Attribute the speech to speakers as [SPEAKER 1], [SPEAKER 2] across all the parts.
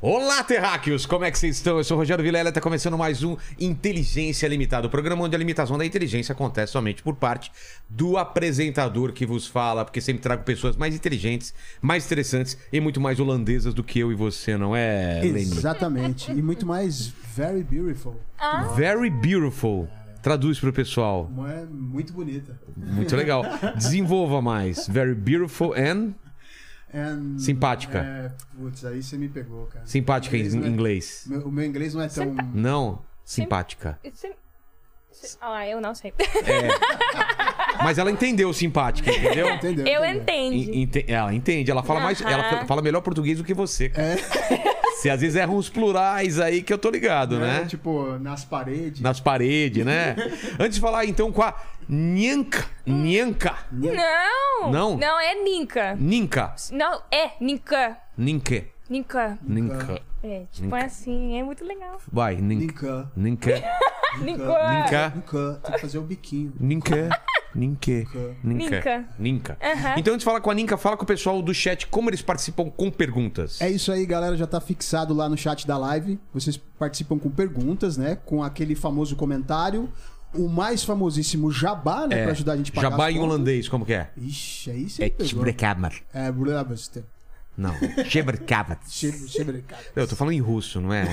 [SPEAKER 1] Olá, terráqueos! Como é que vocês estão? Eu sou o Rogério Vilela, está começando mais um Inteligência Limitada, o programa onde a limitação da inteligência acontece somente por parte do apresentador que vos fala, porque sempre trago pessoas mais inteligentes, mais interessantes e muito mais holandesas do que eu e você, não é, Lenny?
[SPEAKER 2] Exatamente. E muito mais very beautiful.
[SPEAKER 1] Very beautiful. Traduz pro pessoal.
[SPEAKER 2] Uma é muito bonita.
[SPEAKER 1] Muito legal. Desenvolva mais. Very beautiful and
[SPEAKER 2] And-
[SPEAKER 1] Simpática.
[SPEAKER 2] É, putz, aí você me pegou, cara.
[SPEAKER 1] simpática em
[SPEAKER 2] não é-
[SPEAKER 1] inglês.
[SPEAKER 2] Meu- o meu inglês não é tão.
[SPEAKER 3] tá-
[SPEAKER 1] Não, simpática.
[SPEAKER 3] Sim- sim- Ah, eu não sei.
[SPEAKER 1] Mas ela entendeu simpática, entendeu?
[SPEAKER 2] Entendeu?
[SPEAKER 3] Eu
[SPEAKER 2] entendeu.
[SPEAKER 3] entendi.
[SPEAKER 1] En- ente- Ela entende, ela fala mais,
[SPEAKER 3] Aham.
[SPEAKER 1] ela fa- fala melhor português do que você.
[SPEAKER 2] É,
[SPEAKER 1] cara. Você às vezes erra uns plurais aí que eu tô ligado,
[SPEAKER 2] É,
[SPEAKER 1] né?
[SPEAKER 2] Tipo, nas paredes.
[SPEAKER 1] Nas paredes, né? Antes de falar então com a Nhanca, Nhanca,
[SPEAKER 3] Não!
[SPEAKER 1] Não?
[SPEAKER 3] Não, é Ninka.
[SPEAKER 1] Ninca,
[SPEAKER 3] Não, é Ninka.
[SPEAKER 1] Ninque,
[SPEAKER 3] Ninka.
[SPEAKER 1] Ninca.
[SPEAKER 3] É, tipo assim, é muito legal.
[SPEAKER 1] Vai, Ninca,
[SPEAKER 2] Ninca.
[SPEAKER 1] Ninca,
[SPEAKER 3] Ninka.
[SPEAKER 1] Ninca,
[SPEAKER 2] Ninca. Tem que fazer o biquinho.
[SPEAKER 1] Ninca, Ninque, Ninca,
[SPEAKER 3] Ninca.
[SPEAKER 1] Ninca.
[SPEAKER 3] Aham.
[SPEAKER 1] Então antes de falar com a Ninca, fala com o pessoal do chat como eles participam com perguntas.
[SPEAKER 2] É isso aí, galera. Já tá fixado lá no chat da live. Vocês participam com perguntas, né? Com aquele famoso comentário. O mais famosíssimo jabá, né?
[SPEAKER 1] É,
[SPEAKER 2] Pra ajudar a gente a pagar.
[SPEAKER 1] Jabá
[SPEAKER 2] as
[SPEAKER 1] em
[SPEAKER 2] contas.
[SPEAKER 1] holandês, como que é?
[SPEAKER 2] Ixi, aí você
[SPEAKER 1] É
[SPEAKER 2] pegou.
[SPEAKER 1] Tjebrekabber.
[SPEAKER 2] É, Brabster.
[SPEAKER 1] Não, Tjebrekabber.
[SPEAKER 2] Chebre- Chebrecado.
[SPEAKER 1] Eu tô falando em russo, não é?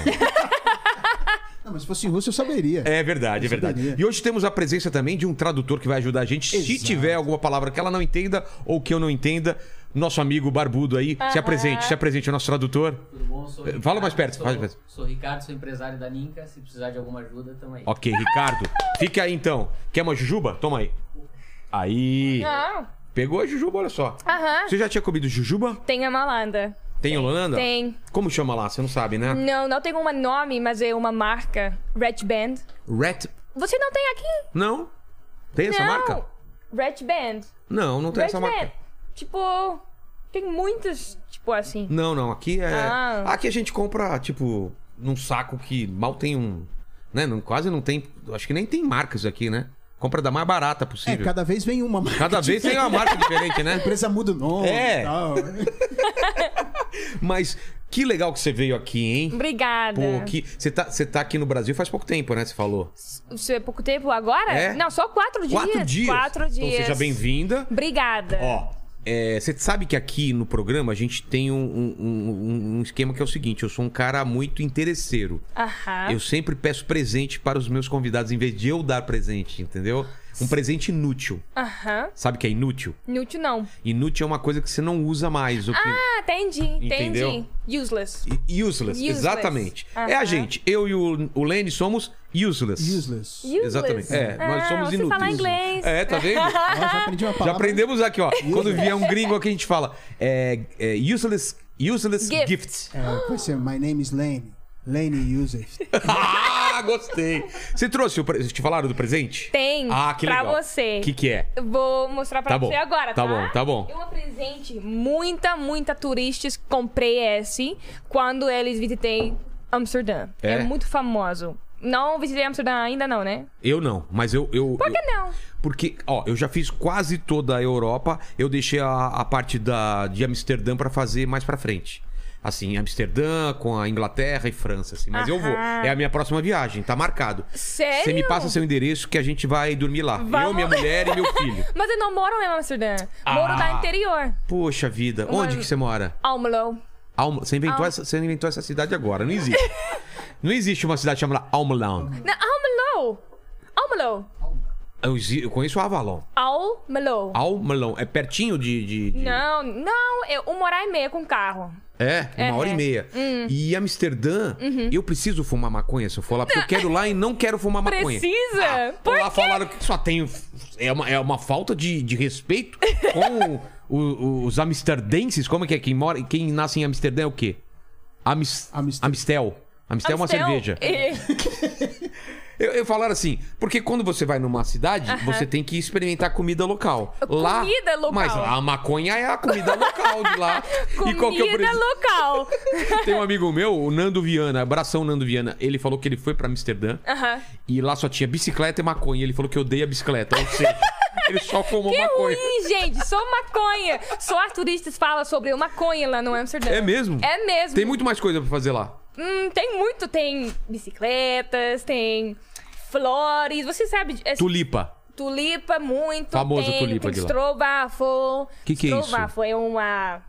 [SPEAKER 2] Não, mas se fosse russo eu saberia.
[SPEAKER 1] É verdade, é verdade.
[SPEAKER 2] saberia.
[SPEAKER 1] E hoje temos a presença também de um tradutor que vai ajudar a gente. Se
[SPEAKER 2] Exato.
[SPEAKER 1] tiver alguma palavra que ela não entenda ou que eu não entenda, nosso amigo barbudo aí, se apresente, se apresente, é o nosso tradutor.
[SPEAKER 4] Tudo bom? Sou
[SPEAKER 1] Eh, fala mais perto,
[SPEAKER 4] sou,
[SPEAKER 1] fala mais perto.
[SPEAKER 4] Sou Ricardo, sou empresário da Ninca. Se precisar de alguma ajuda, tamo aí.
[SPEAKER 1] Ok, Ricardo, fica aí então. Quer uma jujuba? Toma aí. Aí.
[SPEAKER 3] Não.
[SPEAKER 1] Pegou a jujuba, olha só.
[SPEAKER 3] Aham.
[SPEAKER 1] Você já tinha comido jujuba?
[SPEAKER 3] Tem a malanda.
[SPEAKER 1] Tem em Holanda?
[SPEAKER 3] Tem.
[SPEAKER 1] Como chama lá? Você não sabe, né?
[SPEAKER 3] Não, não tem um nome, mas é uma marca. Red Band.
[SPEAKER 1] Rat.
[SPEAKER 3] Você não tem aqui?
[SPEAKER 1] Não. Tem essa
[SPEAKER 3] não.
[SPEAKER 1] marca?
[SPEAKER 3] Red Band.
[SPEAKER 1] Não, não tem
[SPEAKER 3] Red
[SPEAKER 1] essa
[SPEAKER 3] Band.
[SPEAKER 1] marca.
[SPEAKER 3] Tipo, tem muitas, tipo assim.
[SPEAKER 1] Não, não. Aqui é.
[SPEAKER 3] Ah.
[SPEAKER 1] Aqui a gente compra, tipo, num saco que mal tem um. Né? não- quase não tem. Acho que nem tem marcas aqui, né? Compra da mais barata
[SPEAKER 2] É,
[SPEAKER 1] possível. cada
[SPEAKER 2] cada vez vem uma marca.
[SPEAKER 1] vez tem uma marca diferente, né?
[SPEAKER 2] A empresa muda o nome.
[SPEAKER 1] É.
[SPEAKER 2] e tal. né?
[SPEAKER 1] Mas que legal que você veio aqui, hein?
[SPEAKER 3] Obrigada.
[SPEAKER 1] Pô, que... você, tá, você tá aqui no Brasil faz pouco tempo, né? Você falou.
[SPEAKER 3] Isso é pouco tempo agora?
[SPEAKER 1] É?
[SPEAKER 3] Não, só quatro dias.
[SPEAKER 1] Quatro dias.
[SPEAKER 3] Quatro dias.
[SPEAKER 1] Então seja bem-vinda.
[SPEAKER 3] Obrigada.
[SPEAKER 1] Ó, é, você sabe que aqui no programa a gente tem um, um- um- um esquema que é o seguinte: eu sou um cara muito interesseiro.
[SPEAKER 3] Aham.
[SPEAKER 1] Eu sempre peço presente para os meus convidados em vez de eu dar presente, entendeu? Um presente inútil.
[SPEAKER 3] Aham.
[SPEAKER 1] Sabe o que é inútil?
[SPEAKER 3] Inútil não.
[SPEAKER 1] Inútil é uma coisa que você não usa mais. ou que-
[SPEAKER 3] Ah, entendi.
[SPEAKER 1] Entendeu?
[SPEAKER 3] Entendi. Useless.
[SPEAKER 1] I- Useless,
[SPEAKER 3] Useless.
[SPEAKER 1] exatamente. É a
[SPEAKER 3] Aham.
[SPEAKER 1] gente. Eu e o, o Lenny somos useless.
[SPEAKER 2] Useless.
[SPEAKER 3] Useless.
[SPEAKER 1] Exatamente. É, nós
[SPEAKER 3] Ah,
[SPEAKER 1] somos
[SPEAKER 3] você
[SPEAKER 1] inúteis.
[SPEAKER 3] fala inglês.
[SPEAKER 1] É, tá vendo?
[SPEAKER 2] Ah, já aprendi uma
[SPEAKER 1] Já
[SPEAKER 2] palavra.
[SPEAKER 1] aprendemos aqui, ó. Quando vier um gringo aqui, a gente fala é, é, useless, useless
[SPEAKER 3] Gift.
[SPEAKER 1] gifts.
[SPEAKER 2] É, pode ser, my name is Lane. Lane uses.
[SPEAKER 1] ah, gostei. Você trouxe o. Pre... Te falaram do presente?
[SPEAKER 3] Tem.
[SPEAKER 1] Ah, que legal.
[SPEAKER 3] Pra você.
[SPEAKER 1] O que, que é?
[SPEAKER 3] Eu Vou mostrar pra
[SPEAKER 1] Tá bom.
[SPEAKER 3] você
[SPEAKER 1] Tá
[SPEAKER 3] agora, tá?
[SPEAKER 1] bom, tá bom.
[SPEAKER 3] Eu apresente muita, muita turistas comprei esse quando eles visitei Amsterdã.
[SPEAKER 1] É?
[SPEAKER 3] muito famoso. Não visitei Amsterdã ainda não, né?
[SPEAKER 1] Eu não, mas eu. eu
[SPEAKER 3] Por que não?
[SPEAKER 1] Porque, ó, eu já fiz quase toda a Europa. Eu deixei a, a parte da, de Amsterdã pra fazer mais pra frente. Assim, Amsterdã com a Inglaterra e França, assim. Mas eu vou.
[SPEAKER 3] Aham.
[SPEAKER 1] É a minha próxima viagem, tá marcado.
[SPEAKER 3] Sério?
[SPEAKER 1] Você me passa seu endereço que a gente vai dormir lá. Eu,
[SPEAKER 3] Vamos.
[SPEAKER 1] minha mulher e meu filho.
[SPEAKER 3] Mas eu não moro em Amsterdã. Moro
[SPEAKER 1] Ah.
[SPEAKER 3] da interior.
[SPEAKER 1] Poxa vida, onde que você mora?
[SPEAKER 3] Almelo.
[SPEAKER 1] Alma- Você inventou,
[SPEAKER 3] Alma-
[SPEAKER 1] essa, você inventou essa cidade agora, não existe. não existe uma cidade chamada Almelão.
[SPEAKER 3] Não, Almelo. Almelo.
[SPEAKER 1] Eu, exi- eu conheço Avalon.
[SPEAKER 3] Almelo.
[SPEAKER 1] Almelão é pertinho de. de- de-
[SPEAKER 3] Não, não. É uma hora e meia com carro.
[SPEAKER 1] É, uma
[SPEAKER 3] É, Uhum.
[SPEAKER 1] hora e
[SPEAKER 3] é.
[SPEAKER 1] meia. E Amsterdã, eu preciso fumar maconha se eu for lá, porque eu quero ir lá e não quero fumar maconha.
[SPEAKER 3] Precisa?
[SPEAKER 1] Por
[SPEAKER 3] Por
[SPEAKER 1] lá falaram que só tem. É uma, é uma falta de, de respeito com o- o- os amsterdenses. Como é que é? Quem, mora, quem nasce em Amsterdã é o quê? Amis,
[SPEAKER 2] Amster-
[SPEAKER 1] Amstel. Amstel é uma
[SPEAKER 3] Amstel,
[SPEAKER 1] cerveja.
[SPEAKER 3] é,
[SPEAKER 1] Eu, eu falar assim, porque quando você vai numa cidade, você tem que experimentar comida local. Lá,
[SPEAKER 3] Comida local.
[SPEAKER 1] Mas lá a maconha é a comida local de lá. e qual que é o
[SPEAKER 3] comida
[SPEAKER 1] preço?
[SPEAKER 3] local.
[SPEAKER 1] Tem um amigo meu, o Nando Viana, abração Nando Viana. Ele falou que ele foi pra Amsterdã
[SPEAKER 3] Aham.
[SPEAKER 1] e lá só tinha bicicleta e maconha. Ele falou que odeia bicicleta. Ou seja, ele só fumou
[SPEAKER 3] Que
[SPEAKER 1] maconha.
[SPEAKER 3] ruim, gente. Só maconha. Só as turistas falam sobre maconha lá no Amsterdã.
[SPEAKER 1] É mesmo?
[SPEAKER 3] É mesmo.
[SPEAKER 1] Tem muito mais coisa pra fazer lá.
[SPEAKER 3] Hum, tem muito. Tem bicicletas, tem flores. Você sabe... é-
[SPEAKER 1] Tulipa.
[SPEAKER 3] Tulipa, muito.
[SPEAKER 1] Famoso
[SPEAKER 3] tem,
[SPEAKER 1] tulipa
[SPEAKER 3] tem
[SPEAKER 1] de lá.
[SPEAKER 3] Strobafo.
[SPEAKER 1] Que que é isso?
[SPEAKER 3] Strobafo é uma...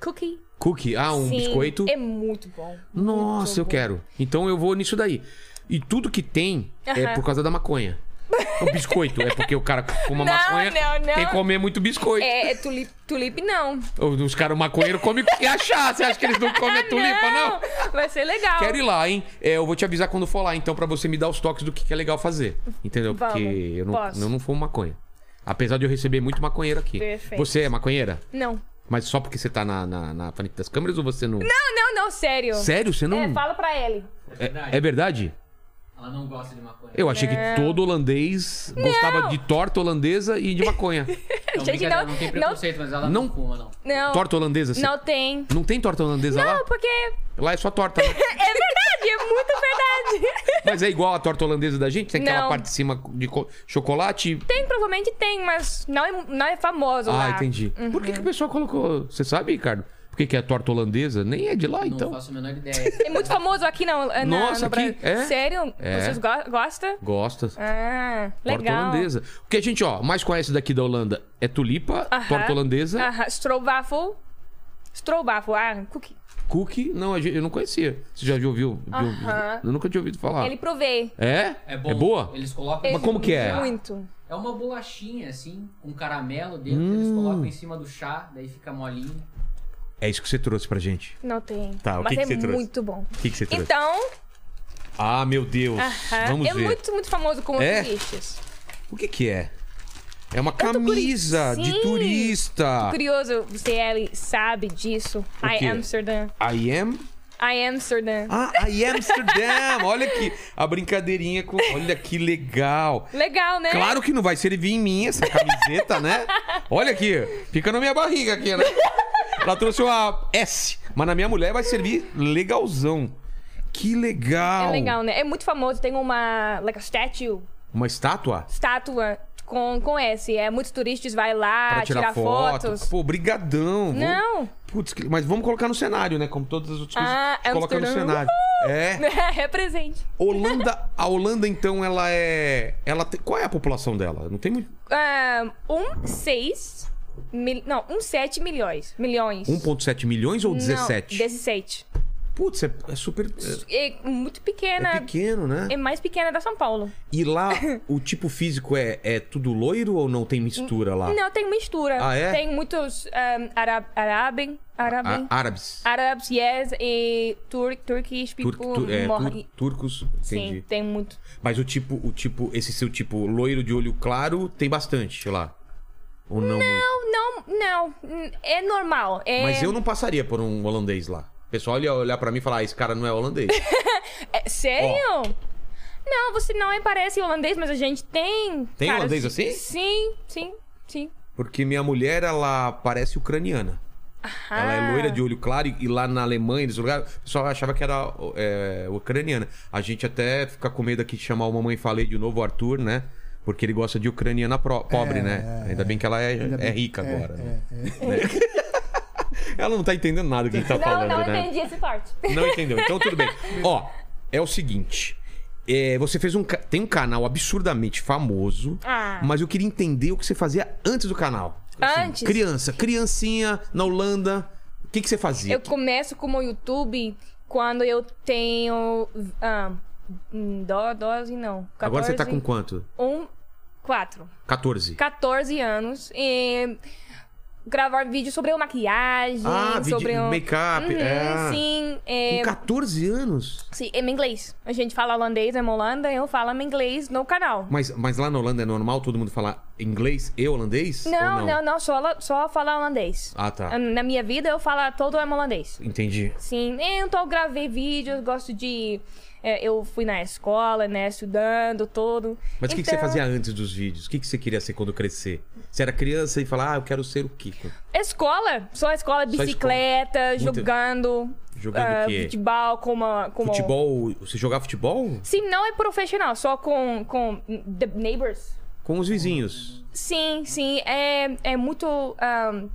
[SPEAKER 3] Cookie.
[SPEAKER 1] Cookie. Ah, um
[SPEAKER 3] Sim,
[SPEAKER 1] biscoito.
[SPEAKER 3] É muito bom.
[SPEAKER 1] Nossa,
[SPEAKER 3] muito
[SPEAKER 1] eu
[SPEAKER 3] bom.
[SPEAKER 1] quero. Então eu vou nisso daí. E tudo que tem é
[SPEAKER 3] Aham.
[SPEAKER 1] por causa da maconha. O biscoito é porque o cara fuma
[SPEAKER 3] Não,
[SPEAKER 1] maconha,
[SPEAKER 3] não, não.
[SPEAKER 1] tem que comer muito biscoito.
[SPEAKER 3] É, é tulip, tulipe não.
[SPEAKER 1] Os caras maconheiros comem o que achar. Você acha que eles não comem
[SPEAKER 3] Ah,
[SPEAKER 1] a tulipa, não?
[SPEAKER 3] Vai ser legal.
[SPEAKER 1] Quero ir lá, hein? É, eu vou te avisar quando for lá, então, pra você me dar os toques do que, que é legal fazer. Entendeu?
[SPEAKER 3] Vamos,
[SPEAKER 1] Porque eu não,
[SPEAKER 3] posso.
[SPEAKER 1] eu não fumo maconha. Apesar de eu receber muito maconheiro aqui.
[SPEAKER 3] Perfeito.
[SPEAKER 1] Você é maconheira?
[SPEAKER 3] Não.
[SPEAKER 1] Mas só porque você tá na, na, na frente das câmeras ou você não.
[SPEAKER 3] Não, Ah, não, não, sério.
[SPEAKER 1] Sério? Você não.
[SPEAKER 3] É, fala pra ele.
[SPEAKER 1] É- é verdade?
[SPEAKER 4] Ela não gosta de maconha.
[SPEAKER 1] Eu achei que todo holandês gostava de torta holandesa e de maconha.
[SPEAKER 4] Não,
[SPEAKER 3] Gente,
[SPEAKER 4] Então, brincadeira,
[SPEAKER 3] não-
[SPEAKER 4] não tem
[SPEAKER 3] não-
[SPEAKER 4] preconceito, mas ela não,
[SPEAKER 1] não-
[SPEAKER 4] fuma, não.
[SPEAKER 3] Não.
[SPEAKER 1] torta holandesa? Não.
[SPEAKER 3] Não tem.
[SPEAKER 1] não tem torta holandesa lá?
[SPEAKER 3] Não, porque é
[SPEAKER 1] Lá é só torta. né?
[SPEAKER 3] verdade, é muito verdade.
[SPEAKER 1] Mas é igual a torta holandesa da gente? Tem aquela
[SPEAKER 3] Não.
[SPEAKER 1] parte de cima de co- chocolate?
[SPEAKER 3] Tem, provavelmente tem, mas não é, não é famoso lá.
[SPEAKER 1] Ah, entendi.
[SPEAKER 3] Uhum.
[SPEAKER 1] Por que, que o pessoal colocou... Você sabe, Ricardo? Por que, que é a torta holandesa? Nem é de lá,
[SPEAKER 4] Não
[SPEAKER 1] então.
[SPEAKER 4] faço a menor ideia.
[SPEAKER 3] É muito famoso aqui na, na
[SPEAKER 1] Nossa,
[SPEAKER 3] no
[SPEAKER 1] aqui?
[SPEAKER 3] Brasil.
[SPEAKER 1] É?
[SPEAKER 3] Sério?
[SPEAKER 1] É.
[SPEAKER 3] Vocês go gostam?
[SPEAKER 1] Gosta.
[SPEAKER 3] Ah,
[SPEAKER 1] Torta
[SPEAKER 3] legal.
[SPEAKER 1] holandesa. O que a gente, ó, mais conhece daqui da Holanda é tulipa,
[SPEAKER 3] Aham. Ah.
[SPEAKER 1] torta holandesa,
[SPEAKER 3] Aham, Stroopwafel. Stroopwafel, ah, cookie.
[SPEAKER 1] cookie. Não, a gente- eu não conhecia. Você já ouviu? já ouviu-
[SPEAKER 3] Aham.
[SPEAKER 1] Eu nunca tinha ouvido falar.
[SPEAKER 3] Ele provei.
[SPEAKER 1] É?
[SPEAKER 4] É, bom.
[SPEAKER 1] É boa?
[SPEAKER 4] Eles colocam.
[SPEAKER 3] Ele-
[SPEAKER 4] em cima
[SPEAKER 1] Ah. como
[SPEAKER 4] do
[SPEAKER 1] que é?
[SPEAKER 4] chá.
[SPEAKER 3] Muito.
[SPEAKER 4] É uma bolachinha, assim, com caramelo dentro. Eles
[SPEAKER 1] Hum.
[SPEAKER 4] colocam em cima do chá, daí fica molinho.
[SPEAKER 1] É isso que você trouxe pra gente.
[SPEAKER 3] Não tem.
[SPEAKER 1] Tá, o
[SPEAKER 3] mas
[SPEAKER 1] que que
[SPEAKER 3] é
[SPEAKER 1] você trouxe?
[SPEAKER 3] muito bom.
[SPEAKER 1] O que, que você trouxe?
[SPEAKER 3] Então,
[SPEAKER 1] Ah, meu Deus.
[SPEAKER 3] aham,
[SPEAKER 1] Vamos
[SPEAKER 3] é
[SPEAKER 1] ver.
[SPEAKER 3] muito, muito famoso como
[SPEAKER 1] É?
[SPEAKER 3] turistas.
[SPEAKER 1] O que que é? É uma
[SPEAKER 3] tô curi-
[SPEAKER 1] camisa de
[SPEAKER 3] Sim.
[SPEAKER 1] turista.
[SPEAKER 3] Curioso, se ele sabe disso. I
[SPEAKER 1] quê?
[SPEAKER 3] Amsterdam.
[SPEAKER 1] I am...
[SPEAKER 3] I Amsterdam.
[SPEAKER 1] Ah, I Amsterdam. Olha aqui. A brincadeirinha com... Olha que legal.
[SPEAKER 3] Legal, né?
[SPEAKER 1] Claro que não vai servir em mim essa camiseta, né? Olha aqui. Fica na minha barriga aqui, né? Ela trouxe uma S. Mas na minha mulher vai servir legalzão. Que legal.
[SPEAKER 3] É legal, né? É muito famoso, tem uma like a statue,
[SPEAKER 1] Uma estátua?
[SPEAKER 3] estátua com, com esse. É, muitos turistas vai lá
[SPEAKER 1] Pra tirar, foto.
[SPEAKER 3] Ah, fotos.
[SPEAKER 1] Pô, brigadão. Vou-
[SPEAKER 3] Não.
[SPEAKER 1] Putz, que- mas vamos colocar no cenário, né? Como todas as outras coisas.
[SPEAKER 3] Ah,
[SPEAKER 1] coloca no
[SPEAKER 3] Amsterdã.
[SPEAKER 1] cenário. É.
[SPEAKER 3] Represente.
[SPEAKER 1] Holanda, a Holanda então ela é, ela tem- qual é a população dela? Não tem muito.
[SPEAKER 3] Ah, Um, seis... Mil... Não, um sete milhões. Milhões.
[SPEAKER 1] 1.7 milhões ou 17?
[SPEAKER 3] Não, 17.
[SPEAKER 1] Putz, é, é super é-
[SPEAKER 3] É muito
[SPEAKER 1] é,
[SPEAKER 3] pequena. É,
[SPEAKER 1] pequeno, né?
[SPEAKER 3] mais pequena da São Paulo.
[SPEAKER 1] E lá o tipo físico é, é tudo loiro ou não tem mistura lá?
[SPEAKER 3] Não, tem mistura.
[SPEAKER 1] Ah, é? Ah,
[SPEAKER 3] Tem muitos um, arab, arabem, arabem,
[SPEAKER 1] Á- árabes.
[SPEAKER 3] árabes, yes, e tur, turkish people.
[SPEAKER 1] Tur- tu- é,
[SPEAKER 3] more-
[SPEAKER 1] tur- turcos, entendi.
[SPEAKER 3] Sim, tem muito.
[SPEAKER 1] Mas o tipo, o tipo, esse seu tipo loiro de olho claro tem bastante lá. Ou não? muito?
[SPEAKER 3] Não, não, não. hum, É normal. É,
[SPEAKER 1] Mas eu não passaria por um holandês lá. O pessoal ia olhar pra mim e falar: ah, esse cara não é holandês.
[SPEAKER 3] é- sério? Não, você não é, parece holandês, mas a gente tem.
[SPEAKER 1] Tem holandês assim?
[SPEAKER 3] Sim, sim, sim.
[SPEAKER 1] Porque minha mulher, ela parece ucraniana. Ela é
[SPEAKER 3] Ah.
[SPEAKER 1] loira de olho claro e e lá na Alemanha, nesse lugar, o pessoal achava que era é, ucraniana. A gente até fica com medo aqui de chamar o Mamãe Falei de novo, o Arthur, né? Porque ele gosta de ucraniana pro- pobre, né? Ainda bem que ela é,
[SPEAKER 2] Ainda
[SPEAKER 1] é
[SPEAKER 2] bem.
[SPEAKER 1] rica
[SPEAKER 2] É,
[SPEAKER 1] agora. né?
[SPEAKER 2] é, é.
[SPEAKER 1] Ela não tá entendendo nada do que a gente tá
[SPEAKER 3] Não,
[SPEAKER 1] falando,
[SPEAKER 3] não
[SPEAKER 1] né?
[SPEAKER 3] entendi essa parte.
[SPEAKER 1] Não entendeu. Então tudo bem. Ó, é o seguinte. é, você fez um. ca- Tem um canal absurdamente famoso,
[SPEAKER 3] Ah.
[SPEAKER 1] mas eu queria entender o que você fazia antes do canal.
[SPEAKER 3] Antes?
[SPEAKER 1] Criança, criancinha na Holanda. O que, que você fazia?
[SPEAKER 3] Eu começo com o YouTube quando eu tenho. ah, hum, dó, 12, não. 14,
[SPEAKER 1] Agora você tá com quanto?
[SPEAKER 3] Um, quatro.
[SPEAKER 1] 14.
[SPEAKER 3] 14 anos. E gravar vídeo sobre maquiagem,
[SPEAKER 1] Ah, vídeo-
[SPEAKER 3] sobre o-
[SPEAKER 1] make-up,
[SPEAKER 3] Uhum,
[SPEAKER 1] é.
[SPEAKER 3] Sim, é,
[SPEAKER 1] Com 14 anos?
[SPEAKER 3] sim, é meu inglês. A gente fala holandês, é Holanda, eu falo meu inglês no canal.
[SPEAKER 1] Mas, mas lá na Holanda é normal todo mundo falar inglês e holandês? ou
[SPEAKER 3] Não, não, não, só, ela- só fala holandês.
[SPEAKER 1] Ah, tá.
[SPEAKER 3] Na minha vida eu falo todo em holandês.
[SPEAKER 1] Entendi.
[SPEAKER 3] Sim, então eu gravei vídeos, gosto de. é, eu fui na escola, né, estudando todo.
[SPEAKER 1] Mas o que, que você
[SPEAKER 3] Então,
[SPEAKER 1] fazia antes dos vídeos? O que, que você queria ser quando crescer? Você era criança e falava, ah, eu quero ser o Kiko.
[SPEAKER 3] Escola, só escola,
[SPEAKER 1] escola.
[SPEAKER 3] bicicleta,
[SPEAKER 1] Muito-
[SPEAKER 3] jogando.
[SPEAKER 1] Jogando
[SPEAKER 3] ah,
[SPEAKER 1] o quê?
[SPEAKER 3] Futebol, como. a- como...
[SPEAKER 1] Futebol. Você jogava futebol?
[SPEAKER 3] Sim, não é profissional, só com, com the neighbors.
[SPEAKER 1] Com os vizinhos.
[SPEAKER 3] Sim, sim, é, é muito ahn,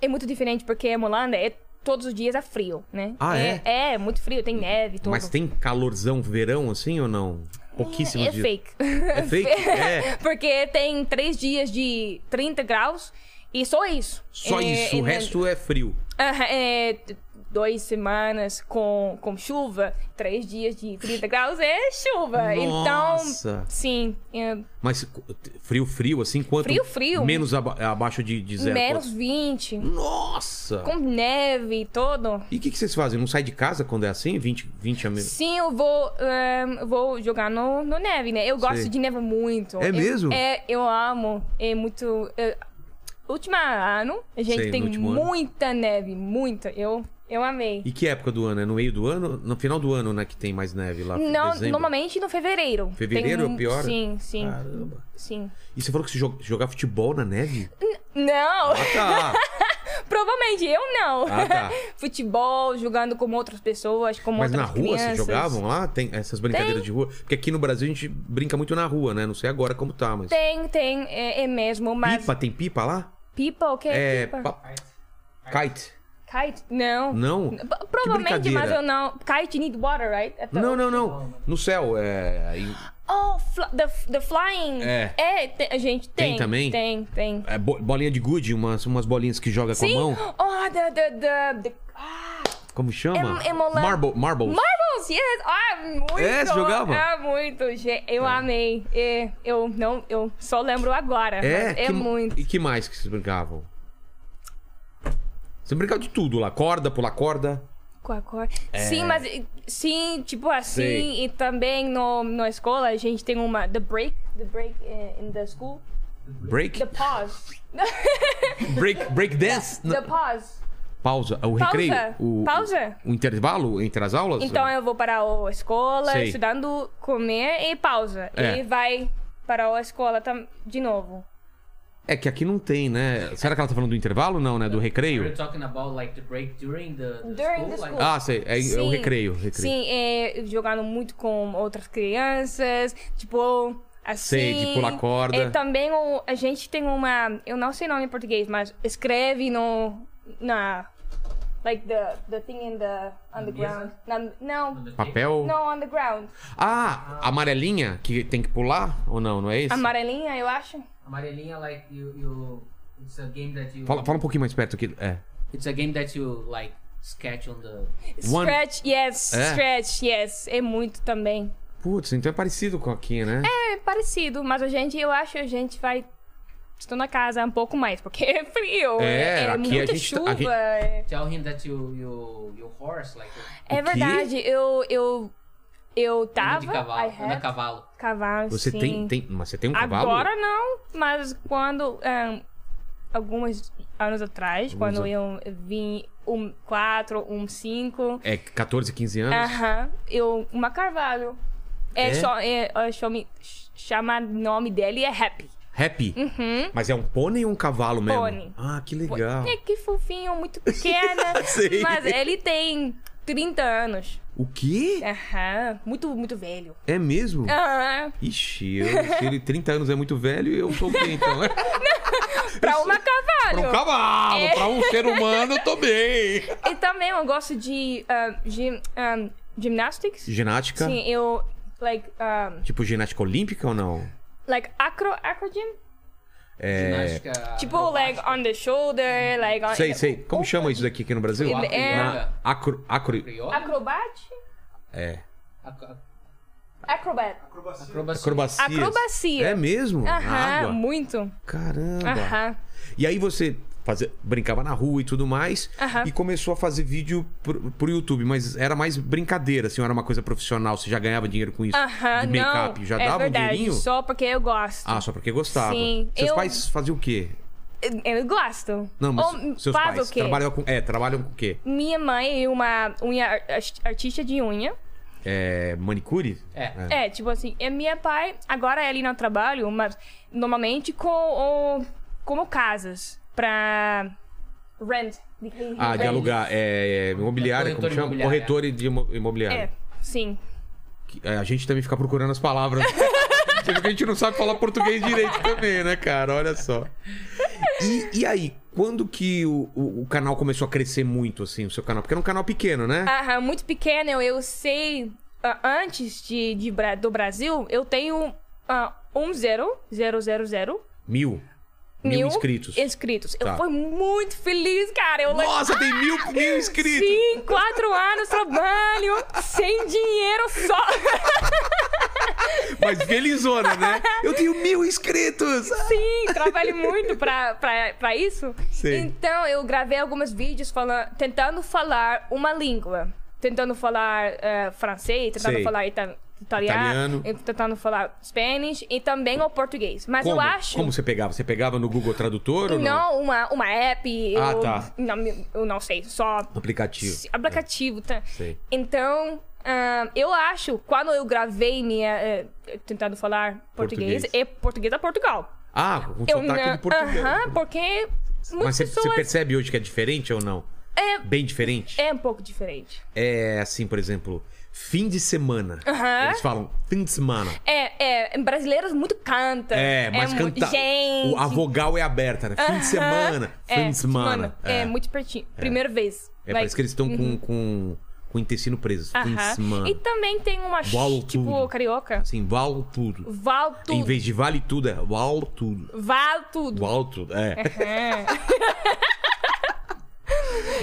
[SPEAKER 3] é muito diferente porque em Holanda é todos os dias é frio, né?
[SPEAKER 1] Ah,
[SPEAKER 3] é? É, muito frio, tem neve, tudo.
[SPEAKER 1] Mas tem calorzão verão assim ou não? Pouquíssimos
[SPEAKER 3] é
[SPEAKER 1] dias.
[SPEAKER 3] fake.
[SPEAKER 1] É fake? É.
[SPEAKER 3] porque tem três dias de 30 graus e só isso.
[SPEAKER 1] Só
[SPEAKER 3] É,
[SPEAKER 1] isso.
[SPEAKER 3] é,
[SPEAKER 1] o resto é frio.
[SPEAKER 3] aham, é, d- duas semanas com, com chuva, três dias de 30 graus é chuva.
[SPEAKER 1] Nossa.
[SPEAKER 3] Então, sim, é
[SPEAKER 1] Mas co- frio, frio, assim, quanto?
[SPEAKER 3] Frio, frio.
[SPEAKER 1] Menos aba- abaixo de, de zero.
[SPEAKER 3] menos 20,
[SPEAKER 1] quanto? Nossa!
[SPEAKER 3] com neve e tudo.
[SPEAKER 1] E o que, que vocês fazem? Não sai de casa quando é assim? 20, 20 a menos?
[SPEAKER 3] Sim, eu vou, ehm, eu vou jogar no, no neve, né? Eu gosto
[SPEAKER 1] Sei.
[SPEAKER 3] de neve muito.
[SPEAKER 1] É
[SPEAKER 3] Eu-
[SPEAKER 1] mesmo?
[SPEAKER 3] É, eu amo. É muito. é, último ano, a gente
[SPEAKER 1] Sei,
[SPEAKER 3] tem
[SPEAKER 1] no último ano.
[SPEAKER 3] muita neve, muita. Eu, eu amei.
[SPEAKER 1] E que época do ano? É no meio do ano? No final do ano, né, que tem mais neve lá?
[SPEAKER 3] Não,
[SPEAKER 1] dezembro?
[SPEAKER 3] normalmente no fevereiro.
[SPEAKER 1] Fevereiro
[SPEAKER 3] Tem
[SPEAKER 1] é o pior?
[SPEAKER 3] Sim, sim.
[SPEAKER 1] Caramba.
[SPEAKER 3] Sim.
[SPEAKER 1] E você falou que você jo- jogar futebol na neve?
[SPEAKER 3] Não,
[SPEAKER 1] Ah, tá!
[SPEAKER 3] provavelmente eu não.
[SPEAKER 1] Ah, tá.
[SPEAKER 3] Futebol, jogando com outras pessoas, com
[SPEAKER 1] Mas na
[SPEAKER 3] outras
[SPEAKER 1] rua
[SPEAKER 3] crianças.
[SPEAKER 1] vocês jogavam lá? Tem essas brincadeiras de rua? Porque aqui no Brasil a gente brinca muito na rua, né? Não sei agora como tá, mas.
[SPEAKER 3] Tem, tem, é, é mesmo, mas.
[SPEAKER 1] Pipa, tem pipa lá?
[SPEAKER 3] Pipa, o que é,
[SPEAKER 1] É.
[SPEAKER 3] pipa?
[SPEAKER 1] pa- Kite?
[SPEAKER 3] Kite? Não.
[SPEAKER 1] Não?
[SPEAKER 3] P- Provavelmente,
[SPEAKER 1] brincadeira?
[SPEAKER 3] mas eu não. Kite need water, right? É pra-
[SPEAKER 1] Não, não, não. No céu, é. em-
[SPEAKER 3] Oh, fl- the, the flying.
[SPEAKER 1] É.
[SPEAKER 3] te- a gente
[SPEAKER 1] Tem
[SPEAKER 3] tem.
[SPEAKER 1] também?
[SPEAKER 3] Tem, tem.
[SPEAKER 1] é bo- bolinha de gude, umas, umas bolinhas que joga
[SPEAKER 3] Sim.
[SPEAKER 1] com a mão.
[SPEAKER 3] Oh, the, the, the, the- ah,
[SPEAKER 1] Como chama?
[SPEAKER 3] É- é mola-
[SPEAKER 1] Marble, marbles.
[SPEAKER 3] marbles, yes. Ah, muito.
[SPEAKER 1] É, você jogava?
[SPEAKER 3] Ah, muito. ge- Eu amei. É, eu não, eu só lembro agora. mas
[SPEAKER 1] é,
[SPEAKER 3] é
[SPEAKER 1] que-
[SPEAKER 3] muito.
[SPEAKER 1] E que mais que vocês brincavam? Você brincava de tudo lá. Corda, pular corda.
[SPEAKER 3] Com a cor. Sim, mas eh, sim, tipo assim,
[SPEAKER 1] É. Sei.
[SPEAKER 3] e também no, na escola a gente tem uma the break, the break eh, in the school,
[SPEAKER 1] Break.
[SPEAKER 3] the pause.
[SPEAKER 1] Break, break dance.
[SPEAKER 3] the pause.
[SPEAKER 1] Pausa. O recreio. O,
[SPEAKER 3] Pausa.
[SPEAKER 1] O intervalo entre as aulas?
[SPEAKER 3] Então eu vou para a escola,
[SPEAKER 1] Sei.
[SPEAKER 3] estudando, comer e pausa.
[SPEAKER 1] É.
[SPEAKER 3] E vai para a escola tam- de novo.
[SPEAKER 1] É que aqui não tem, né? Será que ela tá falando do intervalo? Não, né? Do
[SPEAKER 4] We're
[SPEAKER 1] recreio?
[SPEAKER 4] talking about like the break during the, the
[SPEAKER 3] During the
[SPEAKER 4] school,
[SPEAKER 3] school.
[SPEAKER 4] Like,
[SPEAKER 1] Ah, sei. É, é o
[SPEAKER 3] Sim.
[SPEAKER 1] recreio. recreio.
[SPEAKER 3] Sim, é, jogando muito com outras crianças, tipo assim.
[SPEAKER 1] Sei, de pular corda.
[SPEAKER 3] É, também o- a gente tem uma, eu não sei o nome em português, mas escreve no na like the the thing in the on the ground. Na, não,
[SPEAKER 1] Papel.
[SPEAKER 3] não on the ground.
[SPEAKER 1] Ah, amarelinha que tem que pular ou não? Não é isso?
[SPEAKER 3] Amarelinha, eu acho.
[SPEAKER 4] Amarelinha, like you, you, it's a game that you.
[SPEAKER 1] Fala, fala um pouquinho mais perto aqui. É.
[SPEAKER 4] It's a game that you like sketch on the.
[SPEAKER 1] One-
[SPEAKER 3] Stretch, yes.
[SPEAKER 1] É?
[SPEAKER 3] Stretch, yes. É muito também.
[SPEAKER 1] Putz, então é parecido com aqui, né?
[SPEAKER 3] É parecido, mas a gente, eu acho, a gente vai. Estou na casa um pouco mais, porque é frio.
[SPEAKER 1] É,
[SPEAKER 3] É, é
[SPEAKER 1] aqui a
[SPEAKER 3] muita
[SPEAKER 1] gente tá-
[SPEAKER 3] chuva.
[SPEAKER 1] a gente-
[SPEAKER 3] é-
[SPEAKER 4] Tell him that you, you, your horse, like. you-
[SPEAKER 3] É
[SPEAKER 1] O quê?
[SPEAKER 3] verdade, eu. Eu, eu
[SPEAKER 4] anda
[SPEAKER 3] tava.
[SPEAKER 4] de cavalo,
[SPEAKER 3] I had
[SPEAKER 4] anda cavalo.
[SPEAKER 3] cavalo,
[SPEAKER 1] Você
[SPEAKER 3] sim.
[SPEAKER 1] tem, tem. Mas você tem um cavalo?
[SPEAKER 3] Agora não, mas quando. ahn, alguns anos atrás, quando eu vim um 4, um 5.
[SPEAKER 1] É 14, 15 anos?
[SPEAKER 3] Aham, eu. Uma carvalho. É,
[SPEAKER 1] É?
[SPEAKER 3] só- é, é, chama- chama nome dele é Happy.
[SPEAKER 1] Happy? Mas é um pônei ou um cavalo mesmo?
[SPEAKER 3] Pônei.
[SPEAKER 1] Ah, que legal.
[SPEAKER 3] É que fofinho, muito pequena.
[SPEAKER 1] Sei.
[SPEAKER 3] mas ele tem 30 anos.
[SPEAKER 1] O quê?
[SPEAKER 3] Aham. Muito, muito velho.
[SPEAKER 1] É mesmo?
[SPEAKER 3] Aham.
[SPEAKER 1] Ixi, eu, se ele 30 anos é muito velho, eu sou o quê então?
[SPEAKER 3] Pra uma
[SPEAKER 1] Pra um
[SPEAKER 3] cavalo.
[SPEAKER 1] cavalo,
[SPEAKER 3] É.
[SPEAKER 1] pra um ser humano, eu tô bem.
[SPEAKER 3] E também eu gosto de ah, gim, ah, gymnastics.
[SPEAKER 1] Ginástica?
[SPEAKER 3] Sim, eu. Like, ah,
[SPEAKER 1] Tipo ginástica olímpica ou não?
[SPEAKER 3] like acro, acrogym.
[SPEAKER 1] É.
[SPEAKER 4] Ginástica.
[SPEAKER 3] Tipo,
[SPEAKER 4] acrobática.
[SPEAKER 3] like on the shoulder, like on.
[SPEAKER 1] Sei, sei. Como chama isso daqui aqui no Brasil?
[SPEAKER 4] Sei,
[SPEAKER 3] é-
[SPEAKER 1] Na- acro, acro,
[SPEAKER 4] Crioula?
[SPEAKER 3] Acrobate?
[SPEAKER 1] é.
[SPEAKER 4] Ac-
[SPEAKER 3] Acrobat.
[SPEAKER 4] Acrobacia.
[SPEAKER 1] Acrobacias.
[SPEAKER 3] Acrobacia.
[SPEAKER 1] É mesmo? Na
[SPEAKER 3] Aham,
[SPEAKER 1] água.
[SPEAKER 3] muito.
[SPEAKER 1] Tá Caramba.
[SPEAKER 3] Aham.
[SPEAKER 1] E aí você fazer, brincava na rua e tudo mais.
[SPEAKER 3] Aham.
[SPEAKER 1] E começou a fazer vídeo pro, pro YouTube, mas era mais brincadeira, assim, não era uma coisa profissional, você já ganhava dinheiro com isso.
[SPEAKER 3] Aham,
[SPEAKER 1] de
[SPEAKER 3] não.
[SPEAKER 1] make-up, já
[SPEAKER 3] é
[SPEAKER 1] dava um
[SPEAKER 3] verdade,
[SPEAKER 1] dinheirinho?
[SPEAKER 3] só porque eu gosto.
[SPEAKER 1] Ah, só porque gostava.
[SPEAKER 3] Sim,
[SPEAKER 1] Seus
[SPEAKER 3] eu-
[SPEAKER 1] pais faziam o quê?
[SPEAKER 3] Eu gosto.
[SPEAKER 1] Não, mas
[SPEAKER 3] Ou
[SPEAKER 1] seus
[SPEAKER 3] faz
[SPEAKER 1] pais
[SPEAKER 3] o quê?
[SPEAKER 1] trabalham com. É, trabalham com o quê?
[SPEAKER 3] Minha mãe é uma unha, ar- artista de unha.
[SPEAKER 1] É, manicure?
[SPEAKER 4] É.
[SPEAKER 3] É, tipo assim, e minha pai, agora ele não trabalha, mas normalmente com o, como casas pra rent. de-
[SPEAKER 1] Ah, de
[SPEAKER 3] rent.
[SPEAKER 1] alugar. É, é, imobiliária, como
[SPEAKER 4] Corretor
[SPEAKER 1] chama?
[SPEAKER 4] imobiliário.
[SPEAKER 1] Corretor de imo-
[SPEAKER 3] É,
[SPEAKER 1] imobiliário.
[SPEAKER 3] sim.
[SPEAKER 1] Que- é, A gente também fica procurando as palavras. Você vê que a gente não sabe falar português direito também, né, cara? Olha só. E, e aí, quando que o, o- o canal começou a crescer muito, assim, o seu canal? Porque era um canal pequeno, né?
[SPEAKER 3] Aham, muito pequena, eu, eu sei, ah, antes de, de Bra- do Brasil, eu tenho ah, um zero, zero, zero, zero.
[SPEAKER 1] Mil. Mil, inscritos.
[SPEAKER 3] Inscritos.
[SPEAKER 1] Tá.
[SPEAKER 3] Eu fui muito feliz, cara. Eu like,
[SPEAKER 1] Nossa, tem mil, mil inscritos!
[SPEAKER 3] é Sim, quatro anos trabalho, sem dinheiro só.
[SPEAKER 1] Mas felizona, né? Eu tenho mil inscritos!
[SPEAKER 3] Sim, trabalho assim, muito pra, pra, pra isso.
[SPEAKER 1] Sim.
[SPEAKER 3] Então, eu gravei alguns vídeos falan- tentando falar uma língua. Tentando falar eh, francês, tentando
[SPEAKER 1] Sei.
[SPEAKER 3] falar ita-
[SPEAKER 1] Italiano.
[SPEAKER 3] italiano, e tentando falar spanish e também o português. Mas
[SPEAKER 1] Como?
[SPEAKER 3] eu acho...
[SPEAKER 1] Como você pegava? Você pegava no Google Tradutor ou no
[SPEAKER 3] Não, uma, uma app.
[SPEAKER 1] Ah,
[SPEAKER 3] eu,
[SPEAKER 1] tá.
[SPEAKER 3] Não, eu não sei, só
[SPEAKER 1] aplicativo? É.
[SPEAKER 3] aplicativo. tá?
[SPEAKER 1] Sei.
[SPEAKER 3] Então, ahn, eu acho, quando eu gravei minha. eh, tentando falar português,
[SPEAKER 1] Português.
[SPEAKER 3] é português da Portugal.
[SPEAKER 1] Ah, com
[SPEAKER 3] Eu
[SPEAKER 1] sotaque de português.
[SPEAKER 3] Aham, porque
[SPEAKER 1] Mas
[SPEAKER 3] muitas
[SPEAKER 1] você, você
[SPEAKER 3] pessoas.
[SPEAKER 1] percebe hoje que é diferente ou não? Bem diferente?
[SPEAKER 3] É um pouco diferente.
[SPEAKER 1] É assim, por exemplo, fim de semana.
[SPEAKER 3] Aham.
[SPEAKER 1] Eles falam fim de semana.
[SPEAKER 3] É, é, brasileiros muito canta.
[SPEAKER 1] É, mas
[SPEAKER 3] mu-
[SPEAKER 1] canta.
[SPEAKER 3] Gente.
[SPEAKER 1] o- A vogal é aberta, né? Fim de semana.
[SPEAKER 3] É,
[SPEAKER 1] Fim de semana.
[SPEAKER 3] É, muito pertinho. Primeira vez.
[SPEAKER 1] É, parece que eles estão com, com, com o intestino preso. Fim de
[SPEAKER 3] Aham. Então-
[SPEAKER 1] semana.
[SPEAKER 3] E também tem uma ch-
[SPEAKER 1] Valo
[SPEAKER 3] tipo
[SPEAKER 1] tudo.
[SPEAKER 3] carioca.
[SPEAKER 1] Assim, vale tudo.
[SPEAKER 3] Val
[SPEAKER 1] Em
[SPEAKER 3] tudo.
[SPEAKER 1] vez de vale tudo, é vale tudo.
[SPEAKER 3] Val tudo.
[SPEAKER 1] Do alto, é.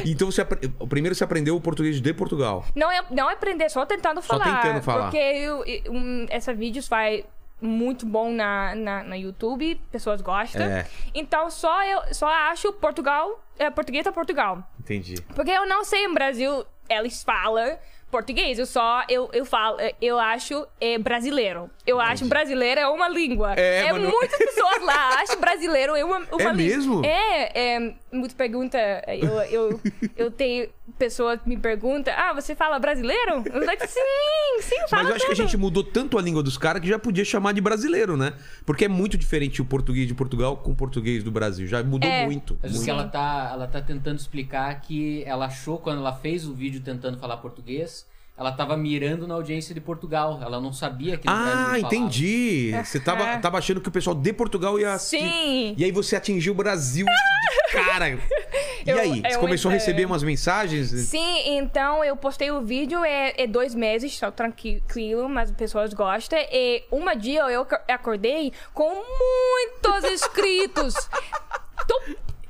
[SPEAKER 1] então você apre- primeiro você aprendeu o português de Portugal.
[SPEAKER 3] Não é, não é aprender, só tentando
[SPEAKER 1] Só
[SPEAKER 3] falar.
[SPEAKER 1] tentando falar.
[SPEAKER 3] Porque eu, eu- um, essa vídeos vai muito bom na, na, na YouTube, pessoas gostam.
[SPEAKER 1] É.
[SPEAKER 3] Então só eu só acho Portugal, é, português é Portugal.
[SPEAKER 1] Entendi.
[SPEAKER 3] Porque eu não sei no Brasil, eles falam português, eu só eu, eu falo, eu acho é, brasileiro. Eu acho brasileiro é uma língua.
[SPEAKER 1] É, mas não-
[SPEAKER 3] muitas pessoas lá acham brasileiro é uma, uma língua.
[SPEAKER 1] mesmo?
[SPEAKER 3] É, é, muito pergunta, eu, eu, eu tenho pessoa que me pergunta, ah, você fala brasileiro? Eu digo, sim, sim, fala
[SPEAKER 1] Mas eu acho que a
[SPEAKER 3] tudo."
[SPEAKER 1] gente mudou tanto a língua dos caras que já podia chamar de brasileiro, né? Porque é muito diferente o português de Portugal com o português do Brasil. Já mudou
[SPEAKER 3] É.
[SPEAKER 1] muito.
[SPEAKER 4] Mas o
[SPEAKER 1] muito.
[SPEAKER 4] que ela tá, ela tá tentando explicar que ela achou, quando ela fez o vídeo tentando falar português, ela tava mirando na audiência de Portugal. Ela não sabia que no
[SPEAKER 1] Ah,
[SPEAKER 4] Brasil falava.
[SPEAKER 1] entendi. Você tava, tava achando que o pessoal de Portugal ia.
[SPEAKER 3] É. Sim.
[SPEAKER 1] E aí você atingiu o Brasil de cara. E
[SPEAKER 3] Eu-
[SPEAKER 1] aí? Você
[SPEAKER 3] eu-
[SPEAKER 1] começou a
[SPEAKER 3] é. Tipo
[SPEAKER 1] receber umas mensagens?
[SPEAKER 3] Sim, então eu postei o vídeo, é, é dois meses, só tranquilo, mas as pessoas gostam. E uma dia eu ac- acordei com muitos inscritos. Tô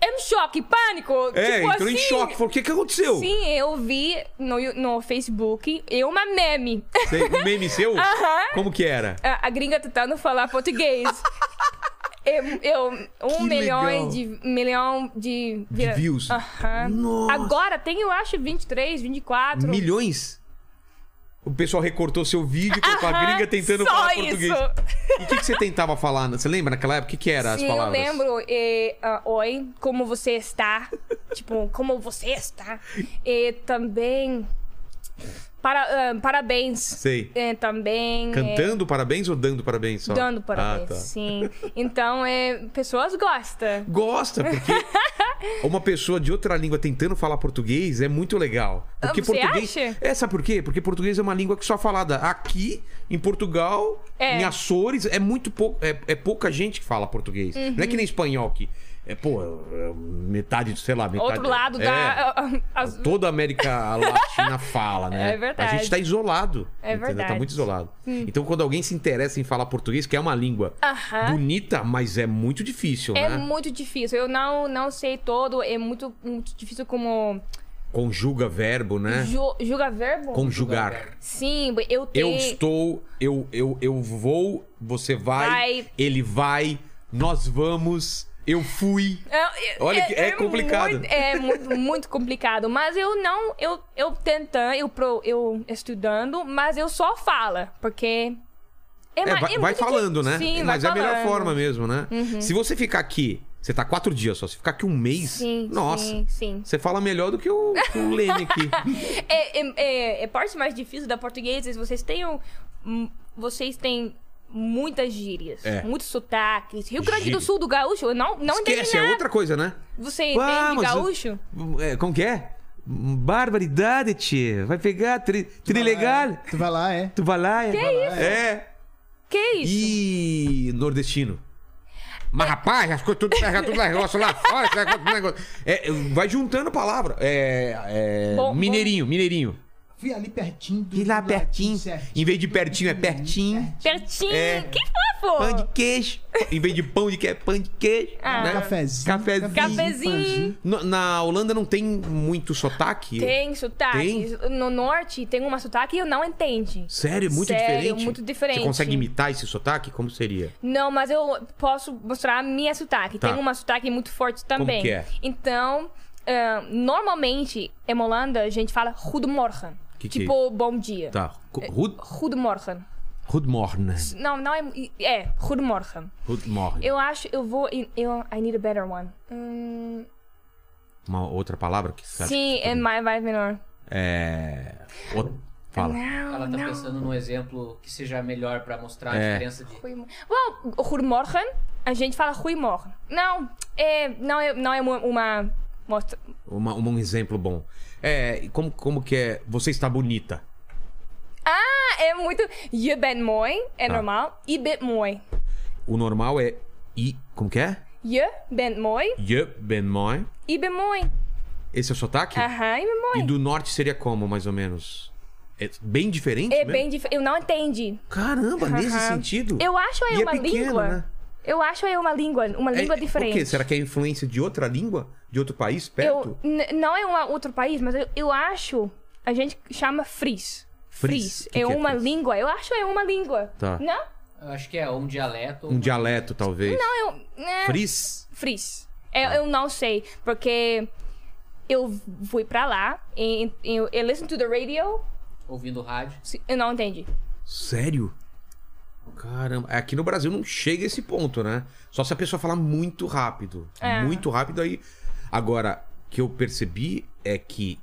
[SPEAKER 3] em choque, pânico.
[SPEAKER 1] É,
[SPEAKER 3] tipo
[SPEAKER 1] entrou em
[SPEAKER 3] assim.
[SPEAKER 1] choque. Falou: o que, que aconteceu?
[SPEAKER 3] Sim, eu vi no, Yu- no Facebook e uma meme.
[SPEAKER 1] Sei, o um meme seu?
[SPEAKER 3] Aham.
[SPEAKER 1] Como que era?
[SPEAKER 3] A, a gringa tentando falar português. Eu, eu- um
[SPEAKER 1] Que
[SPEAKER 3] milhão
[SPEAKER 1] legal.
[SPEAKER 3] de milhão de,
[SPEAKER 1] De views.
[SPEAKER 3] Aham.
[SPEAKER 1] Nossa.
[SPEAKER 3] Agora tem, eu acho, 23, 24.
[SPEAKER 1] Um Milhões? O pessoal recortou seu vídeo é com a
[SPEAKER 3] Aham,
[SPEAKER 1] gringa tentando
[SPEAKER 3] só
[SPEAKER 1] falar português.
[SPEAKER 3] isso.
[SPEAKER 1] E o que, que você tentava falar? Você lembra naquela época? O que, que era as
[SPEAKER 3] Sim, eu
[SPEAKER 1] palavras?
[SPEAKER 3] lembro. E, ah, Oi, como você está? tipo, como você está? E também. Para, ah, parabéns.
[SPEAKER 1] Sei.
[SPEAKER 3] E também. é,
[SPEAKER 1] Cantando parabéns ou dando parabéns só?
[SPEAKER 3] dando parabéns,
[SPEAKER 1] Ah, tá.
[SPEAKER 3] sim. Então, é, pessoas gostam.
[SPEAKER 1] Gosta, porque uma pessoa de outra língua tentando falar português é muito legal. Porque
[SPEAKER 3] Você
[SPEAKER 1] português.
[SPEAKER 3] acha?
[SPEAKER 1] É, sabe por quê? Porque português é uma língua que só é falada aqui, em Portugal,
[SPEAKER 3] É.
[SPEAKER 1] em Açores. É muito pouco. É, é pouca gente que fala português.
[SPEAKER 3] Uhum.
[SPEAKER 1] Não é que nem espanhol que. É, pô, é metade, sei lá, metade.
[SPEAKER 3] Outro lado
[SPEAKER 1] é,
[SPEAKER 3] da. ah, as-
[SPEAKER 1] Toda a América Latina fala, né?
[SPEAKER 3] É verdade.
[SPEAKER 1] A gente tá isolado.
[SPEAKER 3] É
[SPEAKER 1] entendeu? Tá
[SPEAKER 3] verdade. Hum.
[SPEAKER 1] muito isolado. Então, quando alguém se interessa em falar português, que é uma língua
[SPEAKER 3] Aham.
[SPEAKER 1] bonita, mas é muito difícil,
[SPEAKER 3] É
[SPEAKER 1] né?
[SPEAKER 3] muito difícil. Eu não, não sei todo. É muito, muito difícil como.
[SPEAKER 1] Conjuga verbo, né?
[SPEAKER 3] Ju, julga verbo?
[SPEAKER 1] Conjugar.
[SPEAKER 3] Sim, eu
[SPEAKER 1] Eu
[SPEAKER 3] tenho.
[SPEAKER 1] estou, eu, eu, eu vou, você vai,
[SPEAKER 3] Vai.
[SPEAKER 1] ele vai, nós vamos. Eu fui.
[SPEAKER 3] É-
[SPEAKER 1] Olha que é complicado.
[SPEAKER 3] muito- é muito, muito complicado. Mas eu não, eu, eu tentando, eu, pro- eu estudando, mas eu só fala, porque. É,
[SPEAKER 1] É,
[SPEAKER 3] ma-
[SPEAKER 1] vai,
[SPEAKER 3] é
[SPEAKER 1] vai
[SPEAKER 3] muito
[SPEAKER 1] falando,
[SPEAKER 3] di-
[SPEAKER 1] né?
[SPEAKER 3] Sim,
[SPEAKER 1] Mas é
[SPEAKER 3] vai
[SPEAKER 1] a melhor
[SPEAKER 3] falando. Uhum.
[SPEAKER 1] forma mesmo, né? Se você ficar aqui, você tá quatro dias só, se ficar aqui um mês,
[SPEAKER 3] Sim,
[SPEAKER 1] nossa,
[SPEAKER 3] sim, sim.
[SPEAKER 1] você fala melhor do que o, que o Leme aqui.
[SPEAKER 3] É, é- é- é parte mais difícil da portuguesa. Vocês têm um, um- vocês têm muitas gírias,
[SPEAKER 1] É.
[SPEAKER 3] muitos sotaques. Rio Grande do
[SPEAKER 1] Gíria.
[SPEAKER 3] Sul do gaúcho, eu não, não
[SPEAKER 1] Esquece,
[SPEAKER 3] entendi
[SPEAKER 1] é
[SPEAKER 3] nada.
[SPEAKER 1] outra coisa, né?
[SPEAKER 3] Você
[SPEAKER 1] Ah, mas
[SPEAKER 3] entende
[SPEAKER 1] eu-
[SPEAKER 3] gaúcho?
[SPEAKER 1] É, como que é? Barbaridade, tia. Vai pegar tri, trilegal.
[SPEAKER 2] Tu vai lá, é.
[SPEAKER 1] Tu vai lá, é. Que
[SPEAKER 2] isso?
[SPEAKER 1] É.
[SPEAKER 3] Que isso?
[SPEAKER 1] E nordestino. Mas rapaz, as coisas tudo pega tudo negócio lá fora, esse negócio, tudo negócio. É, vai juntando palavra. É, é,
[SPEAKER 3] Bom, bom.
[SPEAKER 1] mineirinho, mineirinho.
[SPEAKER 2] Fui ali pertinho. do-
[SPEAKER 1] E lá
[SPEAKER 2] do ladinho
[SPEAKER 1] pertinho.
[SPEAKER 2] certinho.
[SPEAKER 1] Em vez de pertinho, é pertinho.
[SPEAKER 3] Pertinho.
[SPEAKER 1] É.
[SPEAKER 3] Que
[SPEAKER 1] Pão de
[SPEAKER 3] fofo!
[SPEAKER 1] queijo. Em vez de pão de queijo, é pão de queijo.
[SPEAKER 3] Ah.
[SPEAKER 1] né?
[SPEAKER 2] Cafezinho.
[SPEAKER 1] Cafezinho.
[SPEAKER 3] Cafezinho.
[SPEAKER 1] No- na Holanda não tem muito sotaque?
[SPEAKER 3] Tem sotaque. No norte tem uma sotaque e eu não entendi.
[SPEAKER 1] Sério? Muito
[SPEAKER 3] Sério,
[SPEAKER 1] diferente?
[SPEAKER 3] muito diferente.
[SPEAKER 1] Você consegue imitar esse sotaque? Como seria?
[SPEAKER 3] Não, mas eu posso mostrar a minha sotaque.
[SPEAKER 1] Tá.
[SPEAKER 3] Tem uma sotaque muito forte também.
[SPEAKER 1] que é?
[SPEAKER 3] Então, ahn, normalmente, em Holanda, a gente fala Goedemorgen.
[SPEAKER 1] Que que é
[SPEAKER 3] tipo, bom dia.
[SPEAKER 1] Tá.
[SPEAKER 3] É.
[SPEAKER 1] Co- Rud-
[SPEAKER 3] Goedemorgen.
[SPEAKER 1] Rudmorne.
[SPEAKER 3] Não, não é... É, Goedemorgen.
[SPEAKER 1] Rudmorne.
[SPEAKER 3] Eu acho... Eu vou... Eu, I need a better one. Hum,
[SPEAKER 1] Uma outra palavra que você acha
[SPEAKER 3] sim,
[SPEAKER 1] que- tá
[SPEAKER 3] é mais, mais menor.
[SPEAKER 1] É. o- Fala.
[SPEAKER 3] Ah,
[SPEAKER 4] Ela tá pensando num exemplo que seja melhor pra mostrar a
[SPEAKER 1] É.
[SPEAKER 4] diferença de.
[SPEAKER 3] Goeimo- Well, goedemorgen. A gente fala goedemorgen. Não, é, não, é, não é uma... uma mostra-
[SPEAKER 1] Uma- um exemplo bom. É. e Como, como que é. Você está bonita.
[SPEAKER 3] Ah, é muito... Je bent mooi, é
[SPEAKER 1] Tá.
[SPEAKER 3] normal. Je bent mooi.
[SPEAKER 1] O normal é. I. Como que é?
[SPEAKER 3] Je bent mooi.
[SPEAKER 1] Je ben mooi.
[SPEAKER 3] Je bent mooi.
[SPEAKER 1] Esse é o sotaque?
[SPEAKER 3] Aham, je bent
[SPEAKER 1] E
[SPEAKER 3] mooi.
[SPEAKER 1] do norte seria como, mais ou menos? É bem diferente?
[SPEAKER 3] É
[SPEAKER 1] mesmo?
[SPEAKER 3] bem dif... Eu não entendi.
[SPEAKER 1] Caramba, nesse
[SPEAKER 3] Aham.
[SPEAKER 1] sentido.
[SPEAKER 3] Eu acho
[SPEAKER 1] E
[SPEAKER 3] é
[SPEAKER 1] é
[SPEAKER 3] uma
[SPEAKER 1] pequeno,
[SPEAKER 3] língua.
[SPEAKER 1] né?
[SPEAKER 3] Eu acho é uma língua, uma língua
[SPEAKER 1] É,
[SPEAKER 3] diferente.
[SPEAKER 1] Por quê? Será que é influência de outra língua? De outro país perto?
[SPEAKER 3] Eu, n- não é um outro país, mas eu, eu acho. A gente chama Fris.
[SPEAKER 1] Fris?
[SPEAKER 3] Fris.
[SPEAKER 1] Que que
[SPEAKER 3] é
[SPEAKER 1] é
[SPEAKER 3] uma
[SPEAKER 1] Fris?
[SPEAKER 3] língua. Eu acho é uma língua.
[SPEAKER 1] Tá.
[SPEAKER 3] Não?
[SPEAKER 4] Eu acho que é ou um dialeto. ou
[SPEAKER 1] Um
[SPEAKER 4] uma-
[SPEAKER 1] dialeto, talvez.
[SPEAKER 3] Não, eu. né,
[SPEAKER 1] Fris?
[SPEAKER 3] Fris. É, Eu não sei, porque eu fui pra lá e, e eu, eu listen to the radio.
[SPEAKER 4] Ouvindo rádio.
[SPEAKER 3] se- Eu não entendi.
[SPEAKER 1] Sério? Caramba. é, Aqui no Brasil não chega a esse ponto, né? Só se a pessoa falar muito rápido.
[SPEAKER 3] É.
[SPEAKER 1] Muito rápido aí. Agora, o que eu percebi é que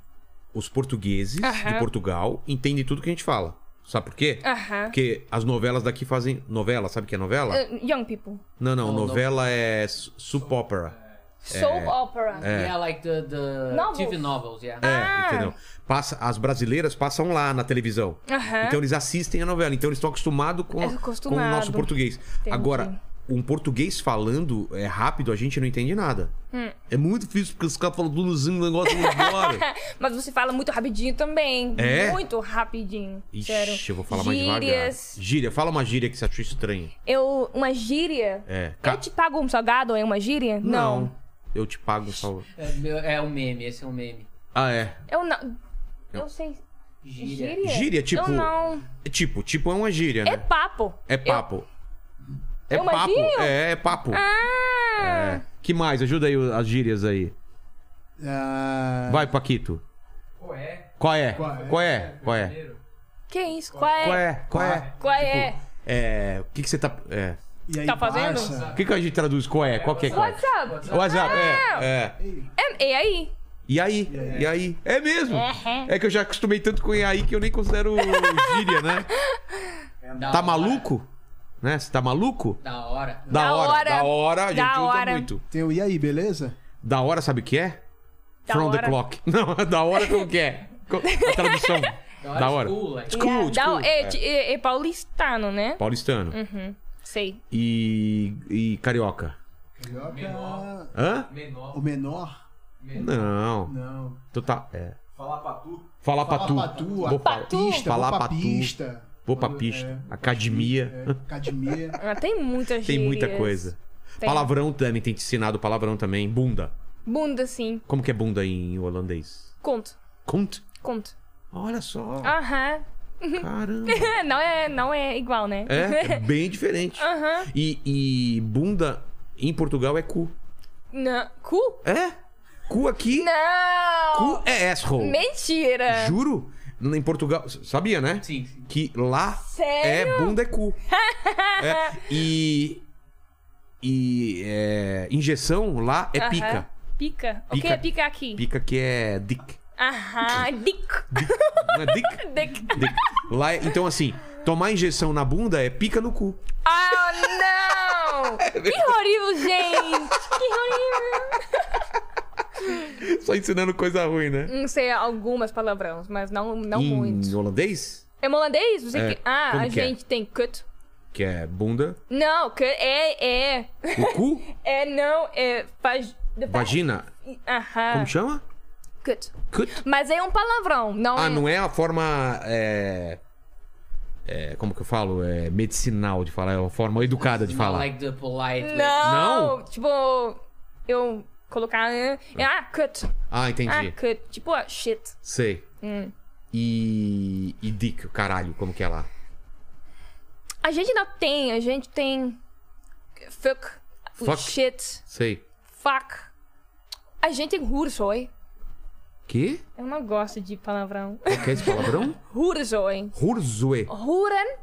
[SPEAKER 1] os portugueses de
[SPEAKER 3] Aham. É.
[SPEAKER 1] Portugal entendem tudo que a gente fala. Sabe por quê?
[SPEAKER 3] Aham.
[SPEAKER 1] Porque as novelas daqui fazem. Novela, sabe o que é novela?
[SPEAKER 3] Uh, young people.
[SPEAKER 1] Não, não,
[SPEAKER 4] Não, não.
[SPEAKER 1] novela é su- soap opera.
[SPEAKER 3] Soap opera.
[SPEAKER 4] É, yeah, like the, the
[SPEAKER 3] Novels.
[SPEAKER 4] TV novels, yeah.
[SPEAKER 1] É, entendeu? Passa, as brasileiras passam lá na televisão.
[SPEAKER 3] Aham.
[SPEAKER 1] Então eles assistem a novela, então eles estão acostumados com,
[SPEAKER 3] É,
[SPEAKER 1] com o
[SPEAKER 3] acostumado.
[SPEAKER 1] nosso português.
[SPEAKER 3] Entendi.
[SPEAKER 1] Agora, um português falando é rápido, a gente não entende nada.
[SPEAKER 3] Hum.
[SPEAKER 1] É muito difícil porque os caras falam tudozinho, o negócio não embora.
[SPEAKER 3] Mas você fala muito rapidinho também.
[SPEAKER 1] É?
[SPEAKER 3] Muito rapidinho.
[SPEAKER 1] Ixi,
[SPEAKER 3] sério.
[SPEAKER 1] eu vou falar mais devagar.
[SPEAKER 3] Gírias.
[SPEAKER 1] Gíria, fala uma gíria que você achou estranha.
[SPEAKER 3] Eu. Uma gíria.
[SPEAKER 1] É.
[SPEAKER 3] Eu te pago um salgado é uma gíria?
[SPEAKER 1] Eu te pago um salve.
[SPEAKER 4] É, meu- é um meme, esse é um meme.
[SPEAKER 1] Ah, é.
[SPEAKER 3] Eu não. Eu sei.
[SPEAKER 4] Gíria.
[SPEAKER 3] Gíria?
[SPEAKER 1] Gíria, tipo-
[SPEAKER 3] Eu não.
[SPEAKER 1] É Tipo, tipo é uma gíria,
[SPEAKER 3] É
[SPEAKER 1] né?
[SPEAKER 3] papo.
[SPEAKER 1] É papo. É,
[SPEAKER 3] É uma
[SPEAKER 1] papo.
[SPEAKER 3] gíria?
[SPEAKER 1] É, é papo.
[SPEAKER 3] Ah!
[SPEAKER 1] É. Que mais? Ajuda aí as gírias aí.
[SPEAKER 2] Ah,
[SPEAKER 1] Vai, Paquito.
[SPEAKER 4] Qual é?
[SPEAKER 1] Qual é? Qual é? Qual é?
[SPEAKER 3] Que isso? Qual é?
[SPEAKER 1] Qual é? Qual é?
[SPEAKER 3] Qual é?
[SPEAKER 1] É, o que, que você tá. É.
[SPEAKER 2] e aí,
[SPEAKER 3] Tá fazendo?
[SPEAKER 1] O
[SPEAKER 2] Barça?
[SPEAKER 1] que, que a gente traduz? Qual é? Qual que é? Qual é?
[SPEAKER 3] WhatsApp?
[SPEAKER 1] WhatsApp, é, é.
[SPEAKER 3] É, e aí?
[SPEAKER 1] E aí? E aí? É mesmo? É que eu já acostumei tanto com e aí que eu nem considero gíria, né?
[SPEAKER 4] É
[SPEAKER 1] Tá maluco? Né? Você tá maluco?
[SPEAKER 4] Da hora.
[SPEAKER 1] Da,
[SPEAKER 3] Da
[SPEAKER 1] hora.
[SPEAKER 3] hora.
[SPEAKER 1] Da hora, a gente
[SPEAKER 3] Da
[SPEAKER 1] usa
[SPEAKER 3] hora.
[SPEAKER 1] muito.
[SPEAKER 2] Tem o e aí, beleza?
[SPEAKER 1] Da hora, sabe o que é?
[SPEAKER 3] Da
[SPEAKER 1] From the
[SPEAKER 3] hora.
[SPEAKER 1] clock. Não, da hora como que é? Co- A tradução.
[SPEAKER 4] Da hora.
[SPEAKER 1] Da hora. é
[SPEAKER 4] School, like.
[SPEAKER 1] School,
[SPEAKER 3] Yeah, dá-
[SPEAKER 1] school.
[SPEAKER 3] é,
[SPEAKER 1] É.
[SPEAKER 3] de- é- é paulistano, né?
[SPEAKER 1] Paulistano.
[SPEAKER 3] Sei.
[SPEAKER 1] E, e carioca.
[SPEAKER 2] Carioca.
[SPEAKER 1] Hã?
[SPEAKER 4] Menor.
[SPEAKER 2] O menor?
[SPEAKER 1] Não.
[SPEAKER 2] Não.
[SPEAKER 1] Tu tá. É.
[SPEAKER 5] Falar pra tu.
[SPEAKER 1] Falar pra tu.
[SPEAKER 2] Falar pra tu,
[SPEAKER 1] Vou falar-
[SPEAKER 2] Pista,
[SPEAKER 1] falar
[SPEAKER 2] vou
[SPEAKER 1] pra
[SPEAKER 2] pra
[SPEAKER 1] tu.
[SPEAKER 2] pista.
[SPEAKER 1] Vou pra
[SPEAKER 2] Quando-
[SPEAKER 1] pista.
[SPEAKER 2] é,
[SPEAKER 1] Academia.
[SPEAKER 2] é, academia.
[SPEAKER 3] Ah, tem muitas
[SPEAKER 1] Tem muita
[SPEAKER 3] gírias.
[SPEAKER 1] coisa.
[SPEAKER 3] Tem.
[SPEAKER 1] Palavrão também, tem te ensinado palavrão também. Bunda.
[SPEAKER 3] Bunda, sim.
[SPEAKER 1] Como que é bunda em holandês?
[SPEAKER 3] Conto.
[SPEAKER 1] Kont.
[SPEAKER 3] Conto.
[SPEAKER 1] Olha só.
[SPEAKER 3] Aham. Ah.
[SPEAKER 1] Caramba.
[SPEAKER 3] não, é, não é igual, né?
[SPEAKER 1] É, é bem diferente.
[SPEAKER 3] Aham.
[SPEAKER 1] E, e bunda em Portugal é cu.
[SPEAKER 3] Não. Cu?
[SPEAKER 1] É? Cu aqui,
[SPEAKER 3] Não!
[SPEAKER 1] cu é asshole.
[SPEAKER 3] Mentira!
[SPEAKER 1] Juro? Em Portugal, s- sabia, né?
[SPEAKER 4] Sim, sim.
[SPEAKER 1] Que lá
[SPEAKER 3] Sério?
[SPEAKER 1] é bunda é cu. É, e e é, injeção lá é
[SPEAKER 3] Aham.
[SPEAKER 1] pica.
[SPEAKER 3] Pica? O
[SPEAKER 1] Pica.
[SPEAKER 3] que é pica aqui?
[SPEAKER 1] Pica que é dick.
[SPEAKER 3] Aham, dick.
[SPEAKER 1] Não é dick?
[SPEAKER 3] Dick.
[SPEAKER 1] Dick. Lá, é- então assim, tomar injeção na bunda é pica no cu.
[SPEAKER 3] Ah, não!
[SPEAKER 1] É
[SPEAKER 3] Que horrível, gente! Que horrível!
[SPEAKER 1] Só ensinando coisa ruim, né?
[SPEAKER 3] Não sei algumas palavrões, mas não, não
[SPEAKER 1] em
[SPEAKER 3] muito.
[SPEAKER 1] holandês,
[SPEAKER 3] É holandês? Você
[SPEAKER 1] É,
[SPEAKER 3] que... Ah,
[SPEAKER 1] como
[SPEAKER 3] a
[SPEAKER 1] que é?
[SPEAKER 3] gente tem kut.
[SPEAKER 1] que é bunda,
[SPEAKER 3] Não, kut é, é.
[SPEAKER 1] o cu,
[SPEAKER 3] É, não, é. Faz...
[SPEAKER 1] vagina,
[SPEAKER 3] Aham.
[SPEAKER 1] como chama?
[SPEAKER 3] Kut.
[SPEAKER 1] Kut.
[SPEAKER 3] Mas é um palavrão, não
[SPEAKER 1] Ah,
[SPEAKER 3] é.
[SPEAKER 1] não é a forma. É... é, como que eu falo? É medicinal de falar, é uma forma educada de falar.
[SPEAKER 4] Like the polite way.
[SPEAKER 1] é?
[SPEAKER 3] Não!
[SPEAKER 1] Não?
[SPEAKER 3] Tipo, eu colocar. né? É, ah, cut.
[SPEAKER 1] Ah,
[SPEAKER 3] Ah,
[SPEAKER 1] entendi.
[SPEAKER 3] cut. Tipo, ah, shit.
[SPEAKER 1] Sei.
[SPEAKER 3] Hum.
[SPEAKER 1] E. E dick, o caralho, como que é lá?
[SPEAKER 3] A gente não tem, a gente tem. Fuck.
[SPEAKER 1] Fuck.
[SPEAKER 3] Shit.
[SPEAKER 1] Sei.
[SPEAKER 3] Fuck. A gente tem hurzoi.
[SPEAKER 1] Que?
[SPEAKER 3] Eu não gosto de palavrão.
[SPEAKER 1] Qual que é esse palavrão?
[SPEAKER 3] Hurzoi.
[SPEAKER 1] Hurzue.
[SPEAKER 3] Huren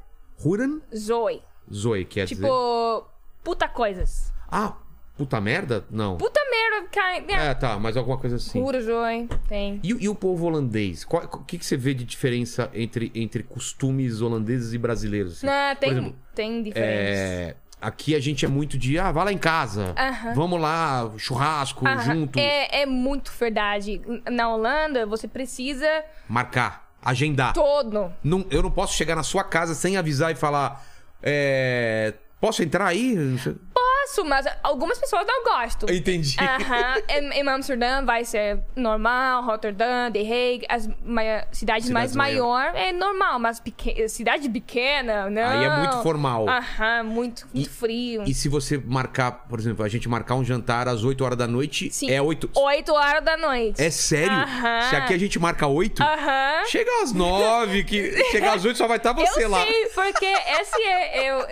[SPEAKER 1] Huran
[SPEAKER 3] zoi.
[SPEAKER 1] zoe, quer dizer.
[SPEAKER 3] Tipo, puta coisas.
[SPEAKER 1] Ah, puta merda? Não.
[SPEAKER 3] Puta merda, cara.
[SPEAKER 1] É, tá, mas alguma coisa assim.
[SPEAKER 3] Hurzoi. Tem.
[SPEAKER 1] E, o- e o povo holandês? Qual- O que, que você vê de diferença entre, entre costumes holandeses e brasileiros? assim?
[SPEAKER 3] Não, tem,
[SPEAKER 1] Por exemplo,
[SPEAKER 3] tem diferença.
[SPEAKER 1] É, aqui a gente é muito de, ah, vá lá em casa,
[SPEAKER 3] Aham.
[SPEAKER 1] vamos lá, churrasco,
[SPEAKER 3] Aham,
[SPEAKER 1] junto,
[SPEAKER 3] É, é muito verdade. Na Holanda, você precisa
[SPEAKER 1] marcar, agendar.
[SPEAKER 3] todo.
[SPEAKER 1] Não- eu não posso chegar na sua casa sem avisar e falar, é, posso entrar aí?
[SPEAKER 3] Posso, mas algumas pessoas não gostam.
[SPEAKER 1] Entendi.
[SPEAKER 3] Aham. em, em Amsterdã vai ser normal, Rotterdam, The Hague, as mai- cidades
[SPEAKER 1] Cidades
[SPEAKER 3] mais maior é normal, mas peque- cidade pequena, não.
[SPEAKER 1] Aí é muito formal.
[SPEAKER 3] Aham, muito, muito frio.
[SPEAKER 1] E se você marcar, por exemplo, a gente marcar um jantar às 8 horas da noite,
[SPEAKER 3] Sim.
[SPEAKER 1] é 8...
[SPEAKER 3] Oito horas da noite.
[SPEAKER 1] É sério?
[SPEAKER 3] Aham.
[SPEAKER 1] Se aqui a gente marca 8,
[SPEAKER 3] Aham.
[SPEAKER 1] chega às 9, que chegar às 8 só vai estar você Tipo,
[SPEAKER 3] eu
[SPEAKER 1] lá.
[SPEAKER 3] sei, porque esse é. Eu,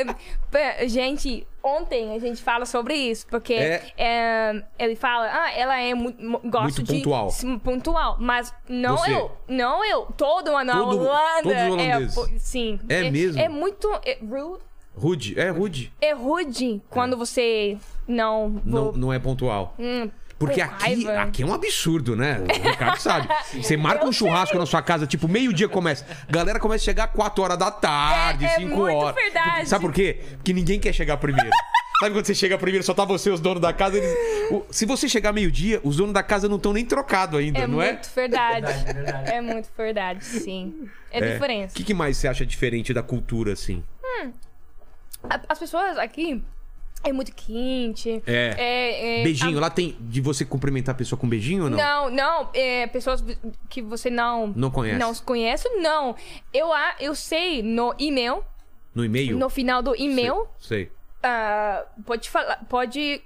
[SPEAKER 3] é, gente, ontem a gente fala sobre isso, porque
[SPEAKER 1] É.
[SPEAKER 3] é, ele fala, ah, ela é muito. Gosto
[SPEAKER 1] Muito
[SPEAKER 3] de-
[SPEAKER 1] pontual.
[SPEAKER 3] sim, pontual. Mas não
[SPEAKER 1] Você.
[SPEAKER 3] eu. Não eu. Todo mundo na
[SPEAKER 1] Todo-
[SPEAKER 3] Holanda.
[SPEAKER 1] todos os
[SPEAKER 3] é,
[SPEAKER 1] holandeses.
[SPEAKER 3] po- sim.
[SPEAKER 1] É mesmo?
[SPEAKER 3] É muito. É rude.
[SPEAKER 1] Rude, é rude.
[SPEAKER 3] É rude quando você não.
[SPEAKER 1] É.
[SPEAKER 3] hum,
[SPEAKER 1] Não,
[SPEAKER 3] vo-
[SPEAKER 1] não é pontual. Porque
[SPEAKER 3] que
[SPEAKER 1] aqui,
[SPEAKER 3] raiva.
[SPEAKER 1] aqui é um absurdo, né? O Ricardo sabe. Você marca um churrasco na sua casa, tipo, meio-dia começa. Galera começa a chegar 4 horas da tarde,
[SPEAKER 3] É- é
[SPEAKER 1] 5
[SPEAKER 3] muito
[SPEAKER 1] horas.
[SPEAKER 3] verdade.
[SPEAKER 1] Sabe por quê? Porque ninguém quer chegar primeiro. Sabe quando você chega primeiro, só tá você, os donos da casa? eles- o- se você chegar meio-dia, os donos da casa não estão nem trocado ainda,
[SPEAKER 3] é
[SPEAKER 1] não é?
[SPEAKER 3] muito verdade.
[SPEAKER 4] Verdade, verdade.
[SPEAKER 3] É muito verdade, sim. É,
[SPEAKER 1] O
[SPEAKER 3] diferença.
[SPEAKER 1] que, que mais você acha diferente da cultura, assim?
[SPEAKER 3] A- As pessoas aqui é muito quente.
[SPEAKER 1] É.
[SPEAKER 3] é, é-
[SPEAKER 1] Beijinho, lá tem de você cumprimentar a pessoa com beijinho ou não?
[SPEAKER 3] Não, não, é, pessoas que você não
[SPEAKER 1] Não conhece.
[SPEAKER 3] não se conhece, não. Eu a eu sei no e-mail,
[SPEAKER 1] No e-mail?
[SPEAKER 3] no final do e-mail,
[SPEAKER 1] Sei. sei.
[SPEAKER 3] ah, pode falar, pode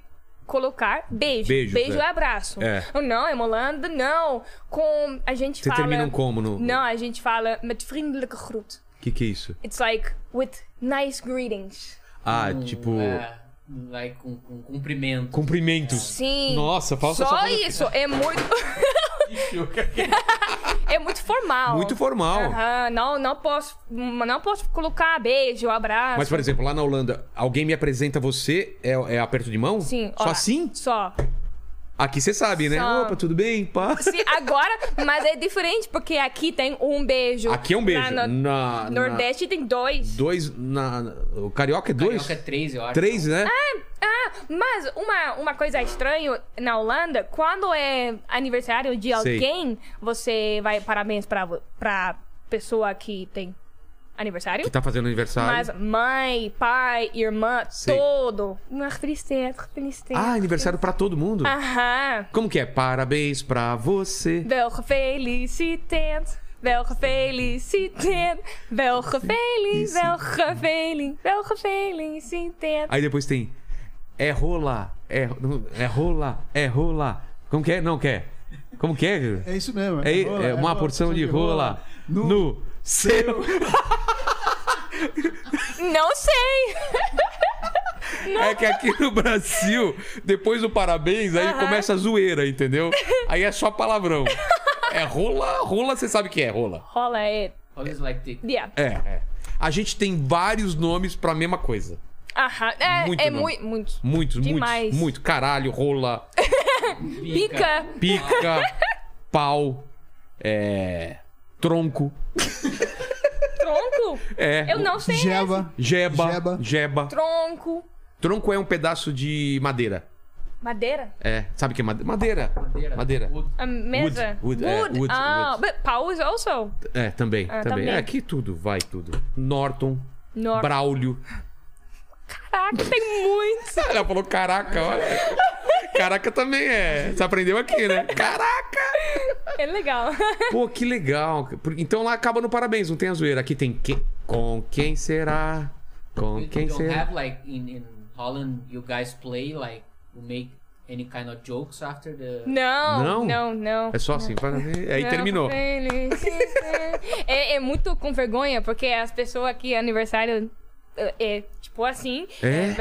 [SPEAKER 3] colocar beijo,
[SPEAKER 1] Beijos,
[SPEAKER 3] beijo
[SPEAKER 1] é.
[SPEAKER 3] e abraço.
[SPEAKER 1] É.
[SPEAKER 3] Oh, Não, é Holanda, não. Com a gente
[SPEAKER 1] Você
[SPEAKER 3] fala
[SPEAKER 1] termina um como no.
[SPEAKER 3] Não, a gente fala met vriendelijke groet.
[SPEAKER 1] O que, que é isso?
[SPEAKER 3] It's like with nice greetings.
[SPEAKER 1] Ah,
[SPEAKER 4] Um,
[SPEAKER 1] tipo.
[SPEAKER 4] é, vai com, com cumprimento.
[SPEAKER 1] Cumprimentos.
[SPEAKER 3] Sim.
[SPEAKER 1] Nossa, falta
[SPEAKER 3] Só
[SPEAKER 1] falta-
[SPEAKER 3] isso, é muito é muito formal.
[SPEAKER 1] Muito formal.
[SPEAKER 3] Aham, não, não posso, não posso colocar beijo, abraço.
[SPEAKER 1] Mas, por exemplo, lá na Holanda, alguém me apresenta você, é, é aperto de mão?
[SPEAKER 3] Sim,
[SPEAKER 1] Só
[SPEAKER 3] olá.
[SPEAKER 1] assim?
[SPEAKER 3] Só.
[SPEAKER 1] Aqui você sabe, né?
[SPEAKER 3] Só.
[SPEAKER 1] Opa, tudo bem? Pá.
[SPEAKER 3] Sim, agora, mas é diferente porque aqui tem um beijo.
[SPEAKER 1] Aqui é um beijo.
[SPEAKER 3] Lá no
[SPEAKER 1] Na, na-
[SPEAKER 3] Nordeste tem dois.
[SPEAKER 1] Dois. Na, o carioca é dois?
[SPEAKER 4] Carioca é três, eu acho.
[SPEAKER 1] Três, né?
[SPEAKER 3] Ah, mas uma, uma coisa estranha na Holanda, quando é aniversário de alguém, você vai parabéns pra, vo- pra pessoa que tem aniversário.
[SPEAKER 1] Que tá fazendo aniversário.
[SPEAKER 3] Mas mãe, pai, irmã,
[SPEAKER 1] Sei.
[SPEAKER 3] todo. Uma tristeza, tristeza.
[SPEAKER 1] Ah, aniversário pra todo mundo?
[SPEAKER 3] Ah. Aham.
[SPEAKER 1] Como que é? Parabéns pra você.
[SPEAKER 3] Wel gefeliciteerd. Wel gefeliciteerd. Wel gefeliciteerd. Wel gefeliciteerd. Wel gefeliciteerd.
[SPEAKER 1] Aí depois tem. É rola, é, não, é rola, é rola. Como que é? Não quer. Como que é?
[SPEAKER 2] É isso mesmo.
[SPEAKER 1] É,
[SPEAKER 2] rola,
[SPEAKER 1] é uma
[SPEAKER 2] rola,
[SPEAKER 1] porção de rola
[SPEAKER 2] No-
[SPEAKER 1] no, seu.
[SPEAKER 3] Não sei.
[SPEAKER 1] É que aqui no Brasil, depois do parabéns, aí começa a zoeira, entendeu? Aí é só palavrão. É rola, rola, você sabe que é rola.
[SPEAKER 3] Rola é.
[SPEAKER 4] Always like dick.
[SPEAKER 3] Yeah.
[SPEAKER 1] É, é. A gente tem vários nomes pra mesma coisa.
[SPEAKER 3] Aham. É,
[SPEAKER 1] Muito
[SPEAKER 3] é
[SPEAKER 1] não.
[SPEAKER 3] mui- muito.
[SPEAKER 1] Muitos,
[SPEAKER 3] Demais.
[SPEAKER 1] muitos, muito. Caralho, rola,
[SPEAKER 3] Pica.
[SPEAKER 1] pica, pau, é, tronco,
[SPEAKER 3] Tronco.
[SPEAKER 1] é,
[SPEAKER 3] Eu não sei.
[SPEAKER 2] Jeba.
[SPEAKER 1] jeba, jeba,
[SPEAKER 2] Jeba.
[SPEAKER 3] Tronco.
[SPEAKER 1] Tronco é um pedaço de madeira.
[SPEAKER 3] Madeira.
[SPEAKER 1] É, sabe o que é made- madeira? Madeira.
[SPEAKER 4] Wood.
[SPEAKER 3] A mesa.
[SPEAKER 1] Wood, é, wood,
[SPEAKER 3] Ah,
[SPEAKER 1] wood.
[SPEAKER 3] but powers also.
[SPEAKER 1] É, também,
[SPEAKER 3] Ah,
[SPEAKER 1] também.
[SPEAKER 3] também.
[SPEAKER 1] É, aqui tudo, vai tudo. Norton,
[SPEAKER 3] Nor-
[SPEAKER 1] Braulio.
[SPEAKER 3] Caraca, tem muito.
[SPEAKER 1] Ela falou, caraca, olha. Caraca também é. Você aprendeu aqui, né? Caraca!
[SPEAKER 3] É legal.
[SPEAKER 1] Pô, que legal. Por- Então lá acaba no parabéns, não tem a zoeira. Aqui tem que... com quem será? Com
[SPEAKER 4] You
[SPEAKER 1] quem
[SPEAKER 4] don't
[SPEAKER 1] será?
[SPEAKER 4] have like in, in Holland you guys play like you make any kind of jokes after the
[SPEAKER 3] Não,
[SPEAKER 1] Não?
[SPEAKER 3] não, não.
[SPEAKER 1] É só assim, parabéns. Aí
[SPEAKER 3] Não,
[SPEAKER 1] terminou.
[SPEAKER 3] feliz. é, é muito com vergonha, porque as pessoas aqui, aniversário, é, é tipo assim.
[SPEAKER 1] É?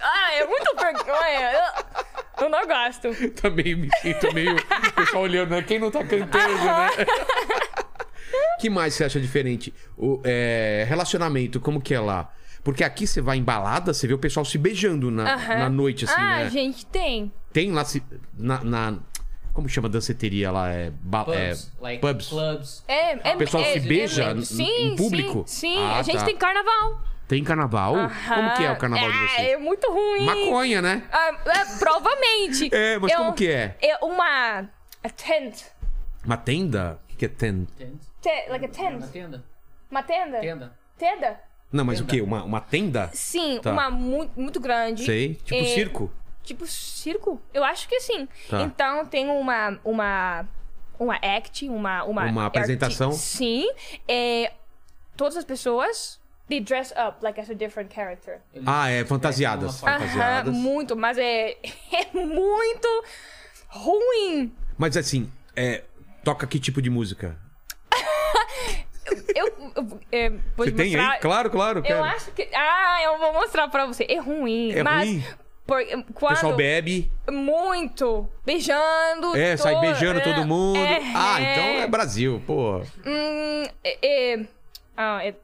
[SPEAKER 3] Ah, é muito vergonha. Eu- Eu não gosto.
[SPEAKER 1] Também me sinto meio. O pessoal olhando, né? Quem não tá cantando, né? que mais você acha diferente? O, é, relacionamento, como que é lá? Porque aqui você vai em balada, você vê o pessoal se beijando na,
[SPEAKER 3] Aham.
[SPEAKER 1] na noite, assim,
[SPEAKER 3] ah,
[SPEAKER 1] né?
[SPEAKER 3] gente, tem.
[SPEAKER 1] Tem lá se, na, na- Como chama a danceteria lá? É. ba- é,
[SPEAKER 4] pubs, like
[SPEAKER 1] pubs.
[SPEAKER 4] clubs.
[SPEAKER 3] É, é,
[SPEAKER 1] O pessoal
[SPEAKER 3] é-
[SPEAKER 1] se
[SPEAKER 3] é-
[SPEAKER 1] beija
[SPEAKER 3] é-
[SPEAKER 1] em-
[SPEAKER 3] sim,
[SPEAKER 1] em público?
[SPEAKER 3] Sim, sim.
[SPEAKER 1] Ah,
[SPEAKER 3] a gente
[SPEAKER 1] tá.
[SPEAKER 3] tem carnaval.
[SPEAKER 1] Tem carnaval? Como que é o carnaval de
[SPEAKER 3] Ah,
[SPEAKER 1] vocês?
[SPEAKER 3] É muito ruim.
[SPEAKER 1] Maconha, né?
[SPEAKER 3] Ah, é, provavelmente.
[SPEAKER 1] É, mas como que é?
[SPEAKER 3] É uma. A tent.
[SPEAKER 1] Uma tenda? O que que é tenda?
[SPEAKER 4] Tenda.
[SPEAKER 3] Te- like a tent.
[SPEAKER 4] Uma tenda.
[SPEAKER 3] Uma tenda?
[SPEAKER 4] Tenda.
[SPEAKER 3] Tenda?
[SPEAKER 1] Não, mas
[SPEAKER 4] Tenda.
[SPEAKER 1] o quê? Uma, uma tenda?
[SPEAKER 3] Sim,
[SPEAKER 1] Tá.
[SPEAKER 3] uma muito, muito grande.
[SPEAKER 1] Sei. Tipo
[SPEAKER 3] É,
[SPEAKER 1] circo?
[SPEAKER 3] Tipo circo? Eu acho que sim.
[SPEAKER 1] Tá.
[SPEAKER 3] Então tem uma. uma uma act, uma uma,
[SPEAKER 1] Uma apresentação?
[SPEAKER 3] arti- Sim, é, todas as pessoas they dress up like as a different character.
[SPEAKER 4] Eles
[SPEAKER 1] Ah, é,
[SPEAKER 4] vestem
[SPEAKER 1] fantasiadas.
[SPEAKER 4] uma forma.
[SPEAKER 3] Aham,
[SPEAKER 1] Fantasiadas.
[SPEAKER 3] muito, mas é, é muito ruim.
[SPEAKER 1] Mas assim, é, toca que tipo de música?
[SPEAKER 3] Eu, eu é, vou
[SPEAKER 1] Você
[SPEAKER 3] te
[SPEAKER 1] tem
[SPEAKER 3] mostrar.
[SPEAKER 1] aí? Claro, claro.
[SPEAKER 3] Eu
[SPEAKER 1] quero.
[SPEAKER 3] acho que. Ah, eu vou mostrar pra você. É ruim.
[SPEAKER 1] É
[SPEAKER 3] mas
[SPEAKER 1] ruim?
[SPEAKER 3] por-
[SPEAKER 1] O
[SPEAKER 3] quando,
[SPEAKER 1] pessoal bebe,
[SPEAKER 3] Muito. Beijando.
[SPEAKER 1] é, sai
[SPEAKER 3] to-
[SPEAKER 1] beijando
[SPEAKER 3] é,
[SPEAKER 1] todo mundo.
[SPEAKER 3] é,
[SPEAKER 1] ah, então é Brasil, pô.
[SPEAKER 3] Hum, é, é, ah, é,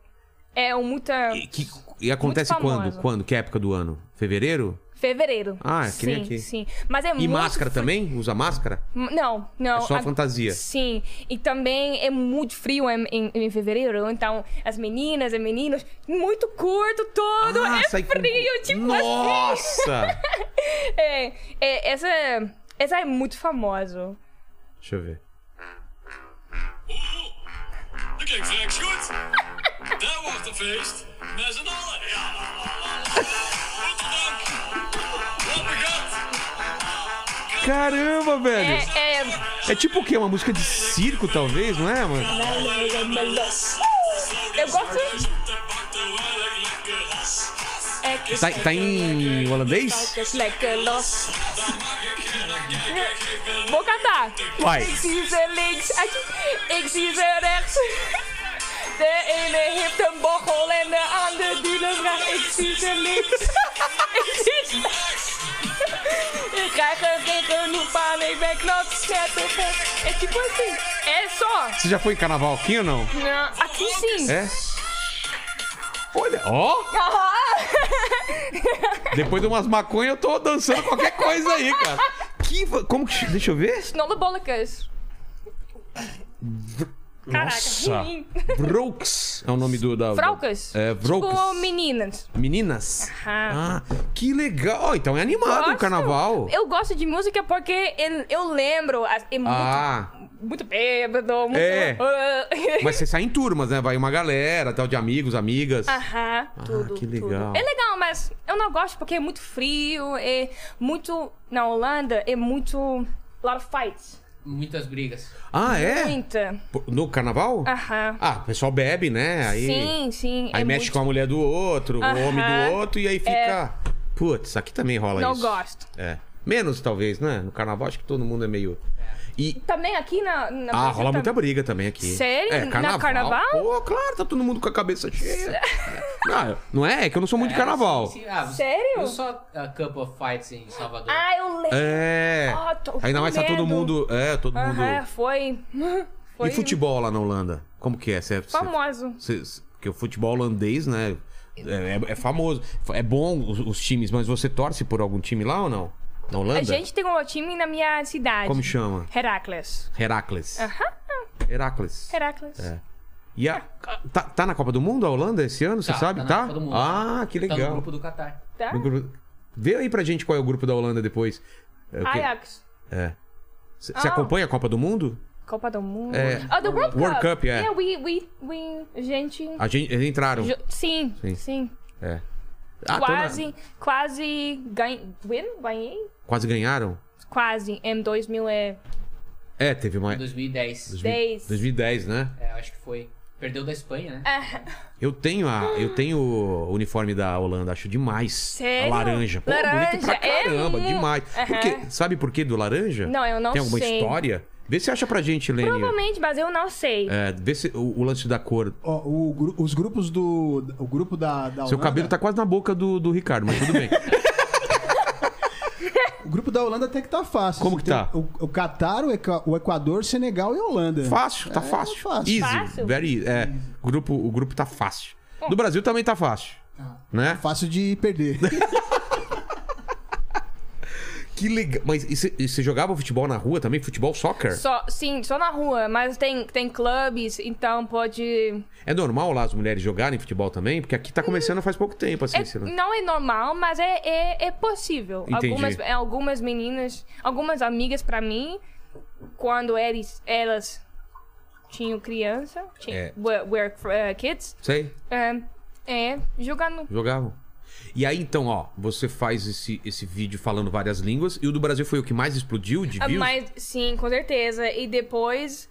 [SPEAKER 3] é um muita.
[SPEAKER 1] E, que- e acontece
[SPEAKER 3] Muito famoso.
[SPEAKER 1] quando? Quando? Que é época do ano? Fevereiro?
[SPEAKER 3] Fevereiro.
[SPEAKER 1] Ah, é
[SPEAKER 3] sim,
[SPEAKER 1] que nem aqui.
[SPEAKER 3] sim. Mas é
[SPEAKER 1] E
[SPEAKER 3] muito.
[SPEAKER 1] máscara também? Usa máscara?
[SPEAKER 3] Não, não.
[SPEAKER 1] É só fantasia.
[SPEAKER 3] Sim. E também é muito frio em, em- em fevereiro. Então, as meninas e meninos, muito curto todo.
[SPEAKER 1] Ah,
[SPEAKER 3] é
[SPEAKER 1] sai com-
[SPEAKER 3] frio, tipo assim.
[SPEAKER 1] Nossa!
[SPEAKER 3] É, é, essa, essa é muito famosa.
[SPEAKER 1] Deixa eu ver.
[SPEAKER 5] Dat klinkt rechts goed. Daar wordt een feest. Met z'n allen. Ja. Rotterdam. Hoppegat.
[SPEAKER 1] Caramba,
[SPEAKER 3] É,
[SPEAKER 1] velho!
[SPEAKER 3] é,
[SPEAKER 1] É, tipo o quê? Uma música de circo, talvez, não é, mano?
[SPEAKER 3] eu
[SPEAKER 5] dus
[SPEAKER 3] gosto.
[SPEAKER 5] Daar pakt er wel een lekker ras.
[SPEAKER 3] é
[SPEAKER 1] Tá, tá em holandês?
[SPEAKER 3] Vou cantar.
[SPEAKER 1] Vai.
[SPEAKER 3] Ik zie ze links, uit- ik zie ze rechts. De ene heeft een bochel en de andere doet een vraag. Ik zie ze links, ik zie ze rechts. Ik krijg er geen genoeg van, ik ben knots, net op het. É tipo assim, é só.
[SPEAKER 1] Você já foi em carnaval aqui ou não?
[SPEAKER 3] Não, Aqui sim.
[SPEAKER 1] É? Olha, ó! Depois de umas maconhas, eu tô dançando qualquer coisa aí, cara. Que. va- Como que. Deixa eu ver.
[SPEAKER 3] Snollebollecus. Caraca,
[SPEAKER 1] Nossa.
[SPEAKER 3] ruim.
[SPEAKER 1] Brooks é o nome do. Da,
[SPEAKER 3] Fraucas.
[SPEAKER 1] É, Brooks.
[SPEAKER 3] Tipo meninas.
[SPEAKER 1] Meninas.
[SPEAKER 3] Ah.
[SPEAKER 1] Ah, que legal. Ó, então é animado o
[SPEAKER 3] Gosto.
[SPEAKER 1] carnaval.
[SPEAKER 3] Eu gosto de música porque eu, eu lembro. as- É muito,
[SPEAKER 1] Ah,
[SPEAKER 3] muito bêbado, muito.
[SPEAKER 1] É. mas você sai em turmas, né? Vai uma galera, tal, de amigos, amigas.
[SPEAKER 3] Ah, Aham, tudo.
[SPEAKER 1] Ah, que
[SPEAKER 3] tudo.
[SPEAKER 1] legal.
[SPEAKER 3] É legal, mas eu não gosto porque é muito frio, é muito. Na Holanda é muito. lot of fights.
[SPEAKER 4] Muitas brigas.
[SPEAKER 1] Ah, é?
[SPEAKER 3] Muita.
[SPEAKER 1] Pô, No carnaval?
[SPEAKER 3] Aham.
[SPEAKER 1] Ah, o pessoal bebe, né? Aí...
[SPEAKER 3] Sim, sim.
[SPEAKER 1] Aí
[SPEAKER 3] é
[SPEAKER 1] mexe
[SPEAKER 3] muito...
[SPEAKER 1] com a mulher do outro, o
[SPEAKER 3] Aham. É.
[SPEAKER 1] homem do outro, e aí fica. Putz, aqui também rola
[SPEAKER 3] Não
[SPEAKER 1] isso.
[SPEAKER 3] gosto.
[SPEAKER 1] É. Menos, talvez, né? No carnaval, acho que todo mundo é meio. E.
[SPEAKER 3] Também aqui na.
[SPEAKER 1] Ah,
[SPEAKER 3] na Brasil
[SPEAKER 1] rola
[SPEAKER 3] tam-
[SPEAKER 1] muita briga também aqui.
[SPEAKER 3] Sério?
[SPEAKER 1] É,
[SPEAKER 3] Na
[SPEAKER 1] carnaval.
[SPEAKER 3] carnaval?
[SPEAKER 1] Pô, claro, tá todo mundo com a cabeça cheia. É. Não, não é? É que eu não sou muito de carnaval.
[SPEAKER 4] Sim, sim. Ah, você-
[SPEAKER 3] Sério?
[SPEAKER 4] Eu só a Cup of Fights em Salvador.
[SPEAKER 3] Ah, eu lembro.
[SPEAKER 1] É.
[SPEAKER 3] Ah, tô
[SPEAKER 1] Ainda
[SPEAKER 3] com
[SPEAKER 1] mais tá todo
[SPEAKER 3] medo.
[SPEAKER 1] mundo. É, todo mundo.
[SPEAKER 3] Aham, foi. foi
[SPEAKER 1] E futebol lá na Holanda? Como que é? Cê, é- cê-
[SPEAKER 3] Famoso.
[SPEAKER 1] cê- cê- Porque o futebol holandês, né? É, é- é famoso. É bom os, os times, mas você torce por algum time lá ou não? Na Holanda?
[SPEAKER 3] A gente tem um time na minha cidade.
[SPEAKER 1] Como chama?
[SPEAKER 3] Heracles.
[SPEAKER 1] Heracles.
[SPEAKER 3] É.
[SPEAKER 1] Heracles.
[SPEAKER 3] Heracles.
[SPEAKER 1] É. E a- tá, tá na Copa do Mundo a Holanda esse ano, você
[SPEAKER 4] Tá,
[SPEAKER 1] sabe?
[SPEAKER 4] tá
[SPEAKER 1] Tá?
[SPEAKER 4] na Copa do Mundo.
[SPEAKER 1] Ah, que
[SPEAKER 4] Tá no
[SPEAKER 1] legal.
[SPEAKER 4] grupo do Qatar.
[SPEAKER 3] Tá?
[SPEAKER 1] No grupo- Vê aí pra gente qual é o grupo da Holanda depois. É o quê?
[SPEAKER 3] Ajax.
[SPEAKER 1] É. C- Você
[SPEAKER 3] Ah.
[SPEAKER 1] acompanha a Copa do Mundo?
[SPEAKER 3] Copa do Mundo.
[SPEAKER 1] É.
[SPEAKER 3] Ah, do World Cup.
[SPEAKER 1] World Cup, é.
[SPEAKER 3] Yeah, we, we, we, gente...
[SPEAKER 1] A gente, eles entraram.
[SPEAKER 3] jo- Sim,
[SPEAKER 1] Sim.
[SPEAKER 3] sim.
[SPEAKER 1] É. Ah, tô na-
[SPEAKER 3] quase, quase ganhei. Win? Ganhei?
[SPEAKER 1] Quase ganharam?
[SPEAKER 3] Quase. Em 2010.
[SPEAKER 1] É, teve uma.
[SPEAKER 4] 2010.
[SPEAKER 1] 2010, né?
[SPEAKER 4] É, eu acho que foi. Perdeu da Espanha, né?
[SPEAKER 3] É,
[SPEAKER 1] Eu tenho a, eu tenho o uniforme da Holanda, acho demais.
[SPEAKER 3] Sério?
[SPEAKER 1] A laranja. Pô, bonito pra
[SPEAKER 3] Laranja, é
[SPEAKER 1] caramba,
[SPEAKER 3] mu-
[SPEAKER 1] demais. Por
[SPEAKER 3] Aham.
[SPEAKER 1] quê? Sabe por que do laranja?
[SPEAKER 3] Não, eu não
[SPEAKER 1] Tem alguma
[SPEAKER 3] sei.
[SPEAKER 1] história? Vê se acha pra gente, Lenny.
[SPEAKER 3] Provavelmente, mas eu não sei.
[SPEAKER 1] É, vê se o, o lance da cor.
[SPEAKER 2] Ó, o gru- os grupos do. O grupo da, da
[SPEAKER 1] Seu
[SPEAKER 2] Holanda-
[SPEAKER 1] cabelo tá quase na boca do, do Ricardo, mas tudo bem.
[SPEAKER 2] É, O grupo da Holanda até que tá fácil.
[SPEAKER 1] Como
[SPEAKER 2] Você
[SPEAKER 1] que
[SPEAKER 2] tem
[SPEAKER 1] tá?
[SPEAKER 2] O, o Catar, o, Equa- o Equador, Senegal e Holanda.
[SPEAKER 1] fácil, tá
[SPEAKER 2] É,
[SPEAKER 1] fácil.
[SPEAKER 2] fácil.
[SPEAKER 1] Easy.
[SPEAKER 3] Fácil?
[SPEAKER 1] Very, é, o grupo, o grupo tá fácil. Do Brasil também tá fácil. Né?
[SPEAKER 2] Fácil de perder.
[SPEAKER 1] Que legal. Mas e você- e você jogava futebol na rua também? Futebol, soccer?
[SPEAKER 3] Só, sim, só na rua, mas tem, tem clubes, então pode.
[SPEAKER 1] É normal lá as mulheres jogarem futebol também? Porque aqui tá começando faz pouco tempo, assim.
[SPEAKER 3] Hum. É-
[SPEAKER 1] sei lá.
[SPEAKER 3] não é normal, mas é, é, é possível.
[SPEAKER 1] Entendi.
[SPEAKER 3] Algumas, é, algumas meninas, algumas amigas pra mim, quando eles, elas tinham criança, tinham,
[SPEAKER 1] É.
[SPEAKER 3] were, were, eh, kids,
[SPEAKER 1] Sei,
[SPEAKER 3] é, é, jogando.
[SPEAKER 1] jogavam. E aí, então, ó, você faz esse, esse vídeo falando várias línguas e o do Brasil foi o que mais explodiu de
[SPEAKER 3] Ah,
[SPEAKER 1] views?
[SPEAKER 3] Mas sim, com certeza. E depois.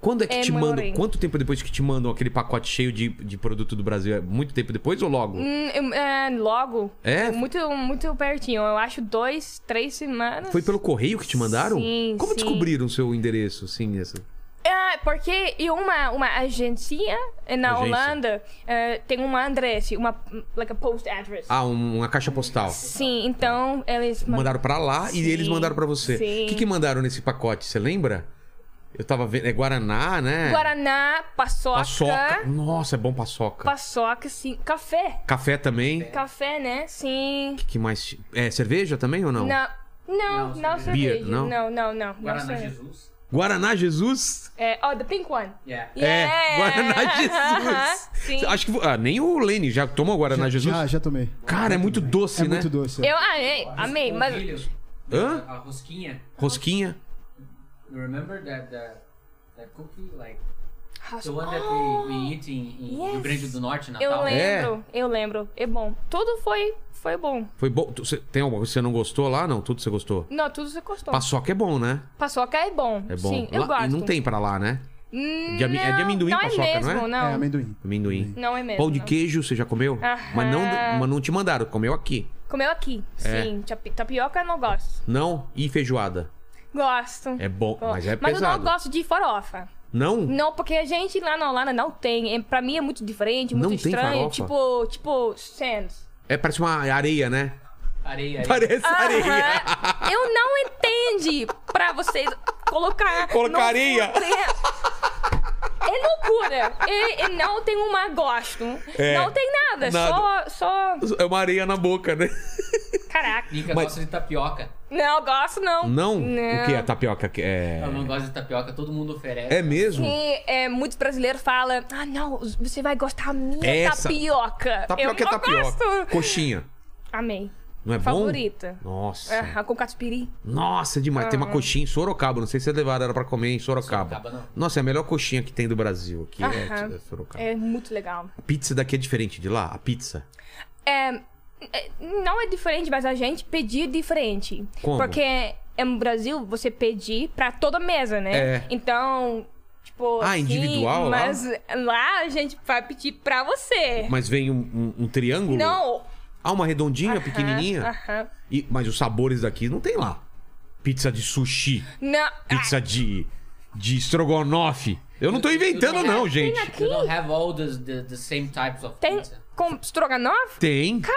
[SPEAKER 1] Quando é que
[SPEAKER 3] é,
[SPEAKER 1] te
[SPEAKER 3] maior
[SPEAKER 1] mandam?
[SPEAKER 3] ainda.
[SPEAKER 1] Quanto tempo depois que te mandam aquele pacote cheio de, de produto do Brasil? É muito tempo depois ou logo?
[SPEAKER 3] hum, hum, é, logo.
[SPEAKER 1] É?
[SPEAKER 3] Muito, muito pertinho. Eu acho dois, três semanas.
[SPEAKER 1] Foi pelo correio que te mandaram?
[SPEAKER 3] Sim,
[SPEAKER 1] Como
[SPEAKER 3] sim.
[SPEAKER 1] descobriram o seu endereço, assim, essa?
[SPEAKER 3] É, porque em uma, uma agência eh, na
[SPEAKER 1] Agência.
[SPEAKER 3] Holanda eh, tem uma address, uma like a post address.
[SPEAKER 1] Ah, um- uma caixa postal.
[SPEAKER 3] Sim, então eles man-
[SPEAKER 1] Mandaram pra lá e
[SPEAKER 3] Sim,
[SPEAKER 1] eles mandaram pra você.
[SPEAKER 3] sim.
[SPEAKER 1] O que, que mandaram nesse pacote? Você lembra? Eu tava vendo. É Guaraná, né?
[SPEAKER 3] Guaraná, paçoca,
[SPEAKER 1] Paçoca.
[SPEAKER 3] paçoca,
[SPEAKER 1] Nossa, é bom paçoca.
[SPEAKER 3] sim, café.
[SPEAKER 1] Café também. O
[SPEAKER 3] Café, né? Sim.
[SPEAKER 1] que mais? É cerveja também ou não?
[SPEAKER 3] Não, não,
[SPEAKER 4] Não,
[SPEAKER 3] não,
[SPEAKER 4] cerveja.
[SPEAKER 3] cerveja.
[SPEAKER 1] Beer, não?
[SPEAKER 3] não, não, não. não
[SPEAKER 4] Guaraná
[SPEAKER 3] cerveja.
[SPEAKER 4] Jesus.
[SPEAKER 1] Guaraná Jesus?
[SPEAKER 3] É, oh, the pink one.
[SPEAKER 4] Yeah.
[SPEAKER 1] É, Guaraná Jesus.
[SPEAKER 3] Sim.
[SPEAKER 1] Acho que ah, nem o Lene já tomou Guaraná Ah, Jesus.
[SPEAKER 2] Já, já tomei.
[SPEAKER 1] Cara, é muito doce,
[SPEAKER 2] É
[SPEAKER 1] né?
[SPEAKER 2] muito doce. é.
[SPEAKER 3] Eu amei, amei,
[SPEAKER 4] O
[SPEAKER 3] mas
[SPEAKER 4] milho,
[SPEAKER 1] Hã?
[SPEAKER 4] A rosquinha.
[SPEAKER 1] Rosquinha.
[SPEAKER 4] You remember that, that, that cookie? Like,
[SPEAKER 3] Ras-
[SPEAKER 4] the one that we, we eat in, in Rio
[SPEAKER 3] yes.
[SPEAKER 4] Grande do Norte, Natal.
[SPEAKER 1] É.
[SPEAKER 3] eu lembro, eu lembro. É bom. Tudo foi foi bom.
[SPEAKER 1] Foi bom. Tu- Você, tem alguma coisa que você não gostou lá? Não, tudo você gostou.
[SPEAKER 3] Não, tudo você gostou.
[SPEAKER 1] Paçoca é bom, né?
[SPEAKER 3] Paçoca é bom.
[SPEAKER 1] É bom.
[SPEAKER 3] Sim,
[SPEAKER 1] Lá-
[SPEAKER 3] eu gosto.
[SPEAKER 1] E não tem pra lá, né?
[SPEAKER 3] Hum,
[SPEAKER 1] De ami- é de amendoim
[SPEAKER 3] não
[SPEAKER 1] paçoca, não
[SPEAKER 3] é mesmo,
[SPEAKER 1] é?
[SPEAKER 3] Não, não,
[SPEAKER 2] amendoim.
[SPEAKER 1] Amendoim.
[SPEAKER 3] é mesmo.
[SPEAKER 1] Pão de
[SPEAKER 3] não.
[SPEAKER 1] queijo, você já comeu? Mas, não,
[SPEAKER 3] Aham.
[SPEAKER 1] mas não te mandaram, comeu aqui.
[SPEAKER 3] Comeu aqui.
[SPEAKER 1] É.
[SPEAKER 3] Sim, tapi- tapioca eu não gosto.
[SPEAKER 1] Não? E feijoada?
[SPEAKER 3] Gosto.
[SPEAKER 1] É bom,
[SPEAKER 3] Gosto.
[SPEAKER 1] mas é
[SPEAKER 3] mas eu não
[SPEAKER 1] pesado.
[SPEAKER 3] gosto de farofa.
[SPEAKER 1] Não?
[SPEAKER 3] Não, porque a gente lá na Holanda não tem. É, pra mim é muito diferente, muito
[SPEAKER 1] Não tem
[SPEAKER 3] estranho.
[SPEAKER 1] farofa?
[SPEAKER 3] Tipo, tipo, sands.
[SPEAKER 1] É, parece uma areia, né?
[SPEAKER 4] Areia, areia.
[SPEAKER 1] Parece areia.
[SPEAKER 3] Aham. Eu não entendi pra vocês colocar.
[SPEAKER 1] Colocaria.
[SPEAKER 3] no fundo. É loucura. E, e não tem uma gosto.
[SPEAKER 1] É.
[SPEAKER 3] Não tem nada.
[SPEAKER 1] Nada.
[SPEAKER 3] Só, só.
[SPEAKER 1] É uma areia na boca, né?
[SPEAKER 3] Caraca.
[SPEAKER 4] Nica
[SPEAKER 1] Mas-
[SPEAKER 4] gosta de tapioca.
[SPEAKER 3] Não, gosto não.
[SPEAKER 1] Não?
[SPEAKER 3] Não.
[SPEAKER 1] O que é tapioca? que É...
[SPEAKER 4] Eu não gosto de tapioca, todo mundo oferece.
[SPEAKER 1] é mesmo?
[SPEAKER 3] E é, muitos brasileiros falam: Ah, não, você vai gostar da minha
[SPEAKER 1] Essa-
[SPEAKER 3] tapioca.
[SPEAKER 1] Tapioca
[SPEAKER 3] eu
[SPEAKER 1] é
[SPEAKER 3] não
[SPEAKER 1] tapioca.
[SPEAKER 3] gosto.
[SPEAKER 1] Coxinha.
[SPEAKER 3] Amei.
[SPEAKER 1] Não é
[SPEAKER 3] Favorita. É, Ah.
[SPEAKER 1] bom? Nossa.
[SPEAKER 3] Aham, com catupiry.
[SPEAKER 1] Nossa, é demais. Tem uma coxinha em Sorocaba. Não sei se vocês levaram ela pra comer em Sorocaba.
[SPEAKER 4] Sorocaba, não.
[SPEAKER 1] Nossa, é a melhor coxinha que tem do Brasil. Aqui é,
[SPEAKER 3] Aham.
[SPEAKER 1] é Sorocaba.
[SPEAKER 3] É muito legal.
[SPEAKER 1] Pizza daqui é diferente de lá? A pizza?
[SPEAKER 3] É, é, não é diferente, mas a gente pedir diferente.
[SPEAKER 1] Como?
[SPEAKER 3] Porque é, no Brasil você pedir pra toda mesa, né?
[SPEAKER 1] É.
[SPEAKER 3] Então, tipo.
[SPEAKER 1] Ah,
[SPEAKER 3] assim,
[SPEAKER 1] individual lá?
[SPEAKER 3] Mas lá a gente vai pedir pra você.
[SPEAKER 1] Mas vem um, um- um triângulo?
[SPEAKER 3] É. Não.
[SPEAKER 1] Ah, uma redondinha, pequenininha?
[SPEAKER 3] Aham.
[SPEAKER 1] E- mas os sabores daqui não tem lá. pizza de sushi,
[SPEAKER 3] Não.
[SPEAKER 1] pizza de, de estrogonofe. Eu não tô inventando, não, gente.
[SPEAKER 4] You don't have all the, the, the same types of
[SPEAKER 3] Ah, Tem
[SPEAKER 4] pizza.
[SPEAKER 3] com estrogonofe?
[SPEAKER 1] Tem.
[SPEAKER 3] Ah,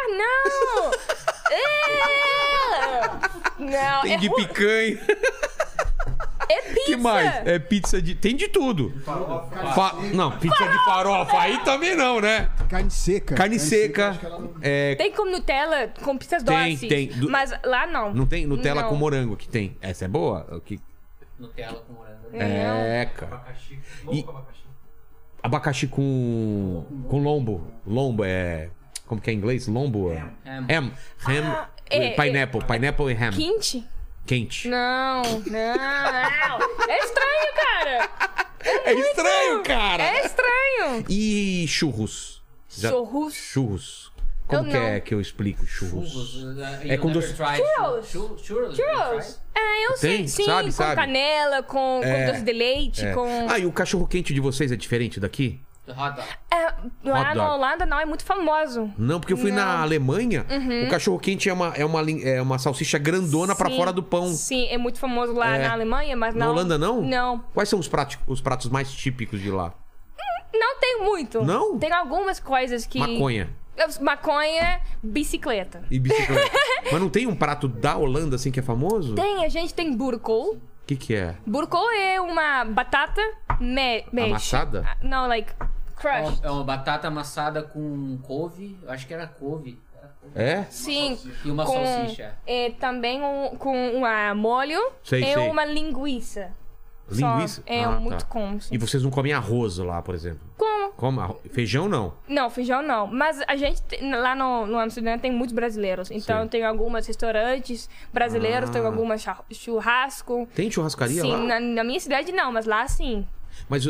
[SPEAKER 3] não! É! não, é
[SPEAKER 1] Tem de
[SPEAKER 3] ru-
[SPEAKER 1] picanha.
[SPEAKER 3] É pizza!
[SPEAKER 1] que mais? É pizza de. Tem de tudo. Fa- Não, pizza de farofa. Aí também não, né?
[SPEAKER 2] Carne seca.
[SPEAKER 1] Carne seca.
[SPEAKER 2] acho que ela não-
[SPEAKER 1] é,
[SPEAKER 3] Tem como Nutella com pizzas
[SPEAKER 1] Tem,
[SPEAKER 3] doces.
[SPEAKER 1] tem. Du-
[SPEAKER 3] Mas lá não.
[SPEAKER 1] Não tem Nutella
[SPEAKER 3] Não.
[SPEAKER 1] com morango que tem. Essa é boa? O que...
[SPEAKER 4] Nutella com morango.
[SPEAKER 3] Não.
[SPEAKER 1] É, cara.
[SPEAKER 6] Abacaxi.
[SPEAKER 1] E-
[SPEAKER 6] Louco abacaxi.
[SPEAKER 1] Abacaxi com. com lombo. Lombo é. Como que é em inglês? Lombo? é-
[SPEAKER 4] Ham.
[SPEAKER 1] Ham. Ham.
[SPEAKER 3] Ah, é,
[SPEAKER 1] Pineapple. Pineapple e ham.
[SPEAKER 3] Quinte?
[SPEAKER 1] Quente.
[SPEAKER 3] Não, não, não. É estranho, cara.
[SPEAKER 1] É estranho, cara!
[SPEAKER 3] É estranho.
[SPEAKER 1] E churros? Já-
[SPEAKER 3] Churros?
[SPEAKER 1] Churros. Como
[SPEAKER 3] Eu
[SPEAKER 1] que
[SPEAKER 3] não.
[SPEAKER 1] é que eu explico churros?
[SPEAKER 4] É,
[SPEAKER 1] É com doce-
[SPEAKER 3] Churros.
[SPEAKER 4] Churros. Churros.
[SPEAKER 3] Churros. Ah, eu
[SPEAKER 1] Tem?
[SPEAKER 3] sei. Sim,
[SPEAKER 1] Sabe,
[SPEAKER 3] com
[SPEAKER 1] sabe?
[SPEAKER 3] canela, com, com
[SPEAKER 1] É,
[SPEAKER 3] doce de leite,
[SPEAKER 1] É.
[SPEAKER 3] com...
[SPEAKER 1] Ah, e o cachorro quente de vocês é diferente daqui?
[SPEAKER 4] The hot dog.
[SPEAKER 3] É,
[SPEAKER 1] Hot
[SPEAKER 3] lá
[SPEAKER 1] dog.
[SPEAKER 3] na Holanda não, é muito famoso.
[SPEAKER 1] Não, porque eu fui na
[SPEAKER 3] Não. Uhum.
[SPEAKER 1] Alemanha, o cachorro quente é uma, é uma, lin- é uma salsicha grandona pra
[SPEAKER 3] Sim,
[SPEAKER 1] fora do pão.
[SPEAKER 3] Sim, é muito famoso lá
[SPEAKER 1] É.
[SPEAKER 3] na Alemanha, mas
[SPEAKER 1] Na
[SPEAKER 3] não-
[SPEAKER 1] Holanda, não?
[SPEAKER 3] Não.
[SPEAKER 1] Quais são os, prati- os pratos mais típicos de lá?
[SPEAKER 3] Não tem muito.
[SPEAKER 1] Não?
[SPEAKER 3] Tem algumas coisas que...
[SPEAKER 1] Maconha
[SPEAKER 3] Maconha, bicicleta.
[SPEAKER 1] e bicicleta. Mas não tem um prato da Holanda, assim, que é famoso? O
[SPEAKER 3] Tem, a gente tem burkol.
[SPEAKER 1] que que é?
[SPEAKER 3] Burkol é uma batata me mexe.
[SPEAKER 1] Amassada?
[SPEAKER 3] Ah, Não, like
[SPEAKER 4] É
[SPEAKER 3] crushed.
[SPEAKER 4] uma- É uma batata amassada com couve. Eu acho que era couve. Era couve.
[SPEAKER 1] É?
[SPEAKER 3] Sim.
[SPEAKER 4] E uma salsicha.
[SPEAKER 3] É, também um, com um molho.
[SPEAKER 1] Sei,
[SPEAKER 3] é
[SPEAKER 1] sei.
[SPEAKER 3] uma linguiça. Só.
[SPEAKER 1] Linguiça?
[SPEAKER 3] É
[SPEAKER 1] Ah,
[SPEAKER 3] muito
[SPEAKER 1] tá.
[SPEAKER 3] comum. sim.
[SPEAKER 1] E vocês não comem arroz lá, por exemplo?
[SPEAKER 3] Com-
[SPEAKER 1] Como? arro- Feijão, não.
[SPEAKER 3] Não, feijão não. Mas a gente, tem- lá no, no Amsterdã, tem muitos brasileiros. Então,
[SPEAKER 1] Sim.
[SPEAKER 3] tem alguns restaurantes brasileiros, tem
[SPEAKER 1] Ah.
[SPEAKER 3] algumas char- churrasco.
[SPEAKER 1] Tem churrascaria lá?
[SPEAKER 3] Sim, na, na minha cidade não, mas lá sim.
[SPEAKER 1] Mas,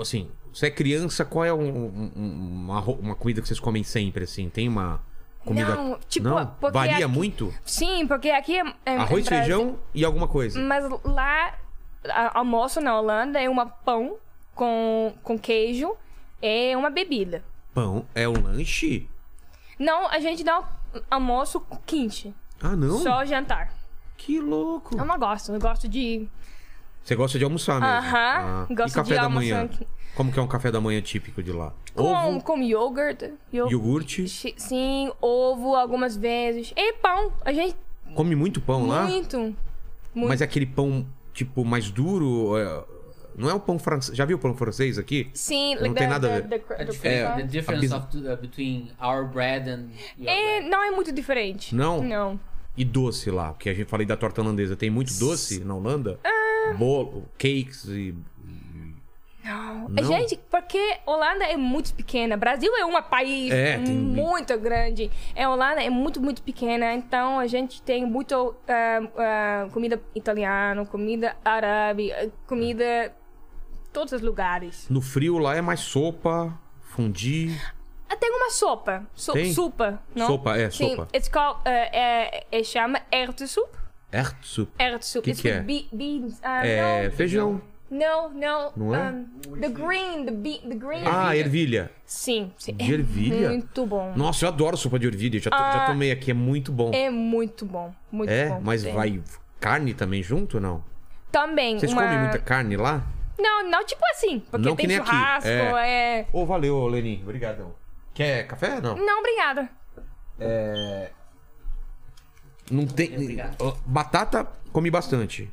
[SPEAKER 1] assim, você é criança, qual é um- um- um- uma, ro- uma comida que vocês comem sempre, assim? Tem uma comida...
[SPEAKER 3] Não, tipo,
[SPEAKER 1] Não?
[SPEAKER 3] porque
[SPEAKER 1] Varia
[SPEAKER 3] aqui-
[SPEAKER 1] muito?
[SPEAKER 3] Sim, porque aqui é. é-
[SPEAKER 1] Arroz,
[SPEAKER 3] é Brasil. Hum.
[SPEAKER 1] feijão e alguma coisa.
[SPEAKER 3] Mas lá, a- almoço na Holanda é uma pão com, com queijo é uma bebida.
[SPEAKER 1] Pão é um lanche?
[SPEAKER 3] Não, a gente dá o- almoço quente,
[SPEAKER 1] Ah, não?
[SPEAKER 3] só jantar.
[SPEAKER 1] Que louco.
[SPEAKER 3] Eu não gosto, eu gosto de.
[SPEAKER 1] Você gosta de almoçar mesmo?
[SPEAKER 3] Aham,
[SPEAKER 1] Ah,
[SPEAKER 3] gosto
[SPEAKER 1] e café
[SPEAKER 3] de
[SPEAKER 1] da
[SPEAKER 3] almoçar
[SPEAKER 1] manhã?
[SPEAKER 3] aqui.
[SPEAKER 1] Como que é um café da manhã típico de lá?
[SPEAKER 3] Com,
[SPEAKER 1] Ovo,
[SPEAKER 3] com iogurte. iog-
[SPEAKER 1] iogurte.
[SPEAKER 3] chi- Sim, ovo algumas vezes. E pão. A gente.
[SPEAKER 1] Come muito pão lá?
[SPEAKER 3] Muito. muito.
[SPEAKER 1] Mas é aquele pão, tipo, mais duro... é, Não é o pão francês. Já viu o pão francês aqui?
[SPEAKER 3] Sim,
[SPEAKER 1] Não tem nada a ver.
[SPEAKER 4] A
[SPEAKER 3] ver.
[SPEAKER 4] diferença,
[SPEAKER 1] É,
[SPEAKER 4] the
[SPEAKER 1] a
[SPEAKER 4] difference
[SPEAKER 1] bis-
[SPEAKER 4] of the- between our bread and your
[SPEAKER 3] É,
[SPEAKER 4] bread.
[SPEAKER 3] não é muito diferente.
[SPEAKER 1] Não?
[SPEAKER 3] Não.
[SPEAKER 1] E doce lá, porque a gente falei da torta holandesa. Tem muito doce na Holanda?
[SPEAKER 3] É.
[SPEAKER 1] Bolo, cakes e.
[SPEAKER 3] Não.
[SPEAKER 1] Não?
[SPEAKER 3] Gente, porque Holanda é muito pequena. Brasil é um país
[SPEAKER 1] É, tem-
[SPEAKER 3] muito grande. A Holanda é muito, muito pequena. Então, a gente tem muito ah, ah, comida italiana, comida árabe, ah, comida... Todos os lugares.
[SPEAKER 1] No frio lá é mais sopa, fundi.
[SPEAKER 3] Ah, Tem uma sopa. So
[SPEAKER 1] Tem?
[SPEAKER 3] Sopa, não?
[SPEAKER 1] Sopa, é,
[SPEAKER 3] Sim,
[SPEAKER 1] sopa.
[SPEAKER 3] It's called... ah, é, é, chama erwtensoep.
[SPEAKER 1] Ertsup.
[SPEAKER 3] Erwtensoep.
[SPEAKER 1] Que
[SPEAKER 3] it's
[SPEAKER 1] que
[SPEAKER 3] with
[SPEAKER 1] é?
[SPEAKER 3] be- beans. Ah,
[SPEAKER 1] É feijão.
[SPEAKER 3] Não, não, não.
[SPEAKER 1] Não é?
[SPEAKER 3] um, the green, the, be the green.
[SPEAKER 1] Ah, ervilha.
[SPEAKER 3] Sim, sim.
[SPEAKER 1] De ervilha?
[SPEAKER 3] Muito bom.
[SPEAKER 1] Nossa, eu adoro sopa de ervilha. Já, to- já tomei aqui, é muito bom.
[SPEAKER 3] Ah. É muito bom. Muito
[SPEAKER 1] É,
[SPEAKER 3] bom.
[SPEAKER 1] mas
[SPEAKER 3] Sim.
[SPEAKER 1] vai carne também junto ou não?
[SPEAKER 3] Também.
[SPEAKER 1] Vocês
[SPEAKER 3] uma...
[SPEAKER 1] comem muita carne lá?
[SPEAKER 3] Não, não tipo assim. Porque
[SPEAKER 1] Não que
[SPEAKER 3] tem
[SPEAKER 1] nem aqui,
[SPEAKER 3] churrasco, é...
[SPEAKER 1] Ô, valeu, Lenin. Obrigadão. Quer café? Não. É,
[SPEAKER 3] Não, obrigada.
[SPEAKER 1] Não tem. Ó, Batata, comi bastante.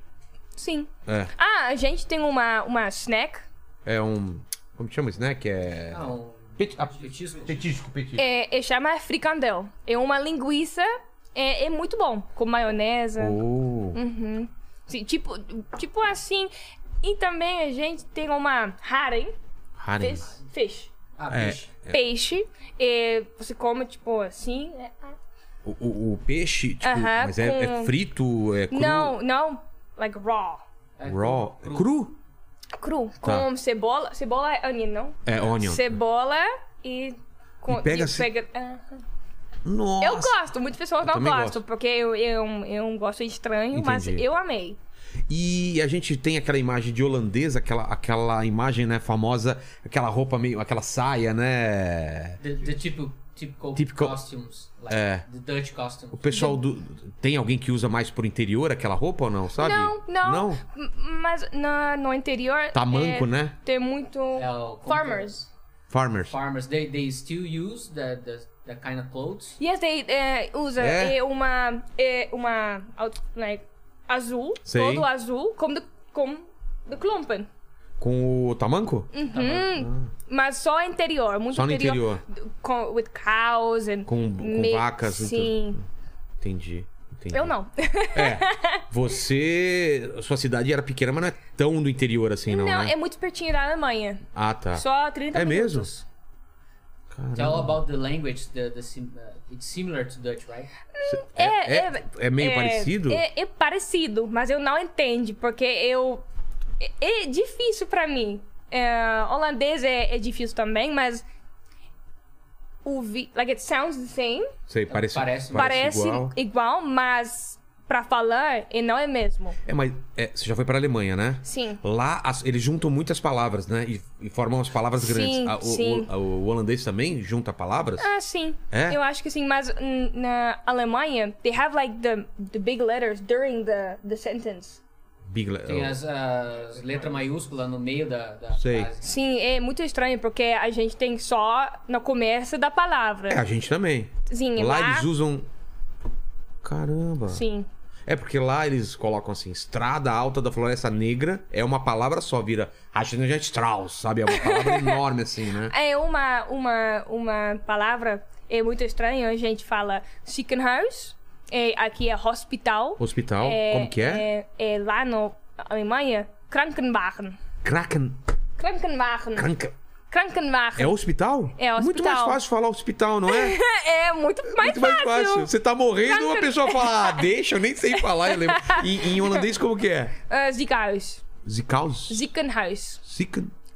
[SPEAKER 3] Sim.
[SPEAKER 1] É.
[SPEAKER 3] Ah, a gente tem uma, uma snack.
[SPEAKER 1] É um. Como chama isso, né? Que é.
[SPEAKER 4] Ah, um
[SPEAKER 1] Peti- ah,
[SPEAKER 4] petisco.
[SPEAKER 1] Petisco, petisco.
[SPEAKER 3] É, é chama fricandel. É uma linguiça. É, é muito bom. Com maionese.
[SPEAKER 1] Oh.
[SPEAKER 3] Uhum. Sim, tipo, tipo assim. E também a gente tem uma harem.
[SPEAKER 1] Harem.
[SPEAKER 3] Fish. fish.
[SPEAKER 4] Ah,
[SPEAKER 1] É.
[SPEAKER 4] peixe.
[SPEAKER 3] Peixe. É, você come, tipo, assim. né?
[SPEAKER 1] O, o- o peixe, tipo,
[SPEAKER 3] Aham,
[SPEAKER 1] mas é, é
[SPEAKER 3] com-
[SPEAKER 1] frito, é cru,
[SPEAKER 3] Não, não. Like raw.
[SPEAKER 4] É
[SPEAKER 1] raw, cru.
[SPEAKER 3] Cru. Com cebola. Cebola é onion, não?
[SPEAKER 1] É Tá. onion.
[SPEAKER 3] Cebola e. Com,
[SPEAKER 1] E pega ce-
[SPEAKER 3] aham.
[SPEAKER 1] Nossa.
[SPEAKER 3] Eu gosto, muitas pessoas não
[SPEAKER 1] também
[SPEAKER 3] gostam,
[SPEAKER 1] gosto.
[SPEAKER 3] porque eu, eu, eu gosto estranho, mas
[SPEAKER 1] Entendi.
[SPEAKER 3] eu amei.
[SPEAKER 1] E a gente tem aquela imagem de holandesa, aquela, aquela imagem, né, famosa, aquela roupa meio, aquela saia, né?
[SPEAKER 4] The, the tipo, typical,
[SPEAKER 1] Typical.
[SPEAKER 4] costumes. Like,
[SPEAKER 1] É.
[SPEAKER 4] The Dutch costumes.
[SPEAKER 1] O pessoal do. Tem alguém que usa mais pro interior aquela roupa ou não, sabe?
[SPEAKER 3] Não, não.
[SPEAKER 1] Não?
[SPEAKER 3] M- Mas na, no interior.
[SPEAKER 1] Tamanco,
[SPEAKER 3] é,
[SPEAKER 1] né?
[SPEAKER 3] Tem muito.
[SPEAKER 4] É o- como
[SPEAKER 3] farmers.
[SPEAKER 1] Farmers.
[SPEAKER 4] Farmers, they, they still use the, the, the kind of clothes.
[SPEAKER 1] Uhum.
[SPEAKER 3] Yes, they é, usa
[SPEAKER 1] É?
[SPEAKER 3] é uma. É uma. out- Like, azul.
[SPEAKER 1] Sim.
[SPEAKER 3] Todo azul. Como do, como do Klumpen.
[SPEAKER 1] Com o tamanco?
[SPEAKER 3] Hum. Mas só interior, muito
[SPEAKER 1] Só no
[SPEAKER 3] interior. Com, with cows and
[SPEAKER 1] Com- com
[SPEAKER 3] me-
[SPEAKER 1] vacas e
[SPEAKER 3] Sim.
[SPEAKER 1] Entendi. entendi.
[SPEAKER 3] Eu não.
[SPEAKER 1] É. Você. Sua cidade era pequena, mas não é tão do interior assim, não.
[SPEAKER 3] Não,
[SPEAKER 1] né?
[SPEAKER 3] é muito pertinho da Alemanha.
[SPEAKER 1] Ah, tá.
[SPEAKER 3] Só 30
[SPEAKER 1] É mesmo?
[SPEAKER 3] minutos.
[SPEAKER 4] Tell about the language, the, the sim, uh, it's similar to Dutch, right?
[SPEAKER 1] É, é, é meio parecido?
[SPEAKER 3] um- É, é parecido, mas eu não entendo, porque eu. É, é difícil pra mim. É, holandês é, é difícil também, mas. O vi, like, it sounds the same.
[SPEAKER 1] Sei, parece, parece,
[SPEAKER 4] Parece-
[SPEAKER 3] Parece,
[SPEAKER 1] igual.
[SPEAKER 3] igual. mas pra falar, e não é mesmo.
[SPEAKER 1] É, mas é, você já foi pra Alemanha, né?
[SPEAKER 3] Sim.
[SPEAKER 1] Lá as- eles juntam muitas palavras, né? E, e formam as palavras
[SPEAKER 3] Sim,
[SPEAKER 1] grandes. A- o,
[SPEAKER 3] sim.
[SPEAKER 1] o- o holandês também junta palavras?
[SPEAKER 3] Ah, sim.
[SPEAKER 1] É?
[SPEAKER 3] Eu acho que sim, mas hum, na Alemanha, they have like the, the big letters during the, the sentence.
[SPEAKER 1] Big le-
[SPEAKER 4] Tem as, as letras maiúsculas no meio da, da
[SPEAKER 1] É Sei.
[SPEAKER 4] frase.
[SPEAKER 3] Sim, é muito estranho, porque a gente tem só no começo da palavra.
[SPEAKER 1] É, a gente também.
[SPEAKER 3] Sim,
[SPEAKER 1] lá,
[SPEAKER 3] lá-
[SPEAKER 1] eles usam. Caramba.
[SPEAKER 3] Sim.
[SPEAKER 1] É porque lá eles colocam assim, estrada alta da floresta negra é uma palavra só, vira Strauss, sabe? É uma palavra enorme assim, né?
[SPEAKER 3] É uma, uma, uma palavra é muito estranha. A gente fala Sickenhaus, é, aqui é hospital.
[SPEAKER 1] Hospital, como que é?
[SPEAKER 3] É, é lá no Alemanha, Krankenwagen.
[SPEAKER 1] Kraken.
[SPEAKER 3] Krankenwagen.
[SPEAKER 1] Kranken.
[SPEAKER 3] Krankenwagen.
[SPEAKER 1] É hospital?
[SPEAKER 3] É,
[SPEAKER 1] Muito mais
[SPEAKER 3] hospital.
[SPEAKER 1] fácil falar hospital, não é?
[SPEAKER 3] É, muito mais
[SPEAKER 1] Muito mais
[SPEAKER 3] fácil.
[SPEAKER 1] fácil. Você tá morrendo, uma pessoa fala, ah, deixa, eu nem sei falar. Eu lembro. E, em holandês, como que é?
[SPEAKER 3] Ah, Ziekenhuis.
[SPEAKER 1] Zikaus?
[SPEAKER 3] Ziekenhuis.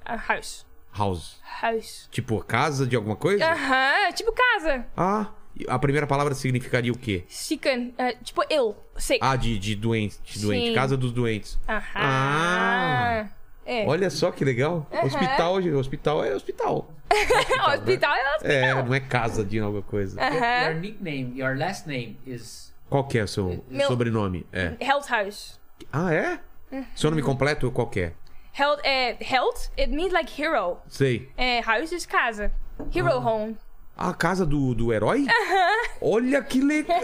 [SPEAKER 3] Ah, Huis.
[SPEAKER 1] House.
[SPEAKER 3] Huis.
[SPEAKER 1] Tipo, casa de alguma coisa?
[SPEAKER 3] Aham, é tipo casa.
[SPEAKER 1] Ah, e a primeira palavra significaria o quê?
[SPEAKER 3] Zieken. é, tipo eu. Sei.
[SPEAKER 1] Ah, de, de doente, de doente.
[SPEAKER 3] Sim.
[SPEAKER 1] Casa dos doentes.
[SPEAKER 3] Aham.
[SPEAKER 1] Ah.
[SPEAKER 3] É.
[SPEAKER 1] Olha só que legal. Hospital, gente, hospital é hospital.
[SPEAKER 3] hospital é hospital.
[SPEAKER 1] É, não é casa de alguma coisa.
[SPEAKER 4] Your- Your nickname, your last name is
[SPEAKER 1] Qual que é o seu
[SPEAKER 3] Meu-
[SPEAKER 1] sobrenome? É.
[SPEAKER 3] Health house.
[SPEAKER 1] Ah, é? Seu nome completo qual que é?
[SPEAKER 3] Health, é, health, it means like hero.
[SPEAKER 1] Sei.
[SPEAKER 3] É, house is casa. Hero
[SPEAKER 1] Ah.
[SPEAKER 3] home.
[SPEAKER 1] A casa do, do herói? Olha que legal,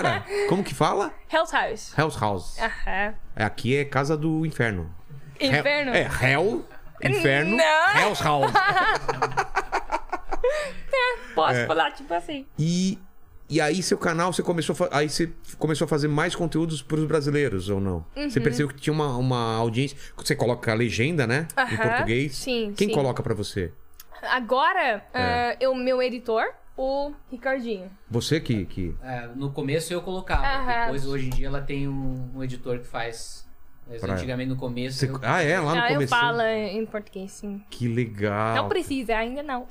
[SPEAKER 1] cara! Como que fala?
[SPEAKER 3] Health house.
[SPEAKER 1] Hell's House.
[SPEAKER 3] Aham.
[SPEAKER 1] Aqui é casa do inferno.
[SPEAKER 3] Ah. Inferno.
[SPEAKER 1] Hel- é, Hell, inferno,
[SPEAKER 3] Não.
[SPEAKER 1] Hell's House.
[SPEAKER 3] Posso
[SPEAKER 1] É.
[SPEAKER 3] falar tipo assim.
[SPEAKER 1] E, e aí seu canal, você começou, a fa- aí você começou a fazer mais conteúdos pros brasileiros, ou não? Você
[SPEAKER 3] Uhum.
[SPEAKER 1] percebeu que tinha uma, uma audiência... Você coloca a legenda, né? Em
[SPEAKER 3] Aham,
[SPEAKER 1] português.
[SPEAKER 3] sim,
[SPEAKER 1] Quem
[SPEAKER 3] sim.
[SPEAKER 1] coloca pra você?
[SPEAKER 3] Agora,
[SPEAKER 1] É.
[SPEAKER 3] ah, eu, meu editor, o Ricardinho.
[SPEAKER 1] Você que... que...
[SPEAKER 4] É, no começo eu colocava,
[SPEAKER 3] Aham.
[SPEAKER 4] depois hoje em dia ela tem um, um editor que faz. Mas
[SPEAKER 1] Pra-
[SPEAKER 4] antigamente no começo.
[SPEAKER 1] você-
[SPEAKER 4] eu-
[SPEAKER 1] Ah, é? Lá no
[SPEAKER 3] Ah, eu
[SPEAKER 1] começo. Ah,
[SPEAKER 3] falo em português, sim.
[SPEAKER 1] Que legal.
[SPEAKER 3] Não precisa, ainda não.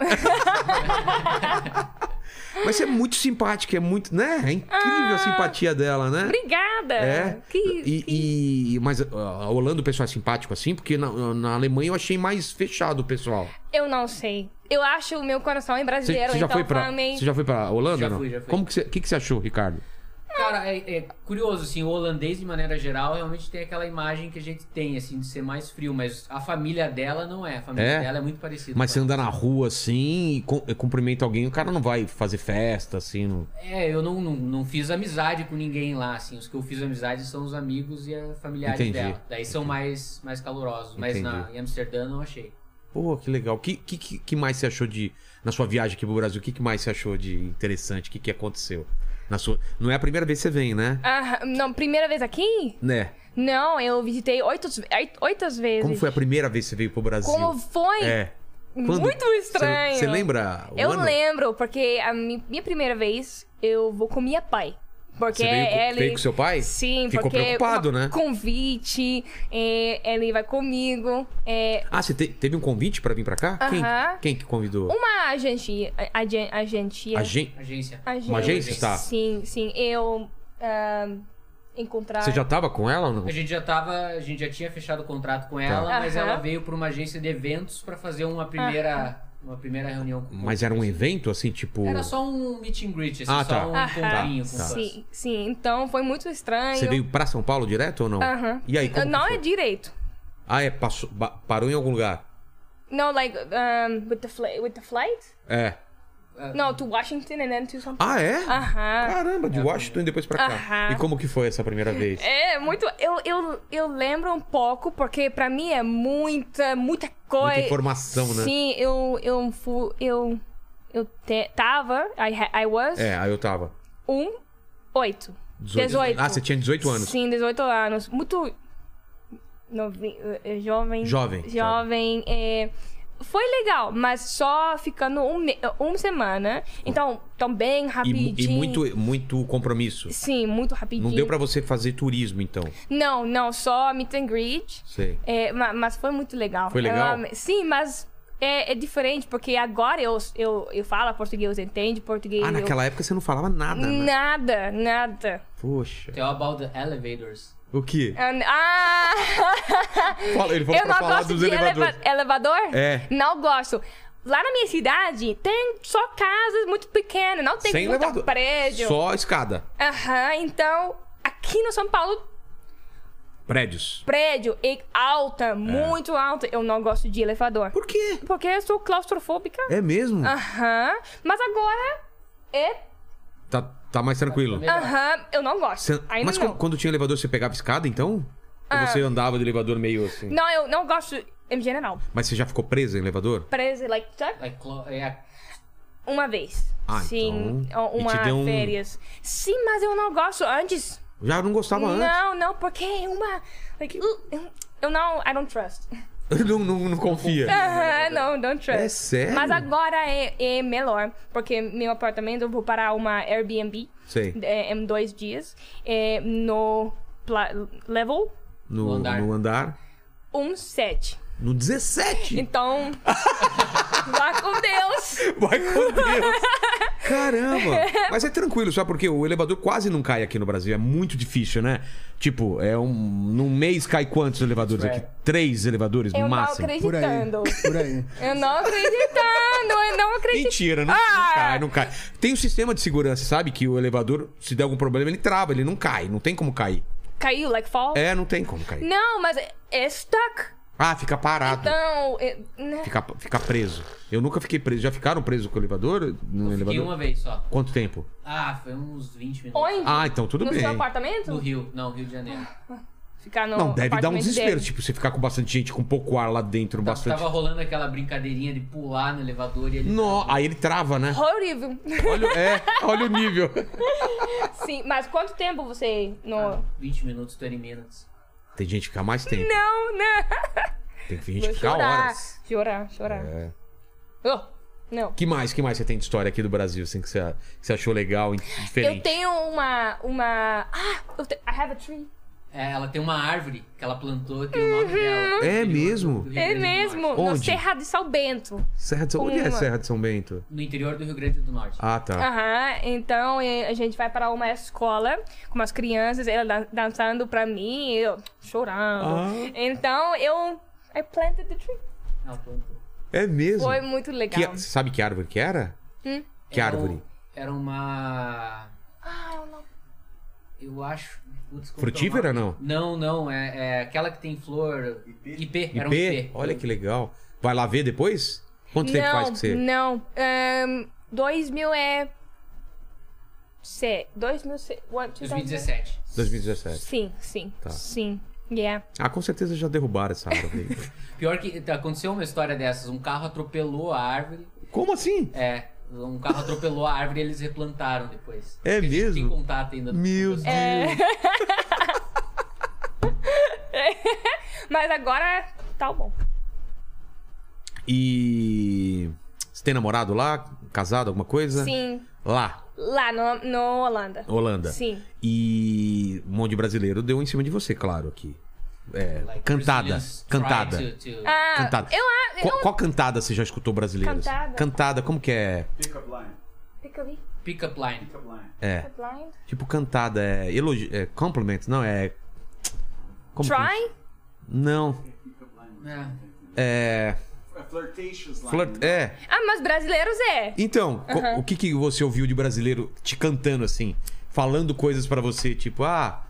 [SPEAKER 1] Mas você é muito simpática, é muito. Né? É incrível a simpatia dela, né?
[SPEAKER 3] Obrigada!
[SPEAKER 1] É.
[SPEAKER 3] Ah. Que,
[SPEAKER 1] e,
[SPEAKER 3] que-
[SPEAKER 1] e- mas uh, a Holanda o pessoal é simpático assim, porque na, na Alemanha eu achei mais fechado o pessoal.
[SPEAKER 3] Eu não sei. Eu acho o meu coração em
[SPEAKER 1] Você,
[SPEAKER 3] brasileiro,
[SPEAKER 1] você já
[SPEAKER 3] então
[SPEAKER 1] foi pra,
[SPEAKER 3] também.
[SPEAKER 1] você já foi pra Holanda?
[SPEAKER 4] Já
[SPEAKER 1] não?
[SPEAKER 4] fui, já fui.
[SPEAKER 1] Como que você, que que você achou, Ricardo?
[SPEAKER 4] Cara, é, é curioso, assim, o holandês, de maneira geral, realmente tem aquela imagem que a gente tem, assim, de ser mais frio, mas a família dela não é. A família
[SPEAKER 1] É?
[SPEAKER 4] dela é muito parecida.
[SPEAKER 1] Mas você
[SPEAKER 4] com a-
[SPEAKER 1] anda na rua assim e cum- e cumprimenta alguém, o cara não vai fazer festa assim. não-
[SPEAKER 4] É, eu não, não, não fiz amizade com ninguém lá, assim. Os que eu fiz amizade são os amigos e a familiares
[SPEAKER 1] Entendi.
[SPEAKER 4] dela. Daí são mais, mais calorosos. Mas na, em Amsterdã não achei.
[SPEAKER 1] Pô, que legal. Que, que, que- que mais você achou de. Na sua viagem aqui pro Brasil, o que, que mais você achou de interessante? O que, que aconteceu? Na sua... Não é a primeira vez que você vem, né?
[SPEAKER 3] Ah, não, primeira vez aqui?
[SPEAKER 1] Né?
[SPEAKER 3] Não, eu visitei oito, oito- oito vezes.
[SPEAKER 1] Como foi a primeira vez que você veio pro Brasil?
[SPEAKER 3] Como foi?
[SPEAKER 1] É.
[SPEAKER 3] Muito estranho.
[SPEAKER 1] Você lembra? o
[SPEAKER 3] Eu
[SPEAKER 1] ano?
[SPEAKER 3] lembro, porque a mi- minha primeira vez eu vou com minha pai. Porque
[SPEAKER 1] Você veio com,
[SPEAKER 3] é ele.
[SPEAKER 1] veio com seu pai?
[SPEAKER 3] Sim,
[SPEAKER 1] Ficou
[SPEAKER 3] porque
[SPEAKER 1] preocupado,
[SPEAKER 3] uma-
[SPEAKER 1] né?
[SPEAKER 3] convite, é, ele vai comigo. é,
[SPEAKER 1] Ah, você te- teve um convite pra vir pra cá? Quem,
[SPEAKER 3] Aham. Um
[SPEAKER 1] quem que convidou?
[SPEAKER 3] uma agentia. a- agen- agentia.
[SPEAKER 1] A gente.
[SPEAKER 4] Agência.
[SPEAKER 3] agen-
[SPEAKER 1] Uma agência? Tá.
[SPEAKER 3] Sim, sim. Eu ah, encontrar.
[SPEAKER 1] Você já tava com ela ou não?
[SPEAKER 4] A gente já tava, a gente já tinha fechado o contrato com ela, mas
[SPEAKER 3] Tá. Aham. Ah.
[SPEAKER 4] ela veio pra uma agência de eventos pra fazer uma primeira Uma primeira reunião com o
[SPEAKER 1] Mas era um evento, assim, tipo.
[SPEAKER 4] Era só um meet and greet, assim,
[SPEAKER 1] Ah, tá.
[SPEAKER 4] só um
[SPEAKER 1] Ah,
[SPEAKER 4] encontrinho com
[SPEAKER 1] tá.
[SPEAKER 4] fãs.
[SPEAKER 3] Sim, sim. Então foi muito estranho.
[SPEAKER 1] Você veio pra São Paulo direto ou não?
[SPEAKER 3] Aham.
[SPEAKER 1] E aí, como
[SPEAKER 3] Não
[SPEAKER 1] que
[SPEAKER 3] é
[SPEAKER 1] foi?
[SPEAKER 3] direito.
[SPEAKER 1] Ah, é, passou, ba- parou em algum lugar.
[SPEAKER 3] Não, like, um, with, the fli- with the flight?
[SPEAKER 1] É.
[SPEAKER 3] Não, to Washington and then to São Paulo.
[SPEAKER 1] Ah, é?
[SPEAKER 3] Aham.
[SPEAKER 1] Caramba, de Washington e depois pra cá.
[SPEAKER 3] Aham.
[SPEAKER 1] E como que foi essa primeira vez?
[SPEAKER 3] É, muito. Eu, eu, eu lembro um pouco, porque pra mim é muita, muita coisa.
[SPEAKER 1] informação, né?
[SPEAKER 3] Sim, eu. Eu. Fu, eu, eu te- tava. I, ha- I was.
[SPEAKER 1] É, aí eu tava.
[SPEAKER 3] Um. Oito.
[SPEAKER 1] 18. Ah, você tinha 18 anos.
[SPEAKER 3] Sim, 18 anos. Muito. novi- eh, jovem.
[SPEAKER 1] Jovem,
[SPEAKER 3] Jovem. eh, foi legal, mas só ficando um, me- uma semana. Então, tão bem
[SPEAKER 1] E, mu-
[SPEAKER 3] rapidinho.
[SPEAKER 1] e muito, muito compromisso.
[SPEAKER 3] Sim, muito rapidinho.
[SPEAKER 1] Não deu pra você fazer turismo, então.
[SPEAKER 3] Não, não, só meet and greet.
[SPEAKER 1] Sei.
[SPEAKER 3] É, ma- mas foi muito legal.
[SPEAKER 1] Foi legal?
[SPEAKER 3] Eu amei. sim, mas é, é diferente, porque agora eu, eu, eu falo português, entende português.
[SPEAKER 1] Ah,
[SPEAKER 3] eu-
[SPEAKER 1] naquela época você não falava nada, né?
[SPEAKER 3] Nada, nada.
[SPEAKER 1] Poxa.
[SPEAKER 4] Tell about the elevators.
[SPEAKER 1] O quê?
[SPEAKER 3] And- Ah!
[SPEAKER 1] Fala- ele falou
[SPEAKER 3] eu
[SPEAKER 1] pra
[SPEAKER 3] não
[SPEAKER 1] falar
[SPEAKER 3] gosto
[SPEAKER 1] dos
[SPEAKER 3] de eleva-
[SPEAKER 1] elevadores.
[SPEAKER 3] elevador?
[SPEAKER 1] É.
[SPEAKER 3] Não gosto. Lá na minha cidade tem só casas muito pequenas, não tem
[SPEAKER 1] Sem
[SPEAKER 3] muito
[SPEAKER 1] elevador.
[SPEAKER 3] prédio.
[SPEAKER 1] Só escada.
[SPEAKER 3] Aham, então aqui no São Paulo
[SPEAKER 1] Prédios.
[SPEAKER 3] prédio é alta, muito alta. Eu não gosto de elevador.
[SPEAKER 1] Por quê?
[SPEAKER 3] Porque eu sou claustrofóbica.
[SPEAKER 1] É mesmo?
[SPEAKER 3] Aham. Mas agora é.
[SPEAKER 1] Tá, tá mais tranquilo.
[SPEAKER 3] Aham, eu não gosto.
[SPEAKER 1] Você-
[SPEAKER 3] Ainda
[SPEAKER 1] Mas
[SPEAKER 3] não. Ah.
[SPEAKER 1] quando, quando tinha elevador, você pegava escada, então? Ou você andava de elevador meio assim?
[SPEAKER 3] Não, eu não gosto em geral.
[SPEAKER 1] Mas você já ficou presa em elevador?
[SPEAKER 3] Presa, like, tá sabe?
[SPEAKER 4] Like, clo- é a-
[SPEAKER 3] Uma vez.
[SPEAKER 1] Ah,
[SPEAKER 3] Sim.
[SPEAKER 1] então,
[SPEAKER 3] ou
[SPEAKER 1] e
[SPEAKER 3] Uma
[SPEAKER 1] te deu um-
[SPEAKER 3] férias. Sim, mas eu não gosto antes.
[SPEAKER 1] Já não gostava antes.
[SPEAKER 3] Não, não, porque é uma. Like, uh, eu- eu não. I don't trust.
[SPEAKER 1] não, não, não confia.
[SPEAKER 3] Aham, não, don't trust.
[SPEAKER 1] É sério?
[SPEAKER 3] Mas agora é, é melhor, porque meu apartamento eu vou para uma Airbnb
[SPEAKER 1] Sei.
[SPEAKER 3] é, em dois dias é, no pla- level
[SPEAKER 1] No, no
[SPEAKER 4] No
[SPEAKER 1] andar.
[SPEAKER 4] andar.
[SPEAKER 1] no
[SPEAKER 3] 17.
[SPEAKER 1] 17.
[SPEAKER 3] Então, vá com Deus.
[SPEAKER 1] Vai com Deus. Caramba. Mas é tranquilo, só porque o elevador quase não cai aqui no Brasil. É muito difícil, né? Tipo, é um. Num mês cai quantos elevadores aqui? Três elevadores
[SPEAKER 3] é. Eu
[SPEAKER 1] no
[SPEAKER 3] não
[SPEAKER 1] máximo.
[SPEAKER 2] Por aí.
[SPEAKER 3] acreditando.
[SPEAKER 2] Por aí.
[SPEAKER 3] Eu não acreditando, eu não acredito.
[SPEAKER 1] Mentira, não, não
[SPEAKER 3] Ah!
[SPEAKER 1] cai, não cai. Tem um sistema de segurança, sabe? Que o elevador, se der algum problema, ele trava, ele não cai, não tem como cair.
[SPEAKER 3] Caiu, like fall?
[SPEAKER 1] É, não tem como cair.
[SPEAKER 3] Não, mas é, é stuck.
[SPEAKER 1] Ah, fica parado.
[SPEAKER 3] Então, é, né?
[SPEAKER 1] Fica, fica preso. Eu nunca fiquei preso. Já ficaram presos com o elevador? No
[SPEAKER 4] Fiquei
[SPEAKER 1] elevador?
[SPEAKER 4] uma vez só.
[SPEAKER 1] Quanto tempo?
[SPEAKER 4] Ah, foi uns 20 minutos.
[SPEAKER 3] onde?
[SPEAKER 1] Ah, então tudo
[SPEAKER 3] no
[SPEAKER 1] bem.
[SPEAKER 3] seu apartamento?
[SPEAKER 4] No Rio, não, Rio de Janeiro.
[SPEAKER 3] Ficar no
[SPEAKER 1] Não, deve dar um
[SPEAKER 3] apartamento
[SPEAKER 1] desespero.
[SPEAKER 3] dele.
[SPEAKER 1] Tipo, você ficar com bastante gente, com pouco ar lá dentro,
[SPEAKER 4] Tá-
[SPEAKER 1] bastante.
[SPEAKER 4] Tava rolando aquela brincadeirinha de pular no elevador e ele.
[SPEAKER 1] Nó, aí ele trava, né?
[SPEAKER 3] Horrível.
[SPEAKER 1] Olha, é, olha o nível.
[SPEAKER 3] Sim, mas quanto tempo você
[SPEAKER 1] Ah.
[SPEAKER 3] no.
[SPEAKER 4] 20 minutos, 30 minutos.
[SPEAKER 1] Tem gente que fica mais tempo.
[SPEAKER 3] Não, não.
[SPEAKER 1] Tem gente que
[SPEAKER 3] Vou
[SPEAKER 1] fica
[SPEAKER 3] chorar.
[SPEAKER 1] horas.
[SPEAKER 3] Chorar, chorar.
[SPEAKER 1] É.
[SPEAKER 3] Oh, não.
[SPEAKER 1] Que mais, que mais você tem de história aqui do Brasil, assim, que você, que você achou legal, e diferente?
[SPEAKER 3] Eu tenho uma. uma. Ah, eu te... I have a tree.
[SPEAKER 4] É, ela tem uma árvore que ela plantou que o nome dela.
[SPEAKER 1] É
[SPEAKER 4] Do Rio-
[SPEAKER 1] mesmo?
[SPEAKER 4] do Rio
[SPEAKER 3] Uhum. É
[SPEAKER 4] Grande do
[SPEAKER 3] mesmo,
[SPEAKER 4] Norte.
[SPEAKER 3] no
[SPEAKER 1] Onde?
[SPEAKER 3] Serra de São Bento.
[SPEAKER 1] Serra de São... Onde é
[SPEAKER 3] Uma.
[SPEAKER 1] Serra de São Bento?
[SPEAKER 4] No interior do Rio Grande do Norte.
[SPEAKER 1] Ah, tá.
[SPEAKER 3] Aham, então eh, a gente vai para uma escola com as crianças, ela dan- dançando pra mim, eu chorando.
[SPEAKER 1] Ah.
[SPEAKER 3] Então eu. I planted the tree.
[SPEAKER 4] Ela plantou.
[SPEAKER 1] É mesmo?
[SPEAKER 3] Foi muito
[SPEAKER 1] Que- é-
[SPEAKER 3] legal. Hum?
[SPEAKER 1] você sabe que árvore que era? Que
[SPEAKER 4] Era um-
[SPEAKER 1] árvore?
[SPEAKER 4] Era uma.
[SPEAKER 3] Ah, eu não.
[SPEAKER 4] Eu acho. Putz, como
[SPEAKER 1] Frutífera
[SPEAKER 4] que é o
[SPEAKER 1] não?
[SPEAKER 4] nome? Não, não. É, é aquela que tem flor. IP. Era um
[SPEAKER 1] IP?
[SPEAKER 4] IP.
[SPEAKER 1] Olha que legal. Vai lá ver depois? Quanto tempo
[SPEAKER 3] não,
[SPEAKER 1] faz que você.
[SPEAKER 3] Não, Ahn, 2000 é. Se, 2000, se, what,
[SPEAKER 4] 2017.
[SPEAKER 1] 2017.
[SPEAKER 3] Sim, sim.
[SPEAKER 1] Tá.
[SPEAKER 3] Sim. Yeah.
[SPEAKER 1] Ah, com certeza já derrubaram essa árvore. aí.
[SPEAKER 4] Pior que tá, aconteceu uma história dessas. Um carro atropelou a árvore.
[SPEAKER 1] Como assim?
[SPEAKER 4] É. Um carro atropelou a árvore e eles replantaram depois.
[SPEAKER 1] É
[SPEAKER 4] Porque A gente
[SPEAKER 1] mesmo?
[SPEAKER 4] tem contato ainda.
[SPEAKER 1] Meu Deus.
[SPEAKER 3] É. Mas agora tá bom.
[SPEAKER 1] E. Você tem namorado lá? Casado, alguma coisa?
[SPEAKER 3] Sim.
[SPEAKER 1] Lá,
[SPEAKER 3] Lá no, no Holanda.
[SPEAKER 1] Tá. Holanda.
[SPEAKER 3] Sim.
[SPEAKER 1] E um monte de brasileiro deu em cima de você, claro, aqui. É,
[SPEAKER 4] Like,
[SPEAKER 1] cantada.
[SPEAKER 4] Brazilians try
[SPEAKER 1] Cantada.
[SPEAKER 4] to- to-
[SPEAKER 3] Ah,
[SPEAKER 1] Cantada.
[SPEAKER 3] Eu acho.
[SPEAKER 1] Qual, qual cantada você já escutou brasileira? assim?
[SPEAKER 3] Cantada?
[SPEAKER 1] Cantada, como que é?
[SPEAKER 6] Pickup line.
[SPEAKER 3] Pick me
[SPEAKER 4] Pickup line.
[SPEAKER 6] Pickup line.
[SPEAKER 1] É.
[SPEAKER 3] blind.
[SPEAKER 1] Tipo cantada, é. Elogi... é compliment, não, é. Como que-
[SPEAKER 3] Try?
[SPEAKER 1] Não.
[SPEAKER 4] É.
[SPEAKER 1] É.
[SPEAKER 6] A flirtations lá.
[SPEAKER 1] Flirt- É.
[SPEAKER 3] Ah, mas brasileiros é.
[SPEAKER 1] Então, co- o que, que você ouviu de brasileiro te cantando assim? Falando coisas pra você, tipo, ah.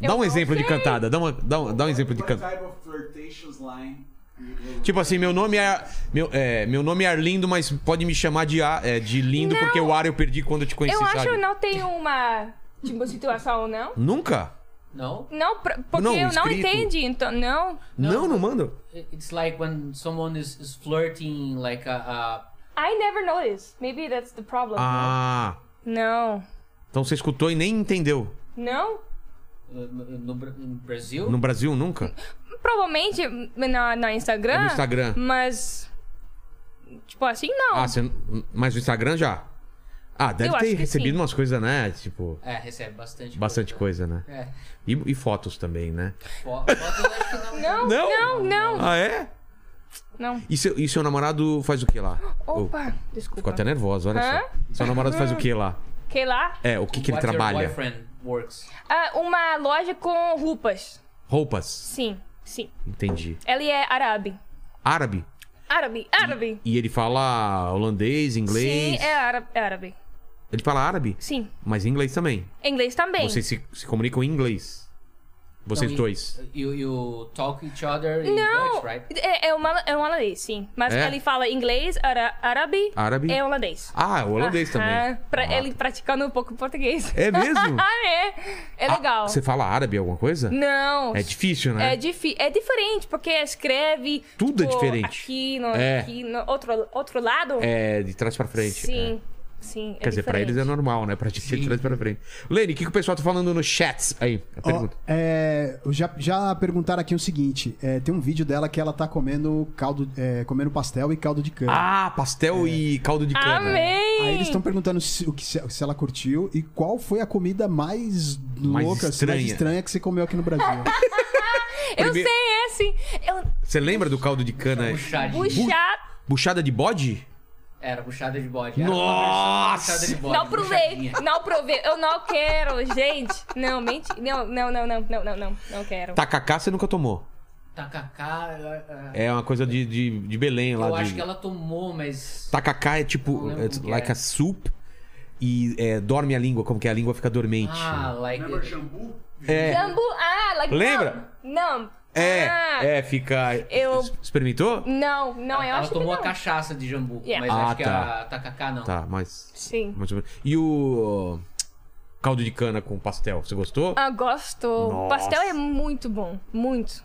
[SPEAKER 3] Eu
[SPEAKER 1] Dá um
[SPEAKER 3] não
[SPEAKER 1] exemplo de
[SPEAKER 3] sei.
[SPEAKER 1] cantada, dá, uma, dá, um- dá um exemplo de
[SPEAKER 6] What
[SPEAKER 1] cantada.
[SPEAKER 6] type of flirtations line? you- you-
[SPEAKER 1] Tipo assim, meu nome é. Meu, é, meu nome é Arlindo, mas pode me chamar de, A- é, de lindo,
[SPEAKER 3] Não.
[SPEAKER 1] porque o ar eu perdi quando eu te conheci,
[SPEAKER 3] Eu acho que
[SPEAKER 1] sabe?
[SPEAKER 3] não tem uma tipo, situação, não.
[SPEAKER 1] Nunca?
[SPEAKER 4] No?
[SPEAKER 3] Não, pra- porque
[SPEAKER 1] Não,
[SPEAKER 3] eu não
[SPEAKER 1] escrito.
[SPEAKER 3] entendi, então, não.
[SPEAKER 1] Não, não mando.
[SPEAKER 4] It's like when someone is, is flirting like uh, a,
[SPEAKER 3] I never noticed. Maybe that's the problem.
[SPEAKER 1] Ah.
[SPEAKER 3] Não.
[SPEAKER 1] Então você escutou e nem entendeu.
[SPEAKER 3] Não?
[SPEAKER 4] a no, uh, no Bra- no Brasil.
[SPEAKER 1] No Brasil, nunca?
[SPEAKER 3] Provavelmente na, na Instagram.
[SPEAKER 1] É no Instagram.
[SPEAKER 3] Mas. Tipo assim, não.
[SPEAKER 1] Ah, você. Mas o Instagram já. Ah, deve
[SPEAKER 3] Eu acho
[SPEAKER 1] ter
[SPEAKER 3] que
[SPEAKER 1] recebido
[SPEAKER 3] sim.
[SPEAKER 1] umas coisas, né? Tipo,
[SPEAKER 4] É, recebe bastante.
[SPEAKER 1] bastante coisa, né?
[SPEAKER 4] É.
[SPEAKER 1] E, e fotos também, né?
[SPEAKER 4] Fo- fotos acho que não. né?
[SPEAKER 3] Não,
[SPEAKER 1] Não?
[SPEAKER 3] não, não.
[SPEAKER 1] Ah, é?
[SPEAKER 3] Não.
[SPEAKER 1] E seu, e seu namorado faz o que lá? Oh,
[SPEAKER 3] Opa, desculpa.
[SPEAKER 1] ficou até nervosa, olha
[SPEAKER 3] Hã?
[SPEAKER 1] só. Seu namorado faz o que lá?
[SPEAKER 3] Que lá?
[SPEAKER 1] É, o que, que ele
[SPEAKER 4] What your
[SPEAKER 1] trabalha?
[SPEAKER 4] boyfriend works.
[SPEAKER 3] Ah, uma loja com roupas.
[SPEAKER 1] Roupas.
[SPEAKER 3] Sim, sim.
[SPEAKER 1] Entendi.
[SPEAKER 3] Ele é árabe.
[SPEAKER 1] Árabe.
[SPEAKER 3] Árabe, árabe.
[SPEAKER 1] E ele fala holandês, inglês.
[SPEAKER 3] Sim, é ára- é árabe.
[SPEAKER 1] Ele fala árabe,
[SPEAKER 3] Sim.
[SPEAKER 1] mas inglês também.
[SPEAKER 3] Inglês também.
[SPEAKER 1] Vocês se, se comunicam em inglês. Vocês
[SPEAKER 4] Não,
[SPEAKER 1] dois.
[SPEAKER 4] You, you talk each other in
[SPEAKER 3] Não,
[SPEAKER 4] Dutch, right?
[SPEAKER 3] é, é, uma, é um holandês, sim. Mas
[SPEAKER 1] É?
[SPEAKER 3] ele fala inglês, ara- árabe,
[SPEAKER 1] Árabe.
[SPEAKER 3] é holandês.
[SPEAKER 1] Ah, holandês
[SPEAKER 3] Aham,
[SPEAKER 1] também.
[SPEAKER 3] pra-
[SPEAKER 1] Ah,
[SPEAKER 3] Ele praticando um pouco português.
[SPEAKER 1] É mesmo?
[SPEAKER 3] Ah, é. É
[SPEAKER 1] Ah,
[SPEAKER 3] legal.
[SPEAKER 1] Você fala árabe alguma coisa?
[SPEAKER 3] Não.
[SPEAKER 1] É difícil, né?
[SPEAKER 3] É, difi- é diferente, porque escreve.
[SPEAKER 1] Tudo é
[SPEAKER 3] tipo,
[SPEAKER 1] diferente.
[SPEAKER 3] Aqui, no,
[SPEAKER 1] É.
[SPEAKER 3] aqui, no outro, outro lado.
[SPEAKER 1] É, de trás pra frente. é.
[SPEAKER 3] Sim. Sim.
[SPEAKER 1] Quer dizer, pra eles é normal, né? Pra gente é de trás pra frente. Lene, o que, que o pessoal tá falando no chat aí? A
[SPEAKER 2] Ó,
[SPEAKER 1] pergunta.
[SPEAKER 2] é, já, já perguntaram aqui o seguinte: é, tem um vídeo dela que ela tá comendo caldo, é, comendo pastel e caldo de cana.
[SPEAKER 1] Ah,
[SPEAKER 4] É.
[SPEAKER 1] pastel e caldo de cana.
[SPEAKER 3] Amém!
[SPEAKER 2] Aí eles estão perguntando se, o que, se, se ela curtiu e qual foi a comida mais,
[SPEAKER 1] Mais
[SPEAKER 2] louca, assim, mais
[SPEAKER 1] estranha.
[SPEAKER 2] estranha que você comeu aqui no Brasil.
[SPEAKER 3] Eu
[SPEAKER 1] Primeiro-
[SPEAKER 3] sei, é sim. Eu...
[SPEAKER 1] Você lembra do caldo de cana?
[SPEAKER 4] Puxadinha.
[SPEAKER 3] Puxar.
[SPEAKER 1] Buchada de bode?
[SPEAKER 4] Era puxada de bode. Era
[SPEAKER 1] Nossa!
[SPEAKER 4] Uma versão puxada de bode.
[SPEAKER 3] Não provei,
[SPEAKER 4] puxadinha.
[SPEAKER 3] não provei. Eu não quero, gente. Não, mente. Não, não, não, não, não, não, não, não quero.
[SPEAKER 1] Tacacá você nunca tomou.
[SPEAKER 4] Tacacá. é, é,
[SPEAKER 1] É uma coisa de, de, de Belém lá.
[SPEAKER 4] Eu
[SPEAKER 1] de...
[SPEAKER 4] acho que ela tomou, mas.
[SPEAKER 1] Tacacá é tipo,
[SPEAKER 4] Não lembro
[SPEAKER 1] it's
[SPEAKER 4] como que
[SPEAKER 1] like
[SPEAKER 4] é.
[SPEAKER 1] a soup. E é, dorme a língua, como que é? a língua fica dormente.
[SPEAKER 4] Ah, like.
[SPEAKER 6] Remember jambu?
[SPEAKER 1] é.
[SPEAKER 3] Jambu, ah, like
[SPEAKER 1] Lembra?
[SPEAKER 3] Não.
[SPEAKER 1] É,
[SPEAKER 3] Ah,
[SPEAKER 1] é, fica.
[SPEAKER 3] Eu-
[SPEAKER 1] Es- Experimentou?
[SPEAKER 3] Não, não, eu
[SPEAKER 4] ela
[SPEAKER 3] acho que
[SPEAKER 4] tomou
[SPEAKER 3] não.
[SPEAKER 4] a cachaça de jambu,
[SPEAKER 3] Yeah.
[SPEAKER 4] mas
[SPEAKER 1] Ah,
[SPEAKER 4] acho que
[SPEAKER 1] tá.
[SPEAKER 4] a tacacá não.
[SPEAKER 1] Tá, mas.
[SPEAKER 3] Sim.
[SPEAKER 1] mais ou menos. E o. Caldo de cana com pastel, você gostou?
[SPEAKER 3] Ah, gosto.
[SPEAKER 1] Nossa.
[SPEAKER 3] Pastel é muito bom, muito.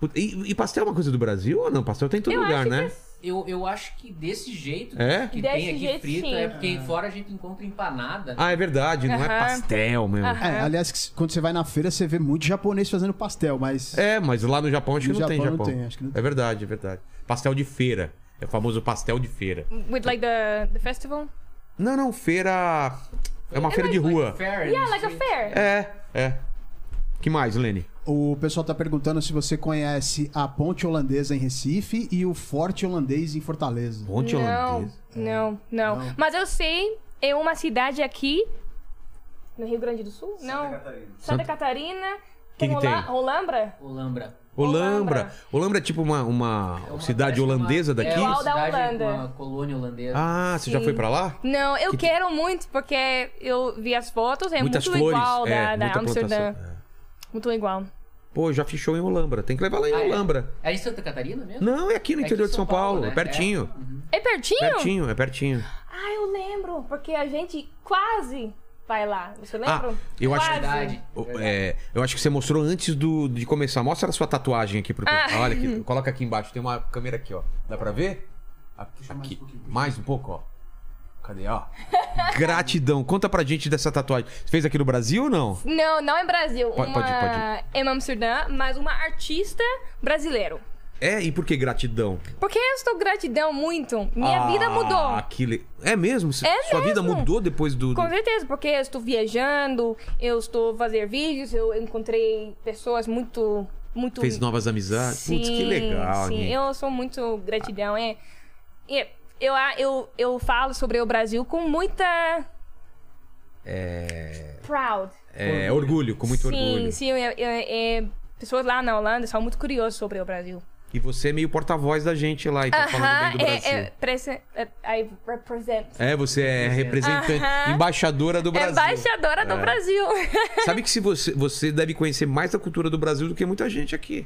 [SPEAKER 1] Puta, E, e pastel é uma coisa do Brasil ou não? Pastel tem em todo
[SPEAKER 3] Eu
[SPEAKER 1] lugar,
[SPEAKER 3] acho é
[SPEAKER 1] né?
[SPEAKER 4] Eu, eu acho que desse jeito
[SPEAKER 1] É?
[SPEAKER 4] que
[SPEAKER 3] Desse
[SPEAKER 4] tem aqui
[SPEAKER 3] jeito,
[SPEAKER 4] frito,
[SPEAKER 3] sim.
[SPEAKER 4] é porque fora a gente encontra empanada.
[SPEAKER 1] Ah, é verdade, não é
[SPEAKER 3] Aham.
[SPEAKER 1] pastel mesmo.
[SPEAKER 3] Aham.
[SPEAKER 2] É, aliás, que se- quando você vai na feira, você vê muito japonês fazendo pastel, mas.
[SPEAKER 1] É, mas lá no Japão acho que
[SPEAKER 2] No
[SPEAKER 1] não tem
[SPEAKER 2] Japão não
[SPEAKER 1] Japão.
[SPEAKER 2] tem, acho que não
[SPEAKER 1] É verdade, é verdade. Pastel de feira. É o famoso pastel de feira.
[SPEAKER 3] With like the, the festival.
[SPEAKER 1] Não, não, feira. É uma feira de rua.
[SPEAKER 4] né? Fair,
[SPEAKER 3] Yeah,
[SPEAKER 4] no
[SPEAKER 3] like a
[SPEAKER 4] street.
[SPEAKER 3] fair.
[SPEAKER 1] É, é. Que mais, Lene?
[SPEAKER 2] O pessoal tá perguntando se você conhece a ponte holandesa em Recife e o forte holandês em Fortaleza.
[SPEAKER 1] Ponte
[SPEAKER 3] Não,
[SPEAKER 1] holandesa.
[SPEAKER 3] não, não, Mas eu sei, é uma cidade aqui no Rio Grande do Sul? não.
[SPEAKER 6] Santa Catarina.
[SPEAKER 3] Santa Catarina.
[SPEAKER 1] Que que
[SPEAKER 3] Rola-
[SPEAKER 1] tem?
[SPEAKER 3] Rolambra?
[SPEAKER 4] Ou lambra.
[SPEAKER 1] Olambra.
[SPEAKER 3] Olambra.
[SPEAKER 1] Olambra é tipo uma, uma
[SPEAKER 4] É uma-
[SPEAKER 1] cidade
[SPEAKER 4] parece uma-
[SPEAKER 1] holandesa
[SPEAKER 4] É
[SPEAKER 1] daqui?
[SPEAKER 4] uma
[SPEAKER 3] Igual da
[SPEAKER 4] cidade,
[SPEAKER 3] Holanda.
[SPEAKER 4] Uma colônia holandesa.
[SPEAKER 1] Ah, você já
[SPEAKER 3] Sim.
[SPEAKER 1] foi pra lá?
[SPEAKER 3] Não, eu
[SPEAKER 1] Que que-
[SPEAKER 3] quero muito, porque eu vi as fotos, é
[SPEAKER 1] Muitas
[SPEAKER 3] muito
[SPEAKER 1] flores.
[SPEAKER 3] igual da,
[SPEAKER 1] é,
[SPEAKER 3] da
[SPEAKER 1] muita
[SPEAKER 3] Amsterdã.
[SPEAKER 1] plantação. É.
[SPEAKER 3] Muito igual.
[SPEAKER 1] Pô, já fechou em Olambra. Tem que levar lá em
[SPEAKER 4] Ah, é?
[SPEAKER 1] Olambra.
[SPEAKER 4] É em Santa Catarina mesmo?
[SPEAKER 1] Não, é aqui no
[SPEAKER 4] É aqui
[SPEAKER 1] interior
[SPEAKER 4] em
[SPEAKER 1] de São
[SPEAKER 4] São
[SPEAKER 1] Paulo.
[SPEAKER 4] Paulo,
[SPEAKER 1] É
[SPEAKER 4] né?
[SPEAKER 1] pertinho.
[SPEAKER 3] É pertinho?
[SPEAKER 1] Pertinho, é pertinho.
[SPEAKER 3] Ah, eu lembro, porque a gente quase vai lá. Você lembra?
[SPEAKER 1] Ah, eu acho
[SPEAKER 3] Quase.
[SPEAKER 4] Verdade.
[SPEAKER 1] O-
[SPEAKER 4] verdade.
[SPEAKER 1] é, eu acho que você mostrou antes do, de começar. Mostra a sua tatuagem aqui pro
[SPEAKER 3] Ah.
[SPEAKER 1] pessoal. Olha aqui, coloca aqui embaixo. Tem uma câmera aqui, ó. Dá pra ver? Aqui. Mais um pouco, ó. Cadê, ó? Gratidão. Conta pra gente dessa tatuagem. Você fez aqui no Brasil ou não?
[SPEAKER 3] Não, não é Brasil.
[SPEAKER 1] Pode-
[SPEAKER 3] uma...
[SPEAKER 1] pode ir, pode
[SPEAKER 3] É em Amsterdã, mas uma artista brasileiro.
[SPEAKER 1] É, e por que gratidão?
[SPEAKER 3] Porque eu estou gratidão muito. Minha
[SPEAKER 1] Ah,
[SPEAKER 3] vida mudou.
[SPEAKER 1] que le- É mesmo? Su-
[SPEAKER 3] É
[SPEAKER 1] Sua vida
[SPEAKER 3] mesmo.
[SPEAKER 1] mudou depois do. do-
[SPEAKER 3] Com certeza, porque eu estou viajando, eu estou fazendo vídeos, eu encontrei pessoas muito. muito
[SPEAKER 1] Fez novas amizades. Ah, Putz, que
[SPEAKER 3] Sim,
[SPEAKER 1] legal.
[SPEAKER 3] Sim,
[SPEAKER 1] hein?
[SPEAKER 3] eu sou muito gratidão. É, é, eu, a- eu, eu falo sobre o Brasil com muita.
[SPEAKER 1] É...
[SPEAKER 3] proud.
[SPEAKER 1] é, orgulho, com muito
[SPEAKER 3] sim,
[SPEAKER 1] orgulho.
[SPEAKER 3] sim. eu- eu- é, pessoas lá na Holanda são muito curiosas sobre o Brasil.
[SPEAKER 1] E você é meio porta-voz da gente lá, então falando bem do Brasil.
[SPEAKER 3] é, é, presen- é, I represent.
[SPEAKER 1] É, você é representante,
[SPEAKER 3] Aham. É
[SPEAKER 1] embaixadora do Brasil. É.
[SPEAKER 3] Embaixadora do Brasil.
[SPEAKER 1] Sabe que se você, você deve conhecer mais da cultura do Brasil do que muita gente aqui.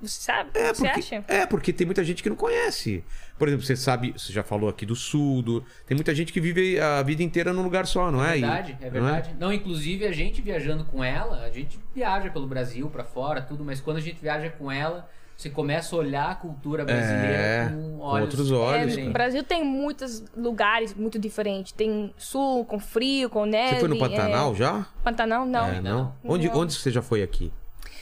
[SPEAKER 3] Você sabe?
[SPEAKER 1] É
[SPEAKER 3] você
[SPEAKER 1] porque,
[SPEAKER 3] acha?
[SPEAKER 1] é, porque tem muita gente que não conhece. Por exemplo, você sabe, você já falou aqui do sul, do- tem muita gente que vive a vida inteira num lugar só, não é?
[SPEAKER 4] É
[SPEAKER 1] E-
[SPEAKER 4] verdade, é
[SPEAKER 1] não
[SPEAKER 4] verdade. Não, inclusive a gente viajando com ela, a gente viaja pelo Brasil, pra fora, tudo, mas quando a gente viaja com ela, você começa a olhar a cultura brasileira
[SPEAKER 1] É,
[SPEAKER 4] com
[SPEAKER 1] com
[SPEAKER 4] olhos
[SPEAKER 1] outros olhos,
[SPEAKER 3] É,
[SPEAKER 1] cara.
[SPEAKER 3] o Brasil tem muitos lugares muito diferentes. Tem sul, com frio, com neve.
[SPEAKER 1] Você foi no
[SPEAKER 3] é-
[SPEAKER 1] Pantanal já?
[SPEAKER 3] Pantanal, não.
[SPEAKER 1] É, não. Onde,
[SPEAKER 3] Não.
[SPEAKER 1] onde você já foi aqui?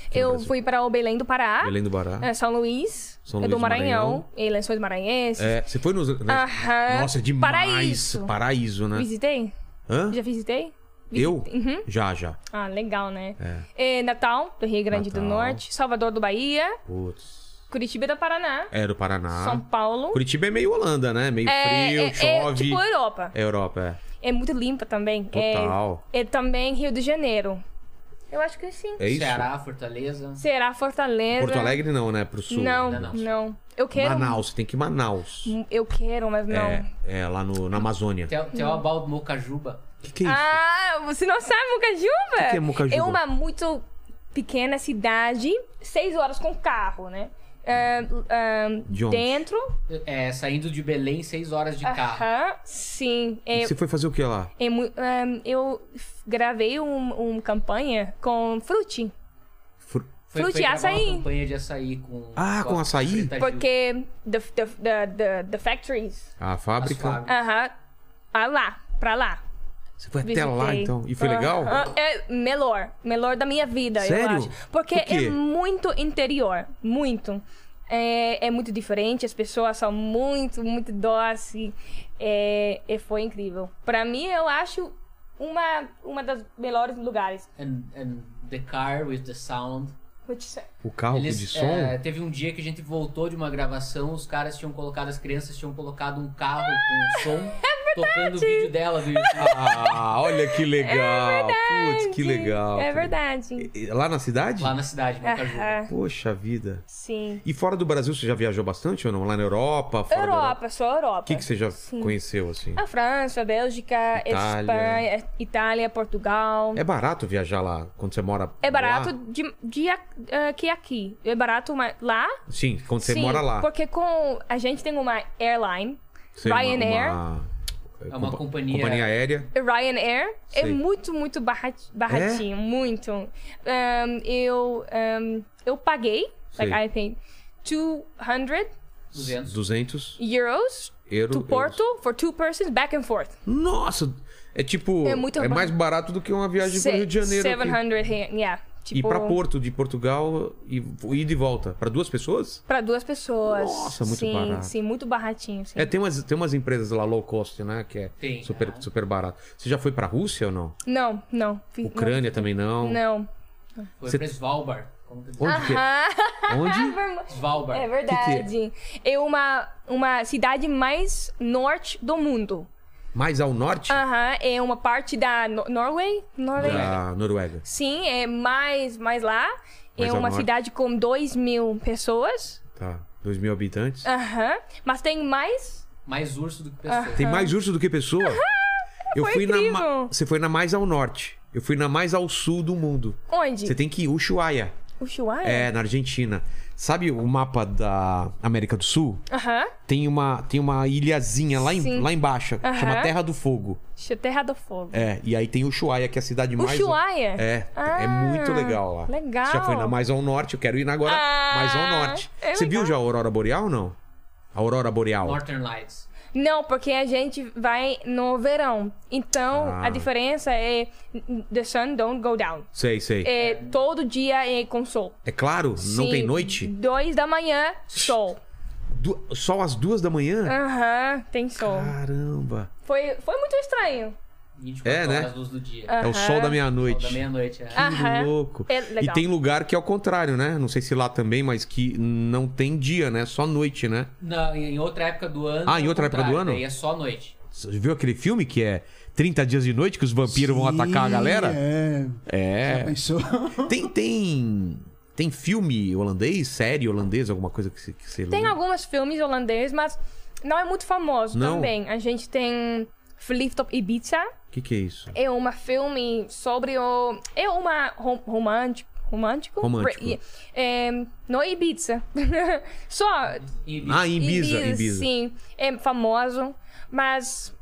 [SPEAKER 1] Aqui no
[SPEAKER 3] Eu
[SPEAKER 1] Brasil?
[SPEAKER 3] fui para o Belém do Pará,
[SPEAKER 1] Belém do Pará.
[SPEAKER 3] é, São Luís,
[SPEAKER 1] São
[SPEAKER 3] é
[SPEAKER 1] Luís
[SPEAKER 3] do
[SPEAKER 1] do
[SPEAKER 3] Maranhão,
[SPEAKER 1] Maranhão.
[SPEAKER 3] e Lençóis Maranhenses.
[SPEAKER 1] É, você foi nos.
[SPEAKER 3] Aham.
[SPEAKER 1] Nossa, é demais.
[SPEAKER 3] Paraíso.
[SPEAKER 1] Paraíso, né?
[SPEAKER 3] Visitei?
[SPEAKER 1] Hã?
[SPEAKER 3] Já visitei?
[SPEAKER 1] Eu? Já, já.
[SPEAKER 3] Ah, legal, né? É, Natal, do Rio Grande do
[SPEAKER 1] Natal.
[SPEAKER 3] Norte, Salvador do Bahia,
[SPEAKER 1] Putz.
[SPEAKER 3] Curitiba do Paraná,
[SPEAKER 1] É do Paraná.
[SPEAKER 3] São Paulo.
[SPEAKER 1] Curitiba é meio Holanda, né? Meio
[SPEAKER 3] É,
[SPEAKER 1] frio,
[SPEAKER 3] é- é
[SPEAKER 1] chove.
[SPEAKER 3] tipo Europa.
[SPEAKER 1] É Europa, é.
[SPEAKER 3] É muito limpa também.
[SPEAKER 1] Total.
[SPEAKER 3] É, é também Rio de Janeiro. Eu acho que sim.
[SPEAKER 1] É isso?
[SPEAKER 4] Ceará, Fortaleza.
[SPEAKER 3] Será Fortaleza.
[SPEAKER 1] Porto Alegre não, né? Pro sul.
[SPEAKER 3] Não,
[SPEAKER 4] Ainda não.
[SPEAKER 3] não. Eu quero.
[SPEAKER 1] Manaus, tem que ir em Manaus.
[SPEAKER 3] Eu quero, mas não.
[SPEAKER 1] É, é, lá no, na Amazônia.
[SPEAKER 4] Tell,
[SPEAKER 3] Hum.
[SPEAKER 4] tell about Mocajuba.
[SPEAKER 1] O que, que é isso?
[SPEAKER 3] Ah, você não sabe Mucajuba?
[SPEAKER 1] que é Mucajuba?
[SPEAKER 3] É uma muito pequena cidade, seis horas com carro, né? Ah, ah,
[SPEAKER 1] De onde?
[SPEAKER 3] dentro.
[SPEAKER 4] É, saindo de Belém, seis horas
[SPEAKER 3] Ah,
[SPEAKER 4] de carro.
[SPEAKER 3] Aham, sim.
[SPEAKER 1] E
[SPEAKER 3] É,
[SPEAKER 1] Você foi fazer o que lá?
[SPEAKER 3] é mu- ah, eu f- gravei um, um campanha com Fruti.
[SPEAKER 1] Fru-
[SPEAKER 3] Fruta e
[SPEAKER 4] gravar
[SPEAKER 3] açaí.
[SPEAKER 4] Uma campanha de açaí com.
[SPEAKER 1] Ah, com açaí?
[SPEAKER 4] Preta Gil.
[SPEAKER 3] Porque the, the, the, the, the factories.
[SPEAKER 1] A
[SPEAKER 4] As
[SPEAKER 1] fábrica?
[SPEAKER 4] fábricas.
[SPEAKER 3] Aham. Ah lá, pra lá.
[SPEAKER 1] Você foi
[SPEAKER 3] Visitei.
[SPEAKER 1] até lá, então. E foi legal?
[SPEAKER 3] Aham, Ah. É melhor. Melhor da minha vida,
[SPEAKER 1] Sério?
[SPEAKER 3] eu acho. Porque
[SPEAKER 1] Por quê?
[SPEAKER 3] é muito interior. Muito. É, é muito diferente, as pessoas são muito, muito doces. É, e foi incrível. Pra mim, eu acho uma, uma das melhores lugares.
[SPEAKER 4] And, and the car with the sound.
[SPEAKER 3] Which-
[SPEAKER 1] O carro
[SPEAKER 4] Eles,
[SPEAKER 1] de som?
[SPEAKER 4] é, teve um dia que a gente voltou de uma gravação, os caras tinham colocado, as crianças tinham colocado um carro com som
[SPEAKER 3] É
[SPEAKER 4] tocando o vídeo dela do YouTube.
[SPEAKER 1] Ah, olha que legal. Putz, que legal.
[SPEAKER 3] É
[SPEAKER 1] cara.
[SPEAKER 3] verdade.
[SPEAKER 1] E- Lá na cidade?
[SPEAKER 4] Lá na cidade, Mocajuba.
[SPEAKER 3] Aham,
[SPEAKER 1] Poxa vida.
[SPEAKER 3] Sim.
[SPEAKER 1] E fora do Brasil, você já viajou bastante ou não? Lá na Europa? Fora da
[SPEAKER 3] Europa, só Europa.
[SPEAKER 1] O que, que você já conheceu, assim?
[SPEAKER 3] A França, a Bélgica,
[SPEAKER 1] Itália.
[SPEAKER 3] Espanha, Itália, Portugal.
[SPEAKER 1] É barato viajar lá quando você mora
[SPEAKER 3] É barato
[SPEAKER 1] lá?
[SPEAKER 3] de, de a- eh, que aqui. É barato mas lá.
[SPEAKER 1] Sim, quando você
[SPEAKER 3] sim,
[SPEAKER 1] mora lá.
[SPEAKER 3] Porque com a gente tem uma airline,
[SPEAKER 1] Você- uma-
[SPEAKER 3] Ryanair.
[SPEAKER 1] uma-
[SPEAKER 4] É uma
[SPEAKER 1] compa-
[SPEAKER 4] companhia-
[SPEAKER 1] Companhia aérea.
[SPEAKER 3] Ryanair é
[SPEAKER 1] Sei. É?
[SPEAKER 3] muito muito barrat- baratinho, muito. Ahn, eu ahn, eu paguei,
[SPEAKER 1] Sei.
[SPEAKER 3] like I paid 200
[SPEAKER 4] 200.
[SPEAKER 1] 200
[SPEAKER 3] euros
[SPEAKER 1] euros.
[SPEAKER 3] to Porto for two persons back and forth.
[SPEAKER 1] Nossa! É tipo. É,
[SPEAKER 3] É muito
[SPEAKER 1] mais barato do que uma viagem
[SPEAKER 3] Se-
[SPEAKER 1] pro Rio de Janeiro. aqui.
[SPEAKER 3] 700 reais, yeah.
[SPEAKER 1] E
[SPEAKER 3] Tipo,
[SPEAKER 1] pra Porto, de Portugal, e ida e volta. Pra duas pessoas?
[SPEAKER 3] pra duas pessoas.
[SPEAKER 1] Nossa, muito
[SPEAKER 3] sim,
[SPEAKER 1] barato.
[SPEAKER 3] Sim, muito baratinho, sim.
[SPEAKER 1] É, tem umas, tem umas empresas lá low cost, né? Que é
[SPEAKER 4] Tem,
[SPEAKER 1] super,
[SPEAKER 4] ah.
[SPEAKER 1] super barato. Você já foi pra Rússia ou não?
[SPEAKER 3] Não, não. fi- não.
[SPEAKER 1] Ucrânia também não?
[SPEAKER 3] Não.
[SPEAKER 4] Foi
[SPEAKER 1] Cê-
[SPEAKER 4] pra Svalbard. Como que diz?
[SPEAKER 1] Onde que é? Onde?
[SPEAKER 4] Svalbard.
[SPEAKER 3] É verdade. É uma, uma cidade mais norte do mundo.
[SPEAKER 1] Mais ao norte?
[SPEAKER 3] Aham, é uma parte da No- Norway? Norway?
[SPEAKER 1] Da Noruega.
[SPEAKER 3] Sim, é mais, mais lá.
[SPEAKER 1] Mais
[SPEAKER 3] é
[SPEAKER 1] ao
[SPEAKER 3] uma
[SPEAKER 1] norte.
[SPEAKER 3] cidade com 2 mil pessoas.
[SPEAKER 1] Tá. 2 mil habitantes.
[SPEAKER 3] Aham. Mas tem mais.
[SPEAKER 4] Mais urso do que pessoa.
[SPEAKER 1] Ah. Tem mais urso do que pessoa? Eu
[SPEAKER 3] Ah. foi
[SPEAKER 1] fui na.
[SPEAKER 3] incrível.
[SPEAKER 1] ma- Você foi na mais ao norte. Eu fui na mais ao sul do mundo.
[SPEAKER 3] Onde?
[SPEAKER 1] Você tem que ir, Ushuaia.
[SPEAKER 3] Ushuaia?
[SPEAKER 1] É, na Argentina. Sabe o mapa da América do Sul?
[SPEAKER 3] Aham.
[SPEAKER 1] Tem uma, tem uma ilhazinha lá, em,
[SPEAKER 3] Sim.
[SPEAKER 1] lá embaixo, que chama
[SPEAKER 3] Aham.
[SPEAKER 1] Terra do Fogo.
[SPEAKER 3] Uhum. Terra do Fogo.
[SPEAKER 1] É, e aí tem Ushuaia, que é a cidade mais.
[SPEAKER 3] Ushuaia?
[SPEAKER 1] É, é
[SPEAKER 3] Ah,
[SPEAKER 1] muito legal lá.
[SPEAKER 3] legal.
[SPEAKER 1] Você já foi na mais ao norte, eu quero ir agora
[SPEAKER 3] Ah,
[SPEAKER 1] mais ao norte.
[SPEAKER 3] é
[SPEAKER 1] Você viu
[SPEAKER 3] legal.
[SPEAKER 1] já a Aurora Boreal ou não? A Aurora Boreal.
[SPEAKER 4] Northern Lights.
[SPEAKER 3] Não, porque a gente vai no verão. Então,
[SPEAKER 1] Ah.
[SPEAKER 3] a diferença é the sun don't go down.
[SPEAKER 1] Sei, sei. É,
[SPEAKER 3] É, todo dia é com sol.
[SPEAKER 1] claro, não
[SPEAKER 3] Sim,
[SPEAKER 1] tem noite?
[SPEAKER 3] Dois da manhã, sol.
[SPEAKER 1] Du- Sol às duas da
[SPEAKER 3] É.
[SPEAKER 1] manhã?
[SPEAKER 3] Aham, tem sol.
[SPEAKER 1] Caramba.
[SPEAKER 3] Foi, foi muito estranho.
[SPEAKER 4] 24
[SPEAKER 1] É, né?
[SPEAKER 4] horas, luz do dia.
[SPEAKER 1] É o sol da meia-noite.
[SPEAKER 4] Sol da meia-noite. É.
[SPEAKER 3] Ah.
[SPEAKER 1] Que
[SPEAKER 3] Aham.
[SPEAKER 1] louco.
[SPEAKER 3] É
[SPEAKER 1] e
[SPEAKER 3] legal.
[SPEAKER 1] tem lugar que é o contrário, né? Não sei se lá também, mas que não tem dia, né? Só noite, né?
[SPEAKER 4] Não, em outra época do ano.
[SPEAKER 1] Ah, em
[SPEAKER 4] é o
[SPEAKER 1] outra época do
[SPEAKER 4] contrário,
[SPEAKER 1] ano?
[SPEAKER 4] Daí é só noite.
[SPEAKER 1] Você viu aquele filme que é 30 dias de noite
[SPEAKER 2] é.
[SPEAKER 1] que os vampiros vão atacar a
[SPEAKER 2] Ih,
[SPEAKER 1] galera?
[SPEAKER 2] É.
[SPEAKER 1] É.
[SPEAKER 2] Pensou?
[SPEAKER 1] Tem, tem Tem filme holandês, série holandesa, alguma coisa que você que você
[SPEAKER 3] Tem
[SPEAKER 1] lembra?
[SPEAKER 3] alguns filmes holandeses, mas não é muito famoso
[SPEAKER 1] Não.
[SPEAKER 3] também. A gente tem Verliefd op Ibiza.
[SPEAKER 1] O que, que é isso?
[SPEAKER 3] É um filme sobre o... É uma rom romântico. Romântico?
[SPEAKER 1] Romântico.
[SPEAKER 3] Re- É, no Ibiza. Só
[SPEAKER 4] E-
[SPEAKER 1] Ah, em Ibiza. em Ibiza.
[SPEAKER 3] Sim, é famoso, mas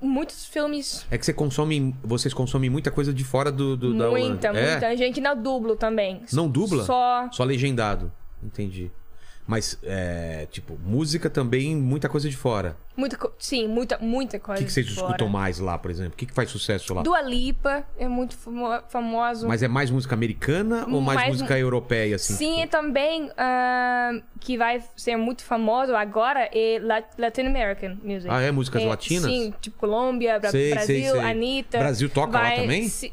[SPEAKER 3] muitos filmes...
[SPEAKER 1] É que você consome, vocês consomem muita coisa de fora do, do- da
[SPEAKER 3] muita,
[SPEAKER 1] Holanda. É?
[SPEAKER 3] muita. A gente não dublo também.
[SPEAKER 1] Não dubla?
[SPEAKER 3] Só...
[SPEAKER 1] Só legendado. Entendi. Mas, é, tipo, música também, muita coisa de fora.
[SPEAKER 3] Muita, co- sim, muita, muita
[SPEAKER 1] O
[SPEAKER 3] coisa
[SPEAKER 1] que, que vocês
[SPEAKER 3] de fora.
[SPEAKER 1] escutam mais lá, por exemplo? O que, que faz sucesso lá?
[SPEAKER 3] Dua Lipa é muito famo- famoso.
[SPEAKER 1] Mas é mais música americana ou mais,
[SPEAKER 3] Mais um-
[SPEAKER 1] música europeia, assim?
[SPEAKER 3] Sim, e também ahn, que vai ser muito famoso agora é la- Latin American Music.
[SPEAKER 1] Ah, é? Músicas latinas?
[SPEAKER 3] Sim, tipo Colômbia, Bra-
[SPEAKER 1] Sei,
[SPEAKER 3] Brasil,
[SPEAKER 1] sei, sei.
[SPEAKER 3] Anitta.
[SPEAKER 1] Brasil toca lá
[SPEAKER 3] vai
[SPEAKER 1] também?
[SPEAKER 3] se-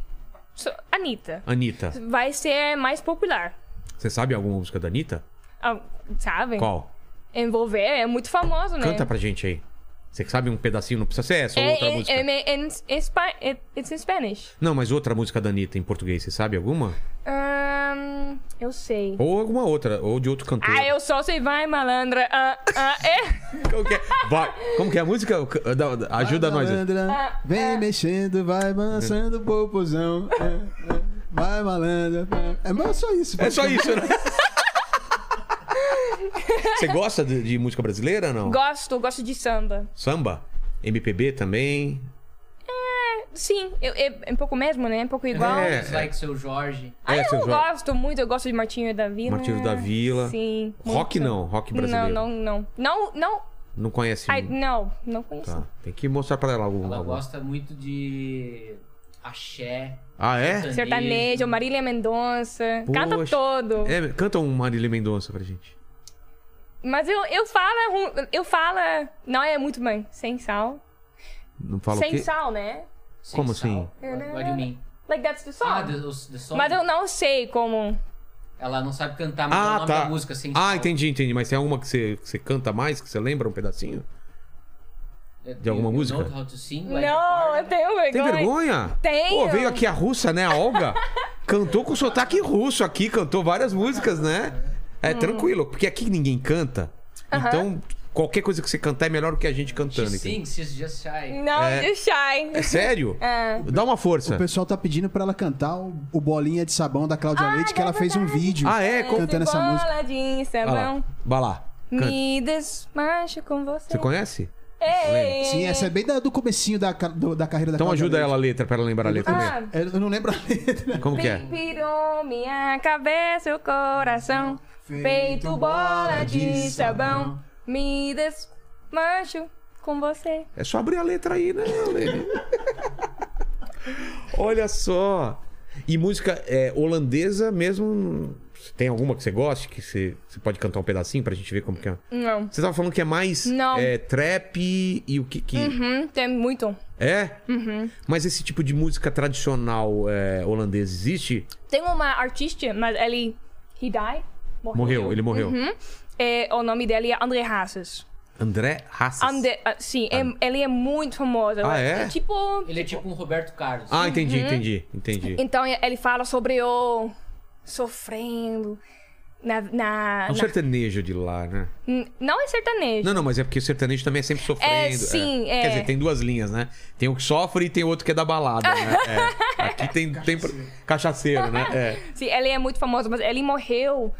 [SPEAKER 3] so- Anitta.
[SPEAKER 1] Anitta.
[SPEAKER 3] Vai ser mais popular.
[SPEAKER 1] Você sabe alguma música da Anitta?
[SPEAKER 3] Ah, sabem?
[SPEAKER 1] Qual?
[SPEAKER 3] Envolver é muito famoso, né?
[SPEAKER 1] Canta pra gente aí. Você que sabe um pedacinho, não precisa ser essa ou
[SPEAKER 3] é,
[SPEAKER 1] outra
[SPEAKER 3] é,
[SPEAKER 1] música.
[SPEAKER 3] é, é, em Spa- é- it's in Spanish.
[SPEAKER 1] Não, mas outra música da Anitta em português, você sabe alguma?
[SPEAKER 3] Ahn, eu sei.
[SPEAKER 1] Ou alguma outra, ou de outro cantor.
[SPEAKER 3] Ah, eu só sei, vai, malandra. Ah, ah, é.
[SPEAKER 1] Como que é? Vai. Como que é a música? Da- da- Ajuda nós aí.
[SPEAKER 2] Malandra, Vem mexendo, vai balançando o popozão. É, é, Vai, malandra. É, mas é só isso.
[SPEAKER 1] É só isso, né? Você gosta de, de música brasileira ou não?
[SPEAKER 3] Gosto, gosto de samba.
[SPEAKER 1] Samba? MPB também?
[SPEAKER 3] Sim, eu- é um pouco mesmo, né? Um pouco igual.
[SPEAKER 1] É.
[SPEAKER 4] Like seu Jorge.
[SPEAKER 3] Ah, eu
[SPEAKER 1] seu Jorge.
[SPEAKER 3] gosto muito, eu gosto de Martinho da Vila.
[SPEAKER 1] Martinho da Vila.
[SPEAKER 3] Sim.
[SPEAKER 1] Rock
[SPEAKER 3] muito.
[SPEAKER 1] não, rock brasileiro.
[SPEAKER 3] Não, não, não. Não, não.
[SPEAKER 1] Não conhece?
[SPEAKER 3] ai,
[SPEAKER 1] muito.
[SPEAKER 3] não, não conheço.
[SPEAKER 1] Tá. Tem que mostrar pra ela algum.
[SPEAKER 4] Ela
[SPEAKER 1] algum.
[SPEAKER 4] gosta muito de axé.
[SPEAKER 1] Ah, é?
[SPEAKER 3] Sertanejo, Marília Mendonça.
[SPEAKER 1] Poxa.
[SPEAKER 3] Canta todo.
[SPEAKER 1] é? Canta um Marília Mendonça pra gente.
[SPEAKER 3] Mas eu, eu falo. é ru- Eu falo. Não é muito bem. Sem sal.
[SPEAKER 1] Não fala o
[SPEAKER 3] sem
[SPEAKER 1] quê?
[SPEAKER 3] sal, né?
[SPEAKER 4] Sem
[SPEAKER 1] Como
[SPEAKER 4] sal.
[SPEAKER 1] assim?
[SPEAKER 4] What do you mean?
[SPEAKER 3] Like that's the song.
[SPEAKER 4] Ah, the, the song.
[SPEAKER 3] Mas eu não sei como.
[SPEAKER 4] Ela não sabe cantar mas é o
[SPEAKER 1] Ah,
[SPEAKER 4] nome
[SPEAKER 1] tá.
[SPEAKER 4] da música tipo, sem
[SPEAKER 1] ah,
[SPEAKER 4] sal.
[SPEAKER 1] entendi, entendi. Mas tem alguma que você, que você canta mais, que você lembra um pedacinho?
[SPEAKER 4] É,
[SPEAKER 1] De alguma
[SPEAKER 4] you- you
[SPEAKER 1] música?
[SPEAKER 4] know how to sing, like a
[SPEAKER 3] Não,
[SPEAKER 4] foreigner.
[SPEAKER 3] eu tenho vergonha.
[SPEAKER 1] Tem vergonha?
[SPEAKER 3] Tenho.
[SPEAKER 1] Pô, veio aqui a russa, né? A Olga. cantou com sotaque russo aqui, cantou várias músicas, né? É
[SPEAKER 3] Hum.
[SPEAKER 1] tranquilo, porque aqui ninguém canta. Então, qualquer coisa que você cantar é melhor do que a gente
[SPEAKER 4] She
[SPEAKER 1] cantando. entendeu?
[SPEAKER 4] sings, she's just shy.
[SPEAKER 3] Não,
[SPEAKER 1] É.
[SPEAKER 3] you
[SPEAKER 1] É
[SPEAKER 3] shy.
[SPEAKER 1] sério? Dá uma força.
[SPEAKER 2] O pessoal tá pedindo pra ela cantar o, o Bolinha de Sabão da Cláudia
[SPEAKER 3] Ah,
[SPEAKER 2] Leite, que ela
[SPEAKER 3] é
[SPEAKER 2] fez um
[SPEAKER 3] verdade.
[SPEAKER 2] vídeo
[SPEAKER 1] Ah, é? Como-
[SPEAKER 2] cantando essa música.
[SPEAKER 3] Bola de
[SPEAKER 1] Vai
[SPEAKER 3] sabão.
[SPEAKER 1] lá. Vai lá. Canta.
[SPEAKER 3] é Me desmancho com você.
[SPEAKER 1] Você conhece?
[SPEAKER 3] Ei,
[SPEAKER 2] Sim, essa é bem da- do comecinho da, ca- do- da carreira da
[SPEAKER 1] Então
[SPEAKER 2] Cláudia
[SPEAKER 1] ajuda
[SPEAKER 2] Leite. É,
[SPEAKER 1] ela a letra pra ela lembrar a letra.
[SPEAKER 3] Ah.
[SPEAKER 1] né?
[SPEAKER 2] Eu não lembro a letra.
[SPEAKER 1] Como que é?
[SPEAKER 3] Respirou minha cabeça e o coração. Feito bola de sabão. Me desmancho com você.
[SPEAKER 1] É só abrir a letra aí, né, Lene? Olha só. E música é, holandesa mesmo. Tem alguma que você goste? Que você, você pode cantar um pedacinho pra gente ver como que é?
[SPEAKER 3] Não.
[SPEAKER 1] Você tava falando que é mais
[SPEAKER 3] Não.
[SPEAKER 1] é, trap e o que que.
[SPEAKER 3] Hum, tem muito.
[SPEAKER 1] É? Mas esse tipo de música tradicional é, holandesa existe?
[SPEAKER 3] Tem uma artista, mas ele. He died?
[SPEAKER 1] Morreu, ele morreu.
[SPEAKER 3] É, o nome dele é André Hasses.
[SPEAKER 1] André Hassas.
[SPEAKER 3] Ande, ah, sim, é- ele é muito famoso.
[SPEAKER 1] Ah, é?
[SPEAKER 3] Tipo.
[SPEAKER 4] Ele é tipo um Roberto Carlos.
[SPEAKER 1] Ah, entendi, entendi, entendi.
[SPEAKER 3] Então ele fala sobre o. sofrendo. Na. na,
[SPEAKER 1] É um
[SPEAKER 3] na-
[SPEAKER 1] sertanejo de lá, né?
[SPEAKER 3] N- Não é sertanejo.
[SPEAKER 1] Não, não, mas é porque o sertanejo também é sempre sofrendo.
[SPEAKER 3] É, sim, é.
[SPEAKER 1] Quer dizer, tem duas linhas, né? Tem o que sofre e tem outro que é da balada, né? É. Aqui tem, tem pro- cachaceiro, né? É.
[SPEAKER 3] Sim, ele é muito famoso, mas ele morreu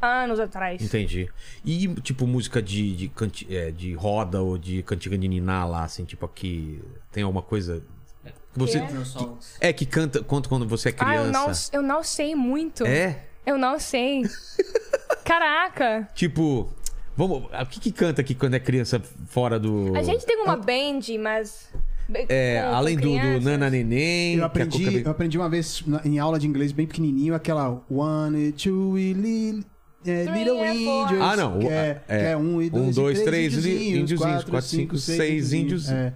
[SPEAKER 3] anos atrás.
[SPEAKER 1] Entendi. E, tipo, música de, de, canti- é, de roda ou de cantiga de niná lá, assim, tipo, aqui tem alguma coisa... Que você...
[SPEAKER 4] Children's tipo, songs.
[SPEAKER 1] É, que canta quanto quando você é
[SPEAKER 3] Ah, eu não,
[SPEAKER 1] criança.
[SPEAKER 3] eu não sei muito.
[SPEAKER 1] É?
[SPEAKER 3] Eu não sei. Caraca!
[SPEAKER 1] Tipo... Vamos, o que, que canta aqui quando é criança fora do.
[SPEAKER 3] A gente tem uma band, mas.
[SPEAKER 1] um É,
[SPEAKER 3] com- com
[SPEAKER 1] além do, do
[SPEAKER 3] crianças.
[SPEAKER 1] Nana Neném. que
[SPEAKER 2] Eu
[SPEAKER 1] a Cuca
[SPEAKER 2] aprendi,
[SPEAKER 1] Be-
[SPEAKER 2] eu aprendi uma vez na- em aula de inglês bem pequenininho aquela One, two, e li- é,
[SPEAKER 3] Three
[SPEAKER 2] Little
[SPEAKER 3] and four.
[SPEAKER 2] Angels.
[SPEAKER 1] Ah, não.
[SPEAKER 2] Que
[SPEAKER 1] É.
[SPEAKER 2] é, que é um e dois,
[SPEAKER 1] Um,
[SPEAKER 2] e
[SPEAKER 1] dois,
[SPEAKER 2] três,
[SPEAKER 1] três,
[SPEAKER 2] índiozinhos,
[SPEAKER 1] índiozinhos,
[SPEAKER 2] quatro,
[SPEAKER 1] quatro, cinco,
[SPEAKER 2] cinco, seis,
[SPEAKER 1] seis,
[SPEAKER 2] índiozinhos.
[SPEAKER 1] índiozinhos.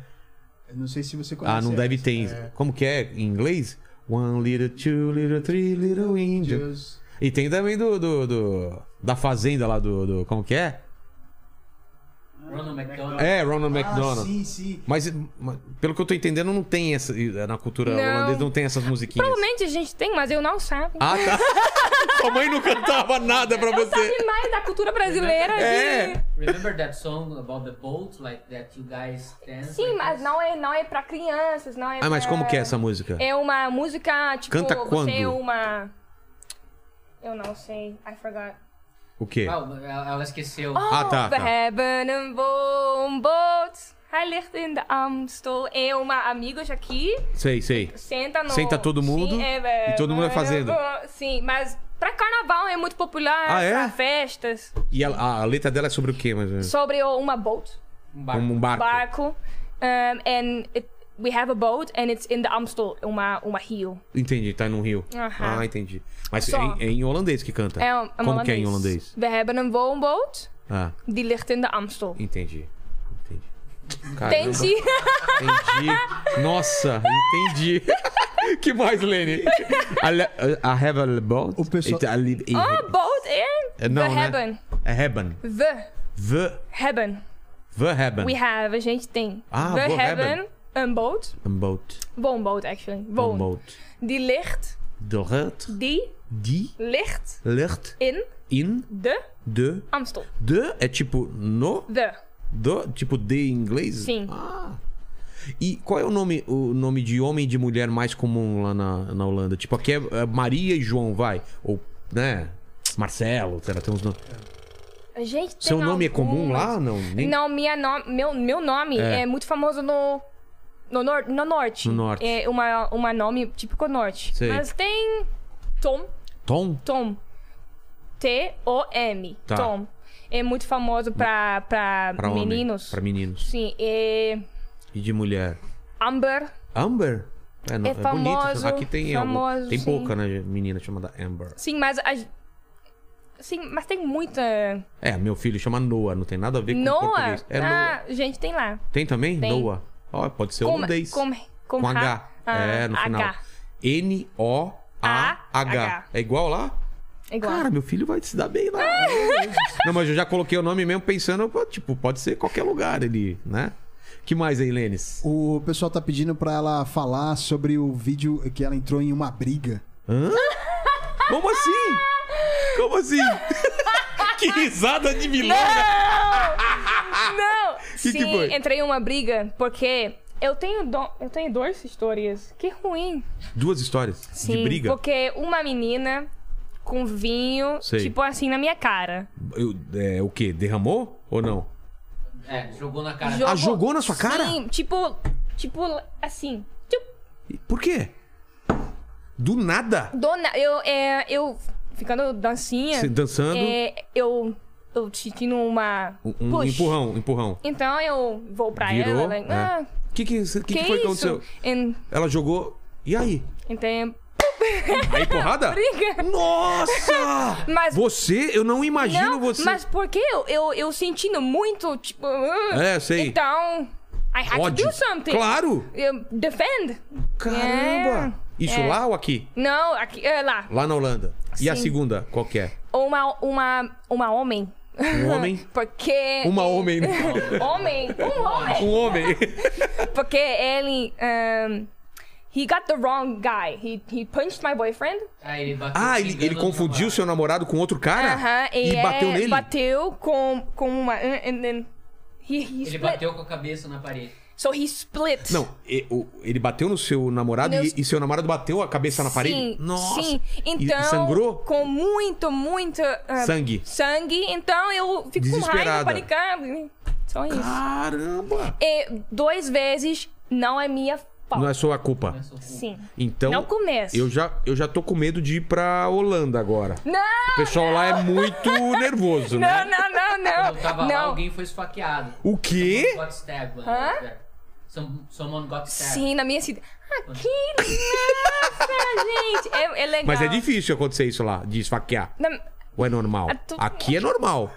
[SPEAKER 2] É. Eu Não sei se você conhece.
[SPEAKER 1] Ah, não deve
[SPEAKER 2] essa.
[SPEAKER 1] ter.
[SPEAKER 2] É.
[SPEAKER 1] Como que é em inglês? One little, two little, three little angels.
[SPEAKER 2] Angels.
[SPEAKER 1] E tem também do, do, do- da fazenda lá do, do- como que é?
[SPEAKER 4] Ronald McDonald.
[SPEAKER 1] É, Ronald
[SPEAKER 2] Ah,
[SPEAKER 1] McDonald.
[SPEAKER 2] sim, sim.
[SPEAKER 1] Mas, mas, pelo que eu tô entendendo, não tem essa. é, Na cultura
[SPEAKER 3] Não.
[SPEAKER 1] holandesa não tem essas musiquinhas.
[SPEAKER 3] Provavelmente a gente tem, mas eu não sabe.
[SPEAKER 1] Ah, tá. Sua mãe não cantava nada pra
[SPEAKER 3] eu
[SPEAKER 1] você.
[SPEAKER 3] sabe mais da cultura brasileira.
[SPEAKER 1] É.
[SPEAKER 3] de-
[SPEAKER 4] Remember that song about the boat, like that you guys dance?
[SPEAKER 3] Sim,
[SPEAKER 4] like
[SPEAKER 3] mas
[SPEAKER 4] this?
[SPEAKER 3] não é, não é pra crianças, não é
[SPEAKER 1] Ah, mas
[SPEAKER 3] pra-
[SPEAKER 1] como que é essa música?
[SPEAKER 3] É uma música, tipo,
[SPEAKER 1] Canta quando?
[SPEAKER 3] você é uma... Eu não sei, I forgot. Oh,
[SPEAKER 1] O quê?
[SPEAKER 4] Ah, ela ela esqueceu.
[SPEAKER 1] Ah, tá,
[SPEAKER 3] We
[SPEAKER 1] tá.
[SPEAKER 3] hebben een woonboot, hij ligt in de Amstel. É uma amigos aqui,
[SPEAKER 1] Sei, sei.
[SPEAKER 3] senta no... é
[SPEAKER 1] Senta todo mundo e todo mundo vai fazendo.
[SPEAKER 3] Sim, mas pra carnaval é muito popular,
[SPEAKER 1] Ah, é?
[SPEAKER 3] pra festas.
[SPEAKER 1] E ela- a, a letra dela é sobre o quê, mais ou menos?
[SPEAKER 3] Sobre o- uma boat.
[SPEAKER 4] Um
[SPEAKER 1] Como um barco.
[SPEAKER 3] barco. Um, and it, we have a boat and it's in the Amstel, uma, uma rio.
[SPEAKER 1] Entendi, tá num rio.
[SPEAKER 3] Aham.
[SPEAKER 1] Ah, entendi. Mas é
[SPEAKER 3] Só.
[SPEAKER 1] em, é em holandês que canta.
[SPEAKER 3] É um, é
[SPEAKER 1] como que é em holandês?
[SPEAKER 3] We hebben een woonboot,
[SPEAKER 1] Ah,
[SPEAKER 3] die ligt in de Amstel.
[SPEAKER 1] entendi. Entendi. Caramba,
[SPEAKER 3] Entendi.
[SPEAKER 1] entendi. Nossa, entendi. que mais, Lene? I, le- I have a boat.
[SPEAKER 2] O pessoal-
[SPEAKER 1] It- I live in-
[SPEAKER 3] oh, boat
[SPEAKER 1] É,
[SPEAKER 3] and
[SPEAKER 1] não,
[SPEAKER 3] we
[SPEAKER 1] né?
[SPEAKER 3] hebben.
[SPEAKER 1] É Hebben.
[SPEAKER 3] We
[SPEAKER 1] The,
[SPEAKER 3] hebben.
[SPEAKER 1] the Hebben.
[SPEAKER 3] We have, a gente tem.
[SPEAKER 1] Ah,
[SPEAKER 3] we
[SPEAKER 1] we
[SPEAKER 3] hebben
[SPEAKER 1] hebben.
[SPEAKER 3] een boot.
[SPEAKER 1] A boat.
[SPEAKER 3] Woonboot, actually.
[SPEAKER 1] A
[SPEAKER 3] Woon.
[SPEAKER 1] boat.
[SPEAKER 3] Die ligt,
[SPEAKER 1] Dorat.
[SPEAKER 3] die
[SPEAKER 1] Die
[SPEAKER 3] ligt
[SPEAKER 1] ligt
[SPEAKER 3] in
[SPEAKER 1] in
[SPEAKER 3] de
[SPEAKER 1] de.
[SPEAKER 3] Amstel.
[SPEAKER 1] De é tipo no.
[SPEAKER 3] De.
[SPEAKER 1] Do, tipo de em inglês?
[SPEAKER 3] Sim.
[SPEAKER 1] Ah. E qual é o nome, o nome de homem e de mulher mais comum lá na, na Holanda? Tipo, aqui é, é Maria e João, vai. Ou, né? Marcelo, sei lá, tem uns nomes.
[SPEAKER 3] A gente tem
[SPEAKER 1] Seu nome é comum
[SPEAKER 3] algumas.
[SPEAKER 1] lá? Não, nem.
[SPEAKER 3] Não, minha no- meu, meu nome
[SPEAKER 1] É.
[SPEAKER 3] é. muito famoso no, no, nor- no Eh, norte.
[SPEAKER 1] No norte.
[SPEAKER 3] É uma, uma nome típico norte.
[SPEAKER 1] Sei.
[SPEAKER 3] Mas tem Tom,
[SPEAKER 1] Tom?
[SPEAKER 3] Tom. T-O-M,
[SPEAKER 1] Tá.
[SPEAKER 3] Tom. É muito famoso pra, pra,
[SPEAKER 1] Pra homem,
[SPEAKER 3] meninos.
[SPEAKER 1] Pra meninos.
[SPEAKER 3] Sim, é
[SPEAKER 1] E de mulher.
[SPEAKER 3] Amber.
[SPEAKER 1] Amber? É, não,
[SPEAKER 3] É
[SPEAKER 1] bonito.
[SPEAKER 3] famoso,
[SPEAKER 1] Aqui tem algum-
[SPEAKER 3] famoso,
[SPEAKER 1] Tem
[SPEAKER 3] sim.
[SPEAKER 1] pouca, né? Menina chamada Amber.
[SPEAKER 3] Sim, mas a, sim, mas tem muita
[SPEAKER 1] É, meu filho chama Noah, não tem nada a ver com
[SPEAKER 3] Noah.
[SPEAKER 1] português. É Noah.
[SPEAKER 3] ah, gente tem lá.
[SPEAKER 1] Tem também?
[SPEAKER 3] Tem. é?
[SPEAKER 1] Noah. Ó, pode ser um
[SPEAKER 3] Com,
[SPEAKER 1] holandês.
[SPEAKER 3] com, com,
[SPEAKER 1] Com H.
[SPEAKER 3] H. Ah,
[SPEAKER 1] é, no final.
[SPEAKER 3] H.
[SPEAKER 1] N-O-A-H.
[SPEAKER 3] A-H.
[SPEAKER 1] É igual lá?
[SPEAKER 3] É Igual.
[SPEAKER 1] Cara, meu filho vai se dar bem lá. Não, mas eu já coloquei o nome mesmo pensando, pô, tipo, pode ser qualquer lugar ali, né? que mais aí, Lênis?
[SPEAKER 2] O pessoal tá pedindo pra ela falar sobre o vídeo que ela entrou em uma briga.
[SPEAKER 1] Como assim? Como assim? que risada de milonga.
[SPEAKER 3] Não!
[SPEAKER 1] Que tipo?
[SPEAKER 3] Sim,
[SPEAKER 1] que foi?
[SPEAKER 3] entrei em uma briga porque eu tenho, do- eu tenho duas histórias. Que ruim.
[SPEAKER 1] Duas histórias
[SPEAKER 3] Sim,
[SPEAKER 1] de briga.
[SPEAKER 3] Porque uma menina com vinho,
[SPEAKER 1] Sei.
[SPEAKER 3] tipo assim, na minha cara.
[SPEAKER 1] Eu- é, o quê? Derramou ou não?
[SPEAKER 4] É, jogou na cara.
[SPEAKER 1] Ah, jogou na sua cara?
[SPEAKER 3] Sim, tipo, tipo assim. Tipo,
[SPEAKER 1] E Por quê? Do nada?
[SPEAKER 3] dona, eu, é, eu ficando dancinha.
[SPEAKER 1] Você dançando?
[SPEAKER 3] é, eu, eu sentindo uma.
[SPEAKER 1] Um, um
[SPEAKER 3] push.
[SPEAKER 1] empurrão, empurrão.
[SPEAKER 3] Então eu vou pra
[SPEAKER 1] Virou?
[SPEAKER 3] ela, like, ah,
[SPEAKER 1] O que, que, que, que,
[SPEAKER 3] que,
[SPEAKER 1] foi que
[SPEAKER 3] isso?
[SPEAKER 1] aconteceu?
[SPEAKER 3] And,
[SPEAKER 1] Ela jogou. E aí?
[SPEAKER 3] então,
[SPEAKER 1] Aí porrada?
[SPEAKER 3] Briga.
[SPEAKER 1] Nossa!
[SPEAKER 3] Mas-
[SPEAKER 1] Você, eu não imagino
[SPEAKER 3] não,
[SPEAKER 1] você.
[SPEAKER 3] mas porque eu, eu, eu sentindo muito, tipo. ah,
[SPEAKER 1] É, sei.
[SPEAKER 3] Então, I had
[SPEAKER 1] Ódio.
[SPEAKER 3] to do something.
[SPEAKER 1] Claro!
[SPEAKER 3] Eu- defend.
[SPEAKER 1] Caramba! Isso
[SPEAKER 3] É.
[SPEAKER 1] lá ou aqui?
[SPEAKER 3] Não, aqui, é lá.
[SPEAKER 1] Lá na Holanda. E a
[SPEAKER 3] Sim.
[SPEAKER 1] segunda, qual que é?
[SPEAKER 3] Uma, uma, uma homem.
[SPEAKER 1] Um homem?
[SPEAKER 3] Porque.
[SPEAKER 1] Uma homem. né?
[SPEAKER 3] Homem. Um homem.
[SPEAKER 1] um homem.
[SPEAKER 3] Porque ele. um, he got the wrong guy. He, he punched my boyfriend.
[SPEAKER 4] Ah, ele bateu
[SPEAKER 1] Ah,
[SPEAKER 4] xingando
[SPEAKER 1] ele, ele
[SPEAKER 4] no
[SPEAKER 1] confundiu
[SPEAKER 4] namorado.
[SPEAKER 1] seu namorado com outro cara?
[SPEAKER 3] Aham,
[SPEAKER 1] Ah, e
[SPEAKER 3] é,
[SPEAKER 1] bateu nele?
[SPEAKER 3] Bateu com, com uma. And then he, he
[SPEAKER 4] Ele
[SPEAKER 3] split.
[SPEAKER 4] bateu com a cabeça na parede.
[SPEAKER 3] So he split.
[SPEAKER 1] Não, e- o- ele bateu no seu namorado
[SPEAKER 3] Meu-
[SPEAKER 1] e, e seu namorado bateu a cabeça na parede?
[SPEAKER 3] Sim,
[SPEAKER 1] Nossa!
[SPEAKER 3] sim.
[SPEAKER 1] E-
[SPEAKER 3] Então,
[SPEAKER 1] e sangrou?
[SPEAKER 3] com muito, muito ah,
[SPEAKER 1] Sangue.
[SPEAKER 3] sangue. Então eu fico com
[SPEAKER 1] Desesperada.
[SPEAKER 3] raiva, panicando. Só isso.
[SPEAKER 1] Caramba!
[SPEAKER 3] E duas vezes não é minha falta.
[SPEAKER 1] Não é sua culpa.
[SPEAKER 4] um.
[SPEAKER 3] Sim.
[SPEAKER 1] Então,
[SPEAKER 3] Não começa.
[SPEAKER 1] Eu já, eu já tô com medo de ir pra Holanda agora.
[SPEAKER 3] Não!
[SPEAKER 1] O pessoal lá é muito nervoso,
[SPEAKER 3] Não,
[SPEAKER 1] né?
[SPEAKER 3] não, não, não.
[SPEAKER 4] Quando eu tava lá,
[SPEAKER 3] não.
[SPEAKER 4] alguém foi esfaqueado.
[SPEAKER 1] O quê?
[SPEAKER 4] Got stabbed. when I
[SPEAKER 3] Hã?
[SPEAKER 4] was there. Some- Someone got stabbed.
[SPEAKER 3] Sim, na minha cidade. Aqui, nossa, gente. É, é legal.
[SPEAKER 1] Mas é difícil acontecer isso lá, de esfaquear.
[SPEAKER 3] Na-
[SPEAKER 1] Ou é normal?
[SPEAKER 3] É tudo- Ah,
[SPEAKER 1] Aqui é normal.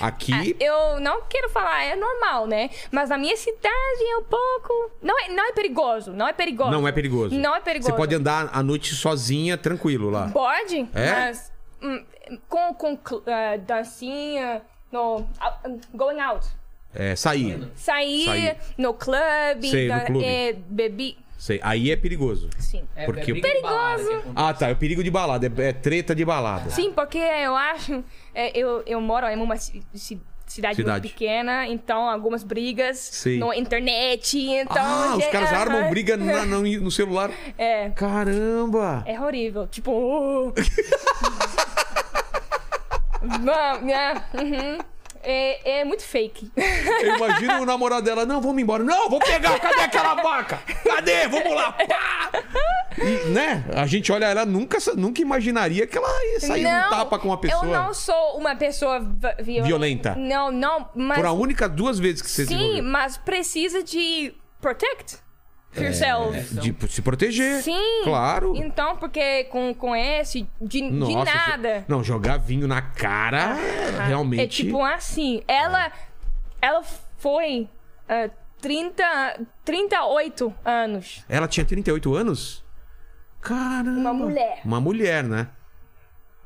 [SPEAKER 1] Aqui.
[SPEAKER 3] Eu não quero falar, é normal, né? Mas na minha cidade é um pouco. Não é, não é perigoso, não é perigoso.
[SPEAKER 1] Não é perigoso.
[SPEAKER 3] Não é perigoso.
[SPEAKER 1] Você pode andar à noite sozinha, tranquilo lá.
[SPEAKER 3] Pode,
[SPEAKER 1] É?
[SPEAKER 3] mas eh, hum, com, com cl- ah, dancinha, no, ah, going out.
[SPEAKER 1] É, sair.
[SPEAKER 3] Sair,
[SPEAKER 1] Sair.
[SPEAKER 3] no clube,
[SPEAKER 1] Sei, no
[SPEAKER 3] dan-
[SPEAKER 1] clube.
[SPEAKER 3] é, bebi.
[SPEAKER 1] Sei. Aí é perigoso.
[SPEAKER 3] Sim.
[SPEAKER 4] É,
[SPEAKER 1] Porque
[SPEAKER 4] é
[SPEAKER 1] o-
[SPEAKER 4] briga de balada que acontece.
[SPEAKER 1] Ah, tá. É o perigo de balada. É, é treta de balada.
[SPEAKER 3] Sim, porque eu acho. é, eu, eu moro em uma ci- ci- cidade,
[SPEAKER 1] Cidade.
[SPEAKER 3] muito pequena, então algumas brigas
[SPEAKER 1] Sim.
[SPEAKER 3] na internet. Então,
[SPEAKER 1] ah, os
[SPEAKER 3] é,
[SPEAKER 1] caras
[SPEAKER 3] aham.
[SPEAKER 1] armam briga na- no, no celular.
[SPEAKER 3] É.
[SPEAKER 1] Caramba!
[SPEAKER 3] É horrível. Tipo. "Oh". Não, é, uhum. É- é muito fake.
[SPEAKER 1] Eu imagino o namorado dela. Não, vamos embora. Não, vou pegar. Cadê aquela vaca? Cadê? Vamos lá. Pá! E, né? A gente olha ela, nunca, nunca imaginaria que ela ia sair um tapa com uma pessoa.
[SPEAKER 3] Eu não sou uma pessoa vi-
[SPEAKER 1] Violenta.
[SPEAKER 3] violenta. Não, não, mas.
[SPEAKER 1] Por a única duas vezes que você se
[SPEAKER 3] Sim,
[SPEAKER 1] envolveu.
[SPEAKER 3] mas precisa de protect yourself.
[SPEAKER 1] De se proteger.
[SPEAKER 3] Sim.
[SPEAKER 1] É. Claro.
[SPEAKER 3] Então, porque com, com esse, de, de
[SPEAKER 1] Nossa,
[SPEAKER 3] nada. Ah,
[SPEAKER 1] jo- Não, jogar vinho na cara, realmente.
[SPEAKER 3] É tipo assim. Ela, ela foi ah, 30, 38 anos.
[SPEAKER 1] Ela tinha 38 anos? Caramba.
[SPEAKER 3] Uma mulher.
[SPEAKER 1] Uma mulher, né?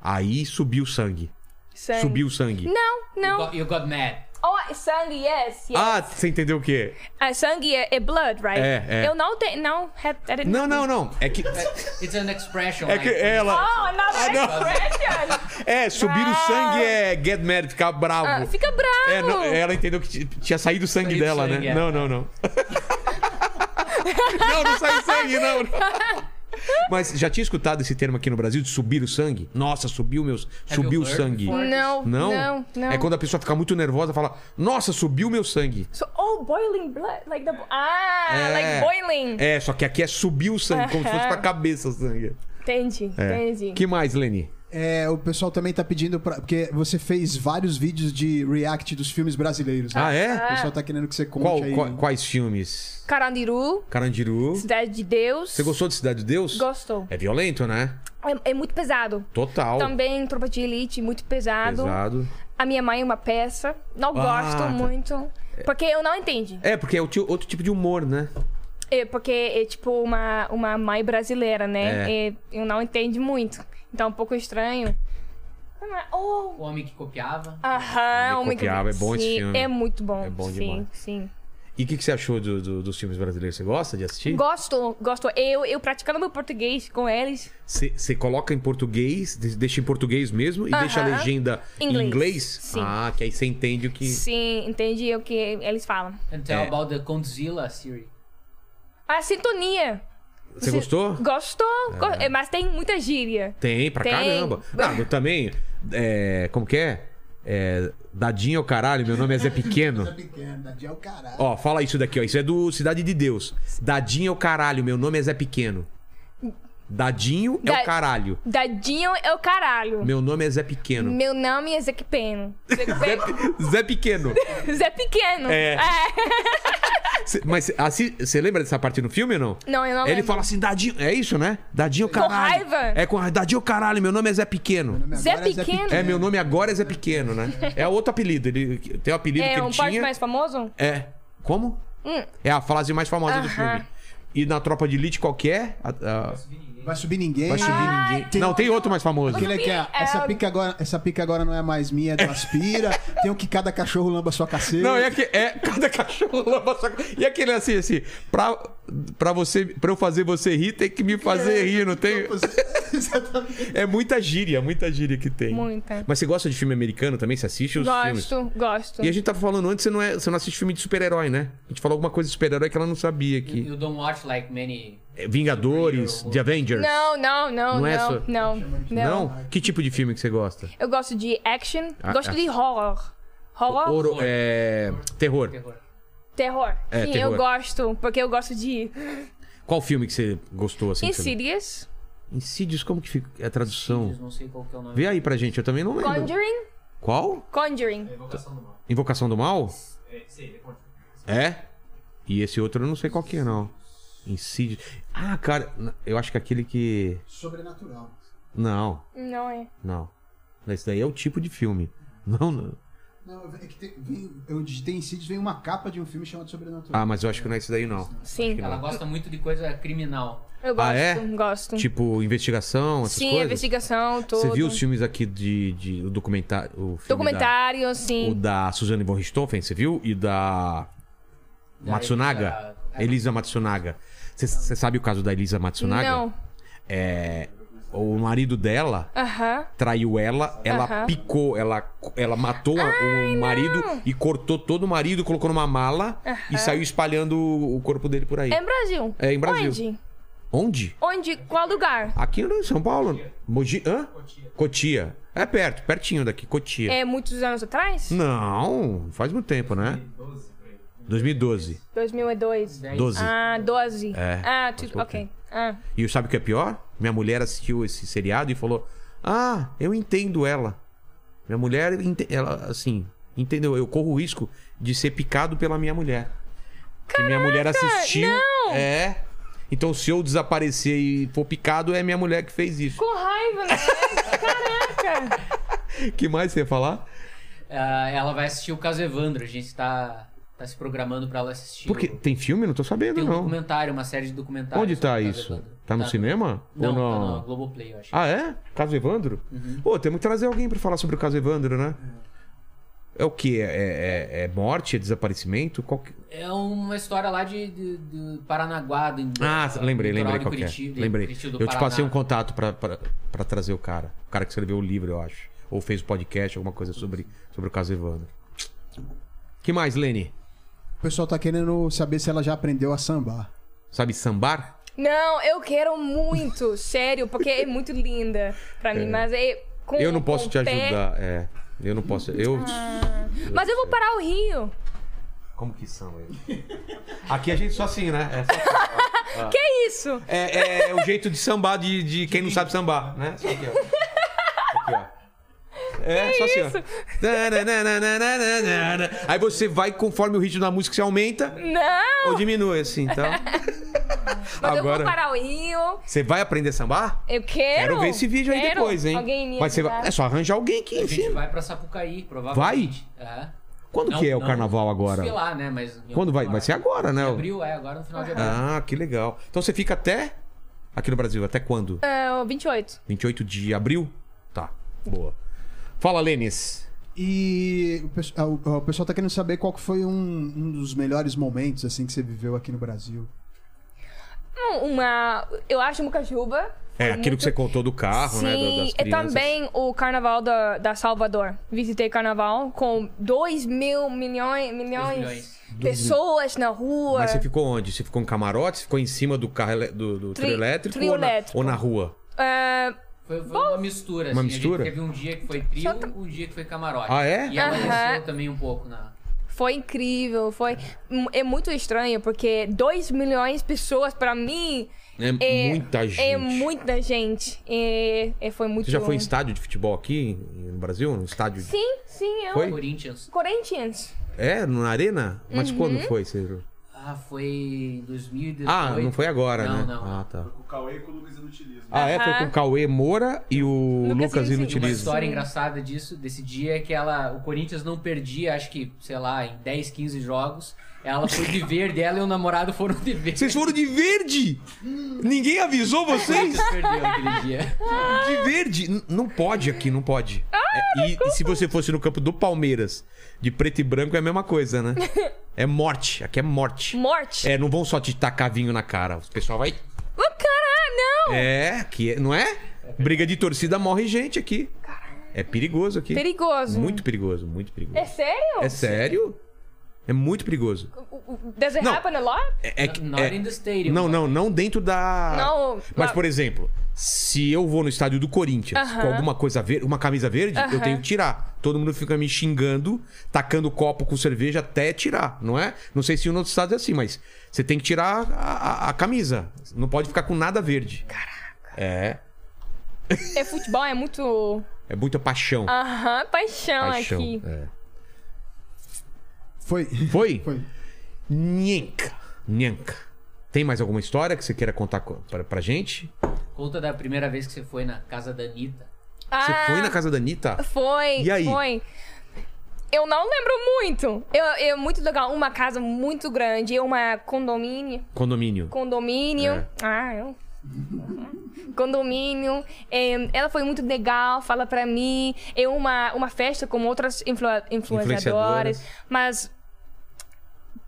[SPEAKER 1] Aí subiu o sangue.
[SPEAKER 3] Sangue.
[SPEAKER 1] Subiu o sangue.
[SPEAKER 3] É. Não,
[SPEAKER 4] You
[SPEAKER 3] não.
[SPEAKER 4] got, you got mad.
[SPEAKER 3] Oh, sangue, yes, yes.
[SPEAKER 1] Ah, você entendeu o quê?
[SPEAKER 3] Ah, sangue é, é blood, right?
[SPEAKER 1] É, é.
[SPEAKER 3] Eu não tenho. Não, had- I didn't-
[SPEAKER 1] Não, não, não. É que.
[SPEAKER 4] It's an expression.
[SPEAKER 1] É
[SPEAKER 4] like,
[SPEAKER 1] que ela.
[SPEAKER 3] Oh, another
[SPEAKER 1] Ah, não.
[SPEAKER 3] expression!
[SPEAKER 1] É, subir o
[SPEAKER 3] Ah.
[SPEAKER 1] sangue é get mad, ficar bravo.
[SPEAKER 3] Ah, fica bravo!
[SPEAKER 1] É, não, ela entendeu que t- tinha saído sangue
[SPEAKER 4] Saído
[SPEAKER 1] dela,
[SPEAKER 4] sangue,
[SPEAKER 1] né?
[SPEAKER 4] é.
[SPEAKER 1] Não, não, não. não, não saiu sangue, não, não. Mas já tinha escutado esse termo aqui no Brasil de subir o sangue? Nossa, subiu meus,
[SPEAKER 4] É
[SPEAKER 1] subiu o
[SPEAKER 4] heard
[SPEAKER 1] sangue.
[SPEAKER 4] before?
[SPEAKER 3] Não,
[SPEAKER 1] Não?
[SPEAKER 3] não, não.
[SPEAKER 1] É quando a pessoa fica muito nervosa e fala: "Nossa, subiu meu sangue".
[SPEAKER 3] So, oh, boiling blood, like the. Ah,
[SPEAKER 1] É.
[SPEAKER 3] like boiling!
[SPEAKER 1] É, só que aqui é subir o sangue, como se fosse
[SPEAKER 3] Aham.
[SPEAKER 1] pra cabeça o sangue.
[SPEAKER 3] Entendi,
[SPEAKER 1] É.
[SPEAKER 3] entendi.
[SPEAKER 1] Que mais, Leni?
[SPEAKER 2] É, o pessoal também tá pedindo pra. Porque você fez vários vídeos de react dos filmes brasileiros. né?
[SPEAKER 1] Ah, é?
[SPEAKER 2] O pessoal tá querendo que você conte
[SPEAKER 1] Qual-
[SPEAKER 2] aí.
[SPEAKER 1] qual- quais filmes?
[SPEAKER 3] Carandiru,
[SPEAKER 1] Carandiru.
[SPEAKER 3] Cidade de Deus.
[SPEAKER 1] Você gostou de Cidade de Deus?
[SPEAKER 3] Gostou.
[SPEAKER 1] É violento, né?
[SPEAKER 3] É, é muito pesado.
[SPEAKER 1] Total.
[SPEAKER 3] Também Tropa de Elite, muito pesado.
[SPEAKER 1] Pesado.
[SPEAKER 3] A minha mãe é uma peça. Não
[SPEAKER 1] Ah,
[SPEAKER 3] gosto
[SPEAKER 1] tá.
[SPEAKER 3] muito. Porque eu não entendi.
[SPEAKER 1] É, porque é outro, outro tipo de humor, né?
[SPEAKER 3] É porque é tipo uma, uma mãe brasileira, né? É, eu não entendo muito. Então é um pouco estranho. Ah, Oh,
[SPEAKER 4] O homem que copiava.
[SPEAKER 3] Aham,
[SPEAKER 1] Ele
[SPEAKER 3] o Micro-
[SPEAKER 1] copiava, é bom esse
[SPEAKER 3] sim,
[SPEAKER 1] filme.
[SPEAKER 3] É muito bom.
[SPEAKER 1] É bom
[SPEAKER 3] sim,
[SPEAKER 1] demais.
[SPEAKER 3] Sim.
[SPEAKER 1] E o que, que você achou do- do- dos filmes brasileiros? Você gosta de assistir?
[SPEAKER 3] Gosto, gosto. Eu, eu praticando meu português com eles.
[SPEAKER 1] Você você coloca em português, de- deixa em português mesmo e
[SPEAKER 3] Aham.
[SPEAKER 1] deixa a legenda em
[SPEAKER 3] Inglês.
[SPEAKER 1] inglês?
[SPEAKER 3] Sim.
[SPEAKER 1] Ah, que aí você entende o que.
[SPEAKER 3] Sim, entendi o que eles falam.
[SPEAKER 4] And tell
[SPEAKER 1] É.
[SPEAKER 4] about the Godzilla series.
[SPEAKER 3] A sintonia.
[SPEAKER 1] Você gostou?
[SPEAKER 3] Gostou, go- é, mas tem muita gíria.
[SPEAKER 1] Tem, pra
[SPEAKER 3] Tem.
[SPEAKER 1] caramba. Ah, eu também. é, como que é? é? Dadinho ao caralho, meu nome é Zé Pequeno.
[SPEAKER 2] Pequena, de é o caralho.
[SPEAKER 1] Ó, fala isso daqui, ó. Isso é do Cidade de Deus. Dadinho é o caralho, meu nome é Zé Pequeno. Dadinho é
[SPEAKER 3] Da-
[SPEAKER 1] o caralho.
[SPEAKER 3] Dadinho é o caralho.
[SPEAKER 1] Meu nome é Zé Pequeno.
[SPEAKER 3] Meu nome é Zé Pequeno. Zé,
[SPEAKER 1] Zé,
[SPEAKER 3] Pe-
[SPEAKER 1] Pe- Zé Pequeno.
[SPEAKER 3] Zé Pequeno.
[SPEAKER 1] É. Cê- mas você lembra dessa parte no filme ou não?
[SPEAKER 3] Não, eu não
[SPEAKER 1] Ele
[SPEAKER 3] lembro.
[SPEAKER 1] fala assim, dadinho. É isso, né? Dadinho caralho.
[SPEAKER 3] raiva?
[SPEAKER 1] É com raiva. Dadinho caralho, meu nome é Zé Pequeno.
[SPEAKER 3] Zé Pequeno?
[SPEAKER 1] É, meu nome agora é Zé Pequeno, né? É outro apelido. Ele tem um apelido que
[SPEAKER 3] É
[SPEAKER 1] ele
[SPEAKER 3] um
[SPEAKER 1] tinha.
[SPEAKER 3] parte mais famoso?
[SPEAKER 1] É. Como? É a frase mais famosa do
[SPEAKER 3] Aham.
[SPEAKER 1] filme. E na tropa de elite qualquer. A, a-
[SPEAKER 2] Vai subir ninguém.
[SPEAKER 1] vai subir ninguém. não, tem outro mais famoso.
[SPEAKER 2] Aquele que é, essa pica, agora, essa pica agora não é mais minha, é do Aspira. Tem o que cada cachorro lamba sua caceta.
[SPEAKER 1] Não, é que é cada cachorro lava sua... E aquele assim, assim, pra, pra você, pra eu fazer você rir, tem que me fazer rir, não tem?
[SPEAKER 2] Exatamente.
[SPEAKER 1] É muita gíria, muita gíria que tem.
[SPEAKER 3] Muita.
[SPEAKER 1] Mas você gosta de filme americano também? Você assiste os filmes?
[SPEAKER 3] Gosto, gosto.
[SPEAKER 1] E a gente tava falando antes, você não, é, você não assiste filme de super-herói, né? A gente falou alguma coisa de super-herói que ela não sabia
[SPEAKER 4] You,
[SPEAKER 1] aqui.
[SPEAKER 4] you don't watch like many.
[SPEAKER 1] É, Vingadores,
[SPEAKER 4] Superhero.
[SPEAKER 1] The Avengers.
[SPEAKER 3] Não, não, não,
[SPEAKER 1] Não
[SPEAKER 3] não,
[SPEAKER 1] é sua-
[SPEAKER 3] não, não.
[SPEAKER 1] Não? Que tipo de filme que você gosta?
[SPEAKER 3] Eu gosto de action,
[SPEAKER 1] Ah,
[SPEAKER 3] gosto
[SPEAKER 1] ah.
[SPEAKER 3] de horror. Horror?
[SPEAKER 1] Ouro, é, terror.
[SPEAKER 4] Terror.
[SPEAKER 3] Terror.
[SPEAKER 1] É,
[SPEAKER 3] Sim,
[SPEAKER 1] terror.
[SPEAKER 3] eu gosto, porque eu gosto de
[SPEAKER 1] Qual filme que você gostou assim? que você-
[SPEAKER 3] Insidious,
[SPEAKER 1] Insídios, como que fica é a
[SPEAKER 4] Eu
[SPEAKER 1] tradução?
[SPEAKER 4] não sei qual que é o nome.
[SPEAKER 1] Vê aí pra gente, eu também não lembro.
[SPEAKER 3] Conjuring,
[SPEAKER 1] Qual?
[SPEAKER 3] Conjuring.
[SPEAKER 1] Invocação do Mal? É? E esse outro eu não sei qual que é, não. Insídios. Ah, cara, n- eu acho que aquele que.
[SPEAKER 2] Sobrenatural.
[SPEAKER 1] Não,
[SPEAKER 3] Não é.
[SPEAKER 1] não. Esse daí é o tipo de filme. Não, não.
[SPEAKER 2] Não, é que tem, vem, eu digitei em sítios, vem uma capa de um filme chamado Sobrenatural.
[SPEAKER 1] Ah, mas eu acho que não é isso daí, não.
[SPEAKER 3] Sim.
[SPEAKER 1] que
[SPEAKER 4] Ela gosta muito de coisa criminal.
[SPEAKER 3] Eu gosto,
[SPEAKER 1] Ah, é?
[SPEAKER 3] gosto.
[SPEAKER 1] Tipo, investigação, essas
[SPEAKER 3] sim,
[SPEAKER 1] coisas?
[SPEAKER 3] investigação, tudo.
[SPEAKER 1] Você viu os filmes aqui de, de o documentário? O filme
[SPEAKER 3] Documentário,
[SPEAKER 1] Da, o
[SPEAKER 3] sim.
[SPEAKER 1] da Suzane von Richthofen, você viu? E da
[SPEAKER 4] Da
[SPEAKER 1] Matsunaga?
[SPEAKER 4] Elisa-
[SPEAKER 1] Elisa Matsunaga. Você- Você sabe o caso da Elisa Matsunaga?
[SPEAKER 3] Não.
[SPEAKER 1] É, o marido dela
[SPEAKER 3] Aham.
[SPEAKER 1] traiu ela, ela
[SPEAKER 3] Aham.
[SPEAKER 1] picou, ela, ela matou a- o marido e cortou todo o marido, colocou numa mala e saiu espalhando o o corpo dele por aí.
[SPEAKER 3] É em Brasil.
[SPEAKER 1] É em Brasil.
[SPEAKER 3] Onde?
[SPEAKER 1] Onde?
[SPEAKER 3] Onde? Qual lugar?
[SPEAKER 1] Aqui em São Paulo. Mogi... Hã? Cotia. É perto, pertinho daqui, Cotia.
[SPEAKER 3] É muitos anos atrás?
[SPEAKER 1] Hum. Não, faz muito tempo, né? 2012.
[SPEAKER 3] 2002.
[SPEAKER 1] 12.
[SPEAKER 3] Ah, 12.
[SPEAKER 1] É,
[SPEAKER 3] Ah,
[SPEAKER 1] faz
[SPEAKER 3] tu...
[SPEAKER 1] pouco
[SPEAKER 3] ok.
[SPEAKER 1] tempo.
[SPEAKER 3] Ah.
[SPEAKER 1] E sabe o que é pior? Minha mulher assistiu esse seriado e falou: Ah, eu entendo ela. Minha mulher, ente- ela, assim, entendeu? Eu corro o risco de ser picado pela minha mulher. que minha mulher assistiu.
[SPEAKER 3] não!
[SPEAKER 1] É. Então, se eu desaparecer e for picado, é minha mulher que fez isso.
[SPEAKER 3] Com raiva, né? Caraca!
[SPEAKER 1] O que mais você ia falar?
[SPEAKER 4] Ah, ela vai assistir o caso Evandro. A gente tá, tá se programando pra ela assistir.
[SPEAKER 1] Porque
[SPEAKER 4] o-
[SPEAKER 1] tem filme? Não tô sabendo,
[SPEAKER 4] Tem um
[SPEAKER 1] não.
[SPEAKER 4] documentário, uma série de documentários.
[SPEAKER 1] Onde tá
[SPEAKER 4] sobre o caso
[SPEAKER 1] isso?
[SPEAKER 4] Evandro.
[SPEAKER 1] Tá no cinema?
[SPEAKER 4] Não,
[SPEAKER 1] Ou
[SPEAKER 4] tá
[SPEAKER 1] não?
[SPEAKER 4] no Globoplay, eu acho.
[SPEAKER 1] Ah, é? Caso Evandro?
[SPEAKER 4] Uhum.
[SPEAKER 1] Pô, temos que trazer alguém pra falar sobre o caso Evandro, né? É o quê? É, é- é morte? É desaparecimento? Qual que-
[SPEAKER 4] É uma história lá de, de, de Paranaguá. Do,
[SPEAKER 1] Ah,
[SPEAKER 4] do
[SPEAKER 1] lembrei,
[SPEAKER 4] litoral
[SPEAKER 1] lembrei qual
[SPEAKER 4] de
[SPEAKER 1] que é.
[SPEAKER 4] Curitiba, de
[SPEAKER 1] Lembrei.
[SPEAKER 4] Curitiba do
[SPEAKER 1] Eu te passei um
[SPEAKER 4] Paraná.
[SPEAKER 1] contato pra, pra, pra trazer o cara. O cara que escreveu o livro, eu acho. Ou fez o podcast, alguma coisa sobre, sobre o caso Evandro. que mais, Lene?
[SPEAKER 2] O pessoal tá querendo saber se ela já aprendeu a sambar.
[SPEAKER 1] Sabe sambar?
[SPEAKER 3] Não, eu quero muito, sério, porque é muito linda pra mim, mas é. Com,
[SPEAKER 1] eu não posso
[SPEAKER 3] com
[SPEAKER 1] te
[SPEAKER 3] o pé. Ah.
[SPEAKER 1] ajudar. É. Eu não posso. Eu.
[SPEAKER 3] Mas eu vou parar o Rio.
[SPEAKER 1] Como que são eles? Aqui a gente só assim, né? É, só-
[SPEAKER 3] Que isso?
[SPEAKER 1] é- é o jeito de sambar de, de quem não sabe sambar, né? Só aqui, ó. Aqui, ó. É, só assim, ó. Tananana. Aí você vai conforme o ritmo da música se aumenta
[SPEAKER 3] Não!
[SPEAKER 1] ou diminui, assim, então.
[SPEAKER 3] Mas eu vou
[SPEAKER 1] Agora,
[SPEAKER 3] parar o Rio.
[SPEAKER 1] você vai aprender a sambar?
[SPEAKER 3] Eu quero.
[SPEAKER 1] Quero ver esse vídeo aí
[SPEAKER 3] quero.
[SPEAKER 1] depois, hein?
[SPEAKER 3] Alguém me
[SPEAKER 1] Mas você vai...
[SPEAKER 3] ajudar.
[SPEAKER 1] É só arranjar alguém que
[SPEAKER 4] A gente
[SPEAKER 1] ensina.
[SPEAKER 4] vai pra Sapucaí, provavelmente. Vai? É.
[SPEAKER 1] Quando
[SPEAKER 4] Não-
[SPEAKER 1] que é o
[SPEAKER 4] não
[SPEAKER 1] carnaval agora?
[SPEAKER 4] Desfilar, né? Mas em
[SPEAKER 1] Quando
[SPEAKER 4] alguma
[SPEAKER 1] vai?
[SPEAKER 4] hora.
[SPEAKER 1] Vai ser agora, né?
[SPEAKER 4] Em abril, é, agora no final de abril.
[SPEAKER 1] Ah, que legal. Então você fica até. Aqui no Brasil, até quando?
[SPEAKER 3] Ah, 28.
[SPEAKER 1] 28 de abril? Tá, boa. Fala, Lênis.
[SPEAKER 2] E o, pe- ah, o- o pessoal tá querendo saber qual que foi um, um dos melhores momentos assim que você viveu aqui no Brasil.
[SPEAKER 3] Hum, Uma. Eu acho Mucajuba.
[SPEAKER 1] É, aquilo que você contou do carro,
[SPEAKER 3] Sim,
[SPEAKER 1] né? da- das
[SPEAKER 3] e
[SPEAKER 1] crianças.
[SPEAKER 3] também o carnaval da, da Salvador. Visitei carnaval com 2 mil milhões, milhões
[SPEAKER 4] milhões.
[SPEAKER 3] de pessoas na rua.
[SPEAKER 1] Mas você ficou onde? Você ficou em camarote? Você ficou em cima do carro ele- do, do
[SPEAKER 3] Tri-
[SPEAKER 1] trio elétrico?
[SPEAKER 3] trio
[SPEAKER 1] ou, na,
[SPEAKER 3] elétrico.
[SPEAKER 1] ou na rua?
[SPEAKER 3] Ah,
[SPEAKER 4] Foi, foi uma mistura,
[SPEAKER 1] Uma
[SPEAKER 4] assim.
[SPEAKER 1] mistura?
[SPEAKER 4] A gente teve um dia que foi trio,
[SPEAKER 3] Só
[SPEAKER 4] um dia que foi camarote.
[SPEAKER 1] Ah, é?
[SPEAKER 4] E ela
[SPEAKER 3] Aham.
[SPEAKER 4] desceu também um pouco na...
[SPEAKER 3] foi incrível, foi é muito estranho porque 2 milhões de pessoas pra mim
[SPEAKER 1] É, muita gente.
[SPEAKER 3] É muita gente. É, é, foi muito
[SPEAKER 1] Você já foi em estádio de futebol aqui em- no Brasil? No estádio? de-
[SPEAKER 3] Sim, sim, eu.
[SPEAKER 1] Foi?
[SPEAKER 4] Corinthians.
[SPEAKER 3] Corinthians.
[SPEAKER 1] É, na arena? Mas
[SPEAKER 3] Uhum.
[SPEAKER 1] quando foi, Ciro?
[SPEAKER 4] Ah, foi em 2018.
[SPEAKER 1] Ah, não foi agora,
[SPEAKER 4] Não,
[SPEAKER 1] né?
[SPEAKER 4] não.
[SPEAKER 1] Ah, tá.
[SPEAKER 6] O Cauê e com o Lucas Inutilismo.
[SPEAKER 1] Ah, é? Foi
[SPEAKER 3] Aham.
[SPEAKER 1] com o Cauê Moura e o
[SPEAKER 3] Lucas
[SPEAKER 1] Lucas
[SPEAKER 3] Inutilismo.
[SPEAKER 4] Uma
[SPEAKER 1] Inutilismo.
[SPEAKER 4] história engraçada disso, desse dia, é que ela, o Corinthians não perdia, acho que, sei lá, em 10, 15 jogos. Ela foi de verde, ela e o namorado foram de verde.
[SPEAKER 1] Vocês foram de verde! Ninguém avisou vocês!
[SPEAKER 4] Perdeu aquele dia.
[SPEAKER 1] De verde! N- não pode aqui, não pode. É, e, e se você fosse no campo do Palmeiras, de preto e branco, é a mesma coisa, né? É morte, aqui é morte.
[SPEAKER 3] Morte.
[SPEAKER 1] É, não vão só te tacar vinho na cara. O pessoal vai.
[SPEAKER 3] Ô, caralho, não!
[SPEAKER 1] É, que é, não é? Briga de torcida morre gente aqui. É perigoso aqui.
[SPEAKER 3] Perigoso.
[SPEAKER 1] Muito perigoso, muito perigoso.
[SPEAKER 3] É sério?
[SPEAKER 1] É sério? É muito perigoso.
[SPEAKER 3] O- o- Does it
[SPEAKER 1] Não.
[SPEAKER 3] happen a lot?
[SPEAKER 1] É, é, que-
[SPEAKER 4] Not
[SPEAKER 1] é-
[SPEAKER 4] in the stadium.
[SPEAKER 1] Não, não, não dentro da.
[SPEAKER 3] Não,
[SPEAKER 1] Mas,
[SPEAKER 3] lá-
[SPEAKER 1] por exemplo, se eu vou no estádio do Corinthians
[SPEAKER 3] Aham.
[SPEAKER 1] com alguma coisa verde, uma camisa verde, eu
[SPEAKER 3] Aham.
[SPEAKER 1] tenho que tirar. Todo mundo fica me xingando, tacando copo com cerveja até tirar, não é? Não sei se em outros estados é assim, mas você tem que tirar a, a- a camisa. Não pode ficar com nada verde. Caraca. É.
[SPEAKER 3] É futebol, é muito.
[SPEAKER 1] É muita paixão.
[SPEAKER 3] Ah, Aham, paixão,
[SPEAKER 1] paixão.
[SPEAKER 3] aqui.
[SPEAKER 1] é.
[SPEAKER 2] Foi.
[SPEAKER 1] Foi?
[SPEAKER 2] Foi.
[SPEAKER 1] Nhenca. Nhenca. Tem mais alguma história que você queira contar co- pra, pra gente?
[SPEAKER 4] Conta da primeira vez que você foi na casa da Anitta.
[SPEAKER 1] Você
[SPEAKER 3] Ah,
[SPEAKER 1] foi na casa da Anitta?
[SPEAKER 3] Foi,
[SPEAKER 1] E aí?
[SPEAKER 3] foi. Eu não lembro muito. Eu, é muito legal. Uma casa muito grande, uma condomínio.
[SPEAKER 1] Condomínio.
[SPEAKER 3] Condomínio.
[SPEAKER 1] É.
[SPEAKER 3] Ah, eu. Condomínio. É, ela foi muito legal, fala pra mim. É uma, uma festa com outras influa- influenciadoras.
[SPEAKER 1] Influenciadoras.
[SPEAKER 3] Mas.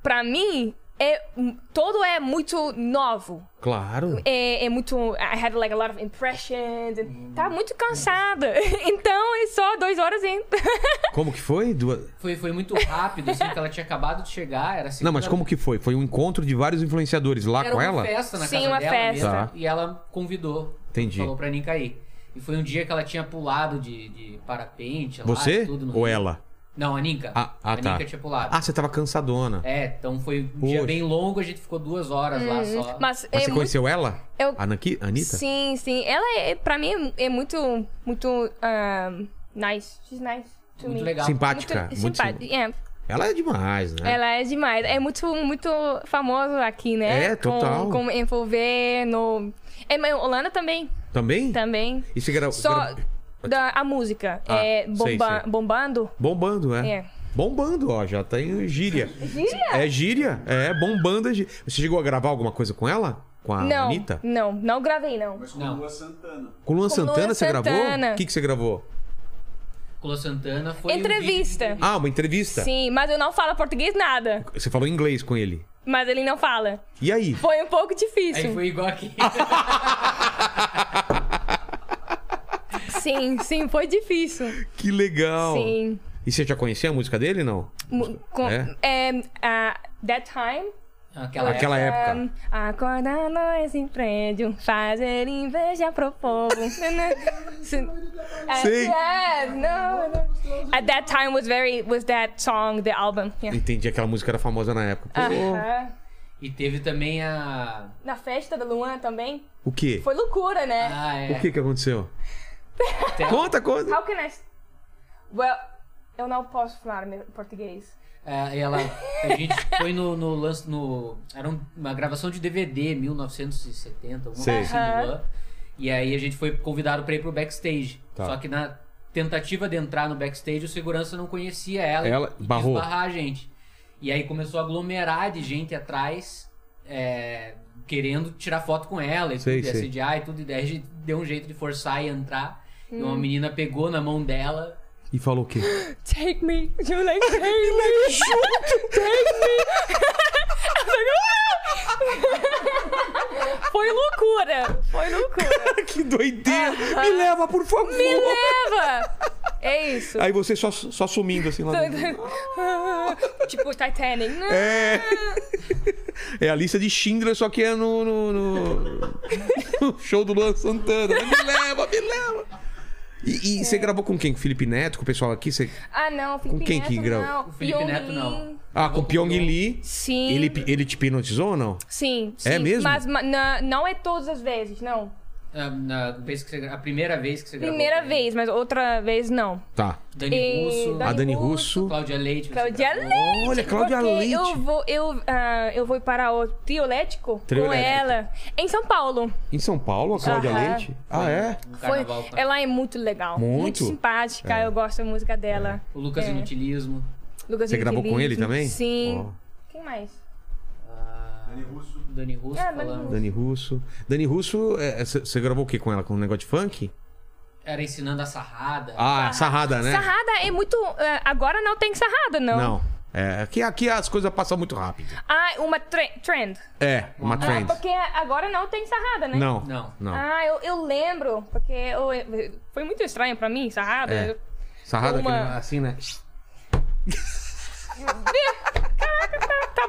[SPEAKER 3] Pra mim, é, todo é muito novo
[SPEAKER 1] Claro.
[SPEAKER 3] é, é muito. I had like a lot of impressions. And, tá muito cansada. Então é só duas horas em.
[SPEAKER 1] Como que foi? Duas-
[SPEAKER 4] Foi, foi muito rápido, assim, porque ela tinha acabado de chegar, era assim.
[SPEAKER 1] Não, mas como que foi? Foi um encontro de vários influenciadores lá
[SPEAKER 4] Era
[SPEAKER 1] com
[SPEAKER 4] uma
[SPEAKER 1] ela?
[SPEAKER 4] festa na
[SPEAKER 3] Sim,
[SPEAKER 4] casa
[SPEAKER 3] uma
[SPEAKER 4] dela
[SPEAKER 3] festa.
[SPEAKER 4] mesmo,
[SPEAKER 1] Tá.
[SPEAKER 4] e ela convidou.
[SPEAKER 1] Entendi.
[SPEAKER 4] Falou pra Nin cair. E foi um dia que ela tinha pulado de, de parapente lá e
[SPEAKER 3] Ah,
[SPEAKER 1] Você
[SPEAKER 4] tudo no
[SPEAKER 1] ou
[SPEAKER 4] Rio.
[SPEAKER 1] ela?
[SPEAKER 4] Não, a Ninka.
[SPEAKER 1] Ah, ah,
[SPEAKER 4] a
[SPEAKER 1] tá.
[SPEAKER 4] Ninka tinha pulado.
[SPEAKER 1] Ah, você tava cansadona.
[SPEAKER 4] É, então foi um dia
[SPEAKER 1] Poxa.
[SPEAKER 4] bem longo, a gente ficou duas horas lá só.
[SPEAKER 3] Mas,
[SPEAKER 1] Mas
[SPEAKER 3] é
[SPEAKER 1] você
[SPEAKER 3] muito-
[SPEAKER 1] conheceu ela?
[SPEAKER 3] Eu-
[SPEAKER 1] A Nanqui- Anitta?
[SPEAKER 3] Sim, sim. Ela é, pra mim, é muito. Muito. um, nice. She's nice. To
[SPEAKER 4] Muito
[SPEAKER 3] me.
[SPEAKER 4] legal.
[SPEAKER 1] Simpática.
[SPEAKER 3] Muito
[SPEAKER 1] Muito
[SPEAKER 3] simpática.
[SPEAKER 1] sim-
[SPEAKER 3] É,
[SPEAKER 1] Ela é demais, né?
[SPEAKER 3] Ela é demais. É muito, muito famoso aqui, né?
[SPEAKER 1] É, total.
[SPEAKER 3] Com, com envolver no. É, mas Holanda também.
[SPEAKER 1] Também?
[SPEAKER 3] Também.
[SPEAKER 1] E você gra...
[SPEAKER 3] Só
[SPEAKER 1] gra-
[SPEAKER 3] da, a música.
[SPEAKER 1] Ah,
[SPEAKER 3] é
[SPEAKER 1] sei,
[SPEAKER 3] bomba-
[SPEAKER 1] sei.
[SPEAKER 3] bombando.
[SPEAKER 1] Bombando, é.
[SPEAKER 3] É.
[SPEAKER 1] Bombando, ó, já tem gíria. Gíria? É gíria, é, bombando é gíria. Você chegou a gravar alguma coisa com ela? Com a
[SPEAKER 3] não,
[SPEAKER 1] Anitta?
[SPEAKER 3] não, não gravei, não.
[SPEAKER 6] Mas com
[SPEAKER 4] Não.
[SPEAKER 6] Lua Santana.
[SPEAKER 1] Com o Luan
[SPEAKER 3] Com
[SPEAKER 1] Santana
[SPEAKER 3] Luan
[SPEAKER 1] você
[SPEAKER 3] Santana.
[SPEAKER 1] gravou? O que, que você gravou?
[SPEAKER 4] Com Lua Santana foi. um
[SPEAKER 3] Entrevista.
[SPEAKER 4] vídeo de
[SPEAKER 1] Ah, uma entrevista.
[SPEAKER 3] Sim, mas eu não falo português nada.
[SPEAKER 1] Você falou inglês com ele.
[SPEAKER 3] Mas ele não fala.
[SPEAKER 1] E aí?
[SPEAKER 3] Foi um
[SPEAKER 1] Ah,
[SPEAKER 3] pouco
[SPEAKER 4] entrevista. Aí
[SPEAKER 3] difícil.
[SPEAKER 4] foi igual aqui.
[SPEAKER 3] Sim, sim, foi difícil.
[SPEAKER 1] Que legal.
[SPEAKER 3] Sim.
[SPEAKER 1] E você já conhecia a música dele, não?
[SPEAKER 3] Mu- com-
[SPEAKER 1] É?
[SPEAKER 3] é, ah, that time.
[SPEAKER 4] Aquela,
[SPEAKER 1] Aquela
[SPEAKER 4] época.
[SPEAKER 1] época.
[SPEAKER 3] Um, acordar nós em prédio, fazer inveja pro povo. Né, Sim. é,
[SPEAKER 1] Sim.
[SPEAKER 3] Yeah, no, no. né? At that time was very was that song, the album. Yeah.
[SPEAKER 1] Entendi, aquela música era famosa na época. Pô,
[SPEAKER 3] É. Aham.
[SPEAKER 4] E teve também a.
[SPEAKER 3] Na festa da Luan também.
[SPEAKER 1] O quê?
[SPEAKER 3] Foi loucura, né?
[SPEAKER 4] Ah, é.
[SPEAKER 1] O que que aconteceu?
[SPEAKER 4] Tem-
[SPEAKER 1] Conta, conta.
[SPEAKER 3] How can I... s- Well, eu não posso falar meu- português.
[SPEAKER 4] É, ela, a gente foi no, no lance no era um- uma gravação de DVD 1970, alguma
[SPEAKER 1] Sei.
[SPEAKER 4] coisa assim
[SPEAKER 3] Aham.
[SPEAKER 4] do Luan. E aí a gente foi convidado pra ir pro backstage.
[SPEAKER 1] Tá.
[SPEAKER 4] Só que na tentativa de entrar no backstage, o segurança não conhecia ela, e-
[SPEAKER 1] Ela
[SPEAKER 4] e
[SPEAKER 1] barrou.
[SPEAKER 4] quis barrar a gente. E aí começou a aglomerar de gente atrás, é, querendo tirar foto com ela e
[SPEAKER 1] Sei,
[SPEAKER 4] tudo, e
[SPEAKER 1] sei.
[SPEAKER 4] assediar e tudo. E daí a gente deu um jeito de forçar e entrar. E
[SPEAKER 3] Hum.
[SPEAKER 4] uma menina pegou na mão dela
[SPEAKER 1] E falou o quê?
[SPEAKER 3] Take me. She was like, take me. take me. I was like, "Ah!" Foi loucura. Foi loucura.
[SPEAKER 1] que doideira. Me leva, por favor.
[SPEAKER 3] Me leva. É isso.
[SPEAKER 1] Aí você só, só sumindo assim lá dentro.
[SPEAKER 3] tipo Titanic.
[SPEAKER 1] É. É a lista de Schindler, só que é no, no, no- no show do Luan Santana. Me leva, me leva. E,
[SPEAKER 3] É.
[SPEAKER 1] e você gravou com quem? Com o Felipe Neto, com o pessoal aqui? Você...
[SPEAKER 3] Ah, não. Felipe
[SPEAKER 1] Com quem
[SPEAKER 3] Neto,
[SPEAKER 1] que grava?
[SPEAKER 3] Não.
[SPEAKER 4] O Felipe Neto,
[SPEAKER 3] Pyong
[SPEAKER 4] não.
[SPEAKER 3] Lee.
[SPEAKER 1] Ah, com o Pyong Lee.
[SPEAKER 3] Sim.
[SPEAKER 1] Ele, ele te hipnotizou ou não?
[SPEAKER 3] Sim, sim.
[SPEAKER 1] É mesmo?
[SPEAKER 3] Mas ma- na- não é todas as vezes, não.
[SPEAKER 4] ah, na vez que você gra- a primeira vez que você gravou.
[SPEAKER 3] Primeira
[SPEAKER 4] com ela.
[SPEAKER 3] vez, mas outra vez não.
[SPEAKER 1] Tá.
[SPEAKER 4] Dani
[SPEAKER 3] E
[SPEAKER 4] Russo.
[SPEAKER 1] A Dani Russo.
[SPEAKER 4] Cláudia Leite. você
[SPEAKER 3] Cláudia
[SPEAKER 4] gravou.
[SPEAKER 3] Leite.
[SPEAKER 1] Olha, Cláudia
[SPEAKER 3] porque
[SPEAKER 1] Leite.
[SPEAKER 3] Eu vou, eu, ah, eu vou para o Triolético com
[SPEAKER 1] Triolético.
[SPEAKER 3] ela em São Paulo.
[SPEAKER 1] Em São Paulo, a Cláudia
[SPEAKER 3] Aham.
[SPEAKER 1] Leite? Ah, é?
[SPEAKER 4] No
[SPEAKER 3] Foi,
[SPEAKER 4] um carnaval. tá? com-
[SPEAKER 3] ela é muito legal.
[SPEAKER 1] Muito? É.
[SPEAKER 3] simpática. Eu gosto da música dela.
[SPEAKER 4] O Lucas
[SPEAKER 3] É.
[SPEAKER 4] Inutilismo.
[SPEAKER 3] Lucas
[SPEAKER 1] Você gravou com ele
[SPEAKER 3] Inutilismo.
[SPEAKER 1] também?
[SPEAKER 3] Sim.
[SPEAKER 1] Ó,
[SPEAKER 3] Quem mais?
[SPEAKER 4] ah,
[SPEAKER 6] Dani Russo.
[SPEAKER 4] Dani Russo
[SPEAKER 3] Ah, Dani
[SPEAKER 4] falando.
[SPEAKER 3] Russo.
[SPEAKER 1] Dani Russo. Dani Russo, é, é, você você gravou o que com ela? Com um negócio de funk?
[SPEAKER 4] Era ensinando a sarrada.
[SPEAKER 1] Ah, sarrada, né?
[SPEAKER 3] Sarrada é muito. ah, agora não tem sarrada, não.
[SPEAKER 1] Não. É, aqui, aqui as coisas passam muito rápido.
[SPEAKER 3] Ah, uma tre- trend.
[SPEAKER 1] É, uma
[SPEAKER 3] Ah,
[SPEAKER 1] trend.
[SPEAKER 3] porque agora não tem sarrada, né?
[SPEAKER 1] Não.
[SPEAKER 4] Não.
[SPEAKER 1] Não.
[SPEAKER 3] Ah, eu, eu lembro, porque eu- foi muito estranho pra mim, sarrada.
[SPEAKER 1] É. Sarrada
[SPEAKER 3] Uma-
[SPEAKER 1] aquele- assim, né?
[SPEAKER 3] Tá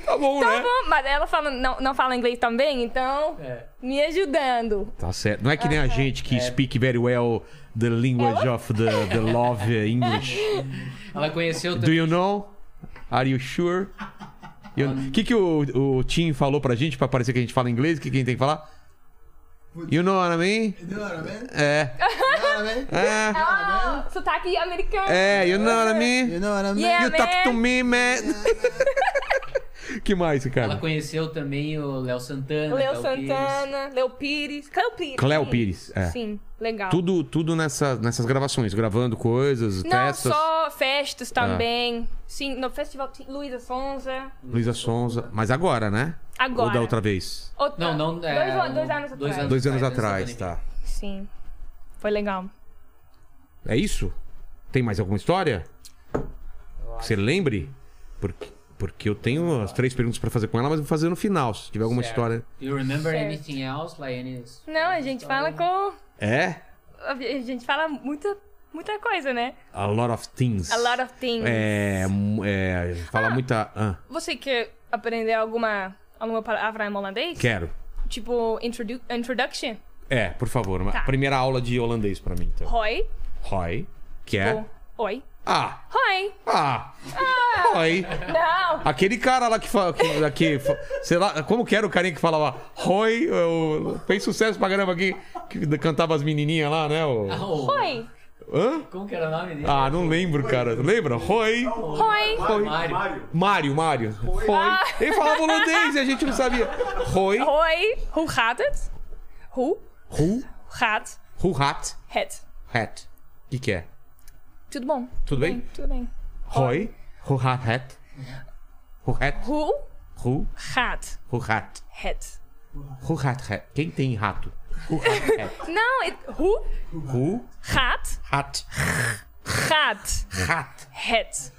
[SPEAKER 1] Tá bom,
[SPEAKER 3] tá
[SPEAKER 1] né?
[SPEAKER 3] bom. Mas ela fala, não, não fala inglês também, então
[SPEAKER 4] É.
[SPEAKER 3] me ajudando.
[SPEAKER 1] Tá certo. Não é que nem a gente que speak very well the language
[SPEAKER 3] É
[SPEAKER 1] of the, the love eh, English.
[SPEAKER 4] Ela conheceu
[SPEAKER 1] Do you know? Are you sure? O que, que o, o Tim falou pra gente pra parecer que a gente fala inglês? O que, que a gente tem que falar? You know what I mean?
[SPEAKER 2] Não era bem?
[SPEAKER 1] É.
[SPEAKER 2] Não era bem?
[SPEAKER 1] É.
[SPEAKER 3] Ah, sotaque americano.
[SPEAKER 1] É, you know what I mean?
[SPEAKER 2] Não era bem?
[SPEAKER 3] Yeah,
[SPEAKER 1] You talk
[SPEAKER 3] man.
[SPEAKER 1] to me, man. que mais,
[SPEAKER 4] Ela
[SPEAKER 1] cara?
[SPEAKER 4] conheceu também o Léo Santana.
[SPEAKER 3] Leo
[SPEAKER 4] Léo Pires.
[SPEAKER 3] Santana, Leo Pires. Cleo Pires.
[SPEAKER 1] Cléo
[SPEAKER 3] sim.
[SPEAKER 1] Pires, é.
[SPEAKER 3] Sim, legal.
[SPEAKER 1] Tudo, tudo nessa, nessas gravações, gravando coisas,
[SPEAKER 3] Não
[SPEAKER 1] festas. Ah.
[SPEAKER 3] só festas também. Sim, no festival tinha Luísa Sonza.
[SPEAKER 1] Luísa Sonza. Mas agora, né?
[SPEAKER 3] Agora.
[SPEAKER 1] Ou da outra vez?
[SPEAKER 3] Outra-
[SPEAKER 4] Não, não, é,
[SPEAKER 3] dois, an- dois
[SPEAKER 4] um-
[SPEAKER 3] anos
[SPEAKER 4] dois
[SPEAKER 3] atrás.
[SPEAKER 4] anos.
[SPEAKER 1] Dois anos
[SPEAKER 4] Mas antes da
[SPEAKER 1] atrás, tá.
[SPEAKER 3] Sim. Foi legal.
[SPEAKER 1] É isso? Tem mais alguma história? Que Você lembre? Porque, porque eu tenho as três perguntas pra fazer com ela, mas vou fazer no final, se tiver alguma
[SPEAKER 4] Certo.
[SPEAKER 1] história.
[SPEAKER 4] Do you remember
[SPEAKER 3] Certo.
[SPEAKER 4] anything else, Laianis?
[SPEAKER 3] Não, a gente fala
[SPEAKER 4] Tá
[SPEAKER 3] com.
[SPEAKER 1] É?
[SPEAKER 3] A gente fala muita, muita coisa, né?
[SPEAKER 1] A lot of things.
[SPEAKER 3] A lot of things.
[SPEAKER 1] É. mu- é fala muita. ah,
[SPEAKER 3] Você quer aprender alguma, alguma palavra em holandês?
[SPEAKER 1] quero.
[SPEAKER 3] Tipo, introdu introduction?
[SPEAKER 1] É, por favor, uma-
[SPEAKER 3] Tá.
[SPEAKER 1] primeira aula de holandês pra mim, então.
[SPEAKER 3] Hoi.
[SPEAKER 1] Hoi. Que é.
[SPEAKER 3] ou Oi.
[SPEAKER 1] Ah!
[SPEAKER 3] Hoi. nou.
[SPEAKER 1] Ah! Hoi!
[SPEAKER 3] Não.
[SPEAKER 1] Aquele cara lá que fala. Que, que fa- sei lá, como que era o carinha que falava Hoi? Eu, fez sucesso pra caramba aqui, que cantava as menininhas lá, né? o-
[SPEAKER 4] Oh,
[SPEAKER 3] Hoi.
[SPEAKER 1] Hã?
[SPEAKER 4] Como que era o nome dele?
[SPEAKER 1] Ah, não lembro, cara. Lembra? Hoi!
[SPEAKER 3] Hoi.
[SPEAKER 4] Mário.
[SPEAKER 6] Mário.
[SPEAKER 1] Mário, Mário.
[SPEAKER 3] Ah.
[SPEAKER 1] Hoi. Ele falava holandês e a gente não sabia. Hoi.
[SPEAKER 3] Hoi. Hoe gaat het? Hoe
[SPEAKER 1] Hu.
[SPEAKER 3] gaat
[SPEAKER 1] Hu hat.
[SPEAKER 3] het?
[SPEAKER 1] Hat. O que, que é?
[SPEAKER 3] Tudo bom?
[SPEAKER 1] Tudo bem?
[SPEAKER 3] Tudo bem.
[SPEAKER 1] Hoi. Hu hat hat. Hu hat.
[SPEAKER 3] Hoe
[SPEAKER 1] Hu.
[SPEAKER 3] gaat
[SPEAKER 1] Hu hat.
[SPEAKER 3] het?
[SPEAKER 1] Hu hat hat. Quem tem rato? Hu hat hat.
[SPEAKER 3] Não, it, Nou, hoe
[SPEAKER 1] Hu
[SPEAKER 3] gaat,
[SPEAKER 1] hat.
[SPEAKER 3] gaat
[SPEAKER 1] Hat.
[SPEAKER 3] het?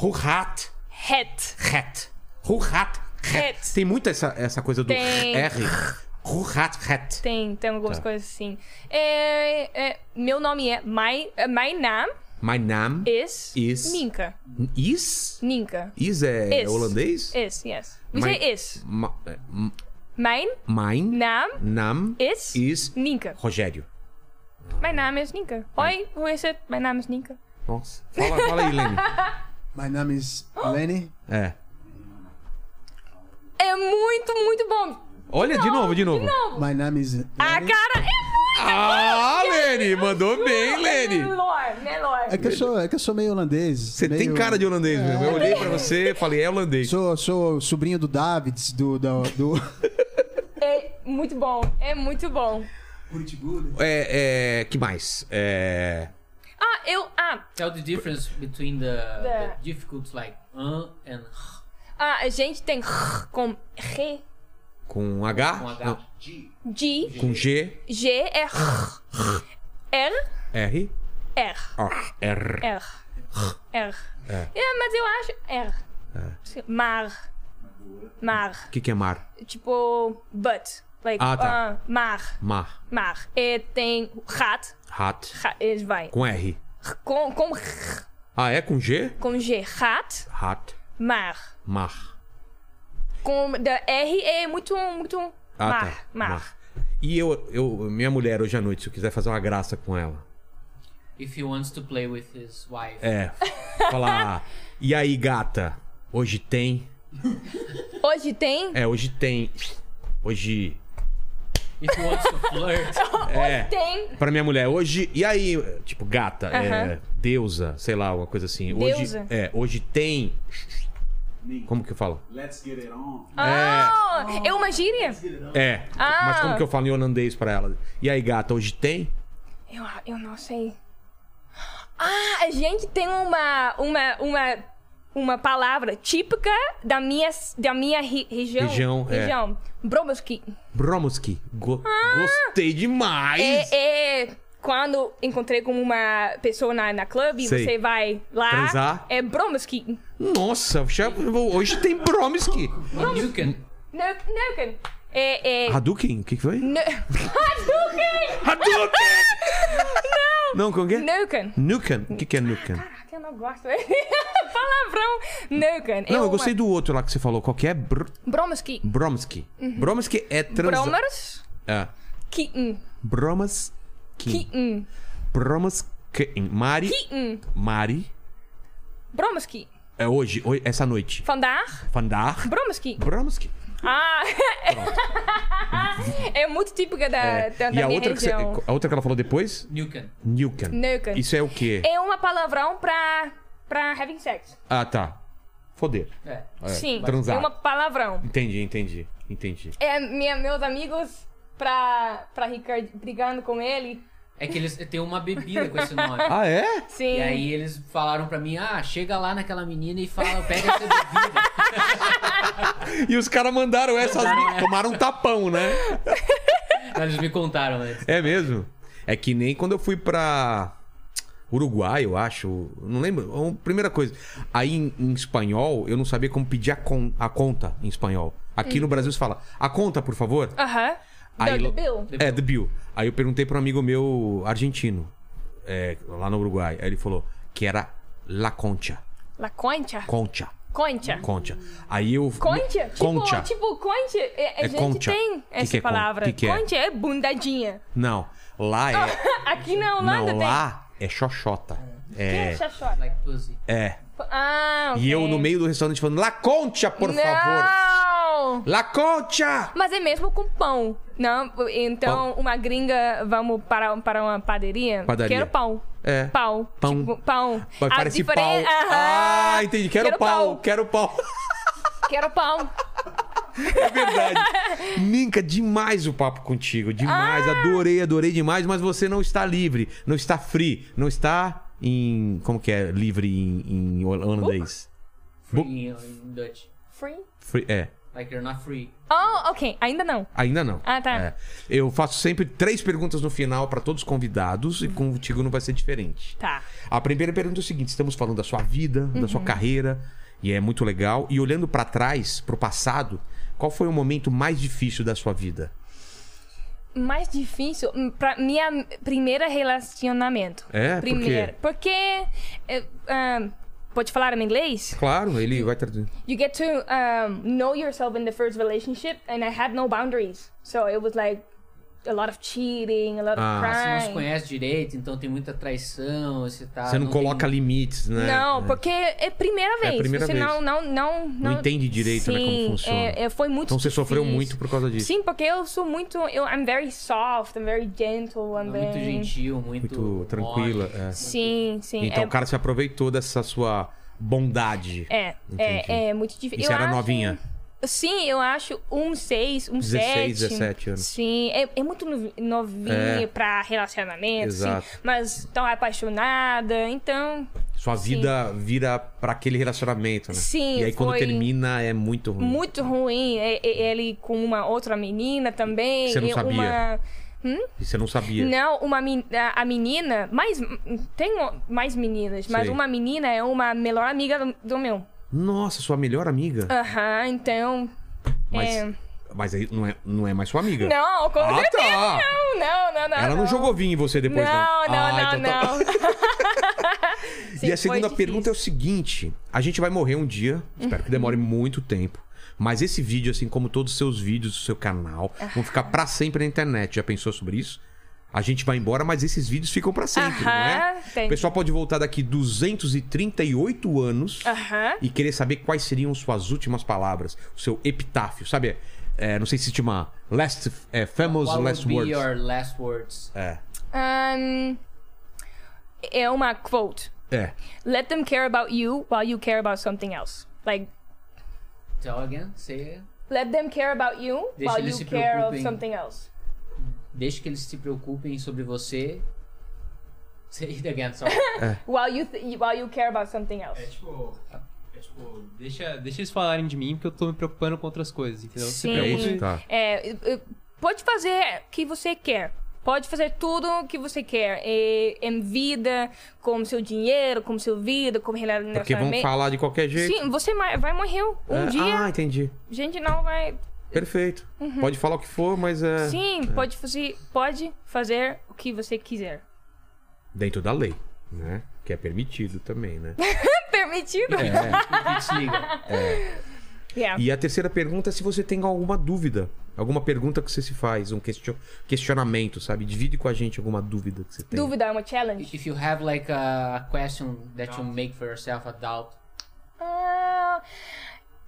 [SPEAKER 1] Hu hat.
[SPEAKER 3] Het.
[SPEAKER 1] Het. Hu hat. Het.
[SPEAKER 3] Het.
[SPEAKER 1] Tem muito essa, essa coisa do
[SPEAKER 3] Tem.
[SPEAKER 1] R. Hu hat het.
[SPEAKER 3] Tem, tem algumas
[SPEAKER 1] Tá.
[SPEAKER 3] coisas assim. É, é, meu nome é. My, é, my name
[SPEAKER 1] My name
[SPEAKER 3] eh, is.
[SPEAKER 1] Is.
[SPEAKER 3] Ninka.
[SPEAKER 1] is.
[SPEAKER 3] Ninka.
[SPEAKER 1] Is é
[SPEAKER 3] Is.
[SPEAKER 1] holandês?
[SPEAKER 3] Is, yes. We
[SPEAKER 1] My-
[SPEAKER 3] say is.
[SPEAKER 1] Ma- eh, m-
[SPEAKER 3] Mijn
[SPEAKER 1] Mein
[SPEAKER 3] naam
[SPEAKER 1] Nam
[SPEAKER 3] is.
[SPEAKER 1] is
[SPEAKER 3] Ninka.
[SPEAKER 1] Rogério.
[SPEAKER 3] Mijn naam is Ninka. Hoi, hoe is het? Mijn naam is Ninka.
[SPEAKER 1] Nossa. Fala, fala aí, Lenny.
[SPEAKER 2] My name is Lenny.
[SPEAKER 1] É.
[SPEAKER 3] É muito, muito bom.
[SPEAKER 1] Olha, de novo, de novo.
[SPEAKER 3] novo.
[SPEAKER 2] My name is Lenny.
[SPEAKER 3] Ah, cara, é
[SPEAKER 1] Ah, Lenny, mandou bem,
[SPEAKER 3] muito.
[SPEAKER 1] Lenny.
[SPEAKER 3] Melhor, melhor.
[SPEAKER 2] É que, eu sou, é que eu sou meio holandês.
[SPEAKER 1] Você tem cara de holandês mesmo. Eu olhei pra você e falei, é holandês.
[SPEAKER 2] Sou, sou sobrinho do Davids, do. do, do...
[SPEAKER 3] É muito bom, é muito bom.
[SPEAKER 1] É, é, que mais? É...
[SPEAKER 3] Ah, eu. Ah,
[SPEAKER 4] Tell the difference between the,
[SPEAKER 3] The-
[SPEAKER 4] the difficult like an and
[SPEAKER 3] ah a gente tem R com G.
[SPEAKER 1] Com H?
[SPEAKER 4] com H.
[SPEAKER 1] Não,
[SPEAKER 3] G.
[SPEAKER 1] com G,
[SPEAKER 3] G é R. R.
[SPEAKER 1] R,
[SPEAKER 3] R.
[SPEAKER 1] R, R.
[SPEAKER 3] R. R. É, mas eu acho. R. Maar. Maar.
[SPEAKER 1] O que, que é mar?
[SPEAKER 3] Tipo. But. Like,
[SPEAKER 1] Ah, tá.
[SPEAKER 3] ah, maar.
[SPEAKER 1] Mar.
[SPEAKER 3] Maar. E tem. Gaat.
[SPEAKER 1] Hat.
[SPEAKER 3] Ga- eh, is vai.
[SPEAKER 1] Com R.
[SPEAKER 3] Com, com, R,
[SPEAKER 1] Ah, é com G?
[SPEAKER 3] com G. Gaat.
[SPEAKER 1] Hat.
[SPEAKER 3] Maar.
[SPEAKER 1] Mar.
[SPEAKER 3] Com de R é muito. muito
[SPEAKER 1] Ah,
[SPEAKER 3] maar.
[SPEAKER 1] tá.
[SPEAKER 3] Maar.
[SPEAKER 1] E eu, eu, minha mulher hoje à noite, se eu quiser fazer uma graça com ela,
[SPEAKER 4] If he wants to play with his wife.
[SPEAKER 1] é falar, e aí gata, hoje tem,
[SPEAKER 3] Hoje tem.
[SPEAKER 1] é hoje tem, hoje,
[SPEAKER 4] If he wants to flirt.
[SPEAKER 3] Oh,
[SPEAKER 1] é,
[SPEAKER 3] Tem.
[SPEAKER 1] pra minha mulher hoje, e aí tipo gata, é
[SPEAKER 3] Aham.
[SPEAKER 1] deusa, sei lá, uma coisa assim, hoje,
[SPEAKER 3] Deusa.
[SPEAKER 1] é hoje tem, como que eu falo?
[SPEAKER 6] Let's get it on.
[SPEAKER 3] Ah, é uma gíria?
[SPEAKER 1] É,
[SPEAKER 3] Ah.
[SPEAKER 1] mas como que eu falo em holandês pra ela? E aí gata, hoje tem?
[SPEAKER 3] Eu, eu não sei. Ah, a gente tem uma, uma, uma, uma palavra típica da minha, da minha ri- região.
[SPEAKER 1] Região, é.
[SPEAKER 3] região. Bromoski.
[SPEAKER 1] Bromoski, Go- gostei demais.
[SPEAKER 3] Ah. É, é quando encontrei com uma pessoa na, na clube,
[SPEAKER 1] Sei.
[SPEAKER 3] você vai lá.
[SPEAKER 1] Transar.
[SPEAKER 3] É Bromoski.
[SPEAKER 1] Nossa, já- hoje tem Bromiski.
[SPEAKER 4] you can.
[SPEAKER 3] Neuken. É. é
[SPEAKER 1] Hadouken, o que que foi?
[SPEAKER 3] neu- Hadouken!
[SPEAKER 1] Hadouken!
[SPEAKER 3] Não!
[SPEAKER 1] Não, como que é?
[SPEAKER 3] Neuken.
[SPEAKER 1] Nuken. O que, que é Nuken?
[SPEAKER 3] Eu não gosto. Palavrão. É Neuken.
[SPEAKER 1] Não, eu gostei do outro lá que você falou. Qual que é? Br
[SPEAKER 3] Bromoski.
[SPEAKER 1] Bromsky.
[SPEAKER 3] Uhum.
[SPEAKER 1] Bromsky é trans...
[SPEAKER 3] Bromers.
[SPEAKER 1] É.
[SPEAKER 3] Kitten.
[SPEAKER 1] Bromas...
[SPEAKER 3] Kitten.
[SPEAKER 1] Bromas... Mari...
[SPEAKER 3] Kitten.
[SPEAKER 1] Mari...
[SPEAKER 3] Bromski.
[SPEAKER 1] É hoje, hoje essa noite.
[SPEAKER 3] Vandaag.
[SPEAKER 1] Vandar...
[SPEAKER 3] Bromski.
[SPEAKER 1] Bromsky.
[SPEAKER 3] Ah, é muito típica da,
[SPEAKER 1] É.
[SPEAKER 3] da, da
[SPEAKER 1] E a
[SPEAKER 3] minha
[SPEAKER 1] outra, que você-
[SPEAKER 3] região.
[SPEAKER 1] a outra que ela falou depois?
[SPEAKER 4] You can.
[SPEAKER 1] Nuken.
[SPEAKER 3] Neuken.
[SPEAKER 1] Isso é o quê?
[SPEAKER 3] É uma palavrão pra, pra having sex.
[SPEAKER 1] Ah, tá. Foder.
[SPEAKER 4] É.
[SPEAKER 1] É,
[SPEAKER 3] Sim,
[SPEAKER 1] Transar.
[SPEAKER 3] é uma palavrão.
[SPEAKER 1] Entendi, entendi, entendi.
[SPEAKER 3] É, minha, meus amigos pra, pra Ricard brigando com ele.
[SPEAKER 4] É que eles têm uma bebida com esse nome.
[SPEAKER 1] Ah, é?
[SPEAKER 3] Sim.
[SPEAKER 4] E aí eles falaram pra mim, ah, chega lá naquela menina e fala, pega essa bebida.
[SPEAKER 1] E os caras mandaram essas. Tomaram um tapão, né?
[SPEAKER 4] eles me contaram antes.
[SPEAKER 1] É mesmo? É que nem quando eu fui pra Uruguai, eu acho. Não lembro. Bom, Primeira coisa. Aí em, em espanhol, eu não sabia como pedir a, con- a conta em espanhol. Aqui no Brasil se fala, a conta, por favor.
[SPEAKER 3] Aham.
[SPEAKER 1] Aí
[SPEAKER 3] Do-
[SPEAKER 1] lo-
[SPEAKER 3] do Bill.
[SPEAKER 1] É, The Bill. Aí eu perguntei pra um amigo meu argentino, é, lá no Uruguai. Aí ele falou que era La Concha.
[SPEAKER 3] La Concha?
[SPEAKER 1] Concha.
[SPEAKER 3] Concha.
[SPEAKER 1] Concha. Aí eu.
[SPEAKER 3] É. Concha?
[SPEAKER 1] Concha.
[SPEAKER 3] Tipo, tipo concha. é-
[SPEAKER 1] É
[SPEAKER 3] a gente
[SPEAKER 1] concha.
[SPEAKER 3] tem
[SPEAKER 1] Que
[SPEAKER 3] essa
[SPEAKER 1] que é con-
[SPEAKER 3] palavra.
[SPEAKER 1] que que é?
[SPEAKER 3] Concha é bundadinha.
[SPEAKER 1] Não. Lá
[SPEAKER 3] Ah,
[SPEAKER 1] é.
[SPEAKER 3] Aqui na Holanda
[SPEAKER 1] Não,
[SPEAKER 3] tem.
[SPEAKER 1] lá é xoxota.
[SPEAKER 3] Quem
[SPEAKER 1] É.
[SPEAKER 3] chachota?
[SPEAKER 4] Like pussy.
[SPEAKER 1] É.
[SPEAKER 3] Ah,
[SPEAKER 1] E eu
[SPEAKER 3] ok.
[SPEAKER 1] no meio do restaurante falando, La Concha, por favor!
[SPEAKER 3] Não!
[SPEAKER 1] La Concha!
[SPEAKER 3] Mas é mesmo com pão. Não, então uma gringa, vamos para, para uma padaria.
[SPEAKER 1] Padaria.
[SPEAKER 3] Quero pão.
[SPEAKER 1] É.
[SPEAKER 3] Pão.
[SPEAKER 1] Pão.
[SPEAKER 3] Tipo, pão.
[SPEAKER 1] Mas
[SPEAKER 3] A
[SPEAKER 1] Parece
[SPEAKER 3] diferen-
[SPEAKER 1] pau.
[SPEAKER 3] Aham.
[SPEAKER 1] Ah, entendi. Quero, pau,
[SPEAKER 3] pão.
[SPEAKER 1] quero pau.
[SPEAKER 3] Quero pão.
[SPEAKER 1] É verdade. Minca, demais o papo contigo. Demais.
[SPEAKER 3] Ah!
[SPEAKER 1] Adorei, adorei demais. Mas você não está livre. Não está free. Não está em. Como que é livre em, em holandês?
[SPEAKER 3] Uh!
[SPEAKER 1] Bu-
[SPEAKER 4] Free in, in Dutch.
[SPEAKER 3] Free?
[SPEAKER 1] Free, é.
[SPEAKER 4] Like you're not free.
[SPEAKER 3] Oh, ok. Ainda não.
[SPEAKER 1] Ainda não.
[SPEAKER 3] Ah, tá.
[SPEAKER 1] É. Eu faço sempre três perguntas no final para todos os convidados e contigo não vai ser diferente.
[SPEAKER 3] Tá.
[SPEAKER 1] A primeira pergunta é o seguinte: estamos falando da sua vida, da
[SPEAKER 3] Uhum.
[SPEAKER 1] sua carreira, e é muito legal. E olhando pra trás, pro passado, qual foi o momento mais difícil da sua vida?
[SPEAKER 3] mais difícil hum, pra minha primeira relacionamento.
[SPEAKER 1] É? Por
[SPEAKER 3] primeira.
[SPEAKER 1] quê?
[SPEAKER 3] Porque eh, ah, pode falar em inglês?
[SPEAKER 1] Claro, ele vai traduzir.
[SPEAKER 3] You get to um, know yourself in the first relationship, and I had no boundaries, so it was like a lot of cheating, a lot
[SPEAKER 1] Ah.
[SPEAKER 3] of
[SPEAKER 4] Você não se
[SPEAKER 3] crime.
[SPEAKER 4] conhece direito, então tem muita traição, esse tal.
[SPEAKER 1] Você Ah, não, coloca
[SPEAKER 4] tem...
[SPEAKER 1] limites, né?
[SPEAKER 3] Não,
[SPEAKER 1] É.
[SPEAKER 3] porque é primeira vez.
[SPEAKER 1] primeira
[SPEAKER 3] você
[SPEAKER 1] vez.
[SPEAKER 3] Não, não, não, não,
[SPEAKER 1] entende direito, né, como
[SPEAKER 3] Sim,
[SPEAKER 1] funciona.
[SPEAKER 3] é- é- foi muito
[SPEAKER 1] Então você sofreu
[SPEAKER 3] difícil.
[SPEAKER 1] muito por causa disso.
[SPEAKER 3] Sim, porque eu sou muito. Eu, I'm very soft, I'm very gentle, I'm
[SPEAKER 4] é Muito
[SPEAKER 3] very.
[SPEAKER 4] gentil, né? muito.
[SPEAKER 1] Muito tranquila.
[SPEAKER 4] mole.
[SPEAKER 1] é.
[SPEAKER 3] Sim, sim.
[SPEAKER 1] Então
[SPEAKER 3] é-
[SPEAKER 1] o cara se aproveitou dessa sua bondade.
[SPEAKER 3] É,
[SPEAKER 1] Entendi.
[SPEAKER 3] é, é muito difícil.
[SPEAKER 1] E você
[SPEAKER 3] Eu
[SPEAKER 1] era
[SPEAKER 3] acho-
[SPEAKER 1] novinha?
[SPEAKER 3] Sim, eu acho um 6, um
[SPEAKER 1] 16,
[SPEAKER 3] 7.
[SPEAKER 1] 17 anos.
[SPEAKER 3] Sim, é, é muito novi- novinha
[SPEAKER 1] É.
[SPEAKER 3] pra relacionamento,
[SPEAKER 1] Exato.
[SPEAKER 3] sim. Mas tão apaixonada, então...
[SPEAKER 1] Sua
[SPEAKER 3] Sim.
[SPEAKER 1] vida vira pra aquele relacionamento, né?
[SPEAKER 3] Sim,
[SPEAKER 1] E aí quando
[SPEAKER 3] foi-
[SPEAKER 1] termina é muito ruim.
[SPEAKER 3] Muito ruim. É- é- Ele com uma outra menina também.
[SPEAKER 1] Você não
[SPEAKER 3] e
[SPEAKER 1] sabia?
[SPEAKER 3] Uma... Hum?
[SPEAKER 1] E você não sabia.
[SPEAKER 3] Não, uma men- a a menina... Mais, tem o- mais meninas, mas
[SPEAKER 1] Sei.
[SPEAKER 3] uma menina é uma melhor amiga do, do meu.
[SPEAKER 1] Nossa, sua melhor amiga?
[SPEAKER 3] Aham, então...
[SPEAKER 1] Mas,
[SPEAKER 3] é.
[SPEAKER 1] mas aí não é, não é mais sua amiga.
[SPEAKER 3] Não, com
[SPEAKER 1] Ah,
[SPEAKER 3] certeza
[SPEAKER 1] tá.
[SPEAKER 3] não, não, não, não.
[SPEAKER 1] Ela não, jogou vinho em você depois, não.
[SPEAKER 3] Não, não,
[SPEAKER 1] Ah,
[SPEAKER 3] não,
[SPEAKER 1] então tá-
[SPEAKER 3] não.
[SPEAKER 1] E
[SPEAKER 3] Sim,
[SPEAKER 1] a
[SPEAKER 3] foi
[SPEAKER 1] segunda
[SPEAKER 3] difícil.
[SPEAKER 1] pergunta é o seguinte: a gente vai morrer um dia, espero que demore
[SPEAKER 3] Uhum.
[SPEAKER 1] muito tempo. Mas esse vídeo, assim como todos os seus vídeos do seu canal,
[SPEAKER 3] Ah.
[SPEAKER 1] vão ficar pra sempre na internet. Já pensou sobre isso? A gente vai embora, mas esses vídeos ficam pra sempre, não é?
[SPEAKER 3] Aham, entendi.
[SPEAKER 1] O pessoal pode voltar daqui 238 anos
[SPEAKER 3] Aham.
[SPEAKER 1] e querer saber quais seriam suas últimas palavras, o seu epitáfio, sabe? É, não sei se se chama Last é, Famous
[SPEAKER 4] What
[SPEAKER 1] Last
[SPEAKER 4] would be
[SPEAKER 1] Words.
[SPEAKER 4] your last words?
[SPEAKER 1] É.
[SPEAKER 3] Ahn, Um, é uma quote.
[SPEAKER 1] É.
[SPEAKER 3] Let them care about you while you care about something else. Like,
[SPEAKER 4] Tell again, say it.
[SPEAKER 3] let them care about you
[SPEAKER 4] Deixa
[SPEAKER 3] while
[SPEAKER 4] eles
[SPEAKER 3] you
[SPEAKER 4] se
[SPEAKER 3] care of
[SPEAKER 4] preocupem.
[SPEAKER 3] something else.
[SPEAKER 4] Deixe que eles se preocupem sobre você. Say it again, sorry.
[SPEAKER 3] While you, th- while you care about something else.
[SPEAKER 7] É tipo. É tipo, deixa, deixa eles falarem de mim porque eu tô me preocupando com outras coisas,
[SPEAKER 4] tipo,
[SPEAKER 7] entendeu? Tipo, Se
[SPEAKER 3] Sim.
[SPEAKER 1] É
[SPEAKER 7] preocupe-
[SPEAKER 1] isso? Tá.
[SPEAKER 3] É, e- e- pode fazer o que você quer. Pode fazer tudo o que você quer. E- em vida, com seu dinheiro, com seu vida, com relacionamento.
[SPEAKER 1] Porque vão falar de qualquer jeito.
[SPEAKER 3] Sim, você ma- vai morrer um
[SPEAKER 1] É,
[SPEAKER 3] dia.
[SPEAKER 1] Ah, entendi.
[SPEAKER 3] gente não vai.
[SPEAKER 1] Perfeito. Pode falar o que for, mas é.
[SPEAKER 3] Sim, pode fazer, pode fazer o que você quiser.
[SPEAKER 1] Dentro da lei, né? Que é permitido também, né?
[SPEAKER 3] Permitido?
[SPEAKER 1] É.
[SPEAKER 4] It's legal.
[SPEAKER 3] Yeah.
[SPEAKER 1] e a terceira pergunta é se você tem alguma dúvida. Alguma pergunta que você se faz, um question- questionamento, sabe? Divide com a gente alguma dúvida que você tem.
[SPEAKER 3] Dúvida é uma challenge?
[SPEAKER 4] If you have like a question that you make for yourself, a doubt.
[SPEAKER 3] Ah,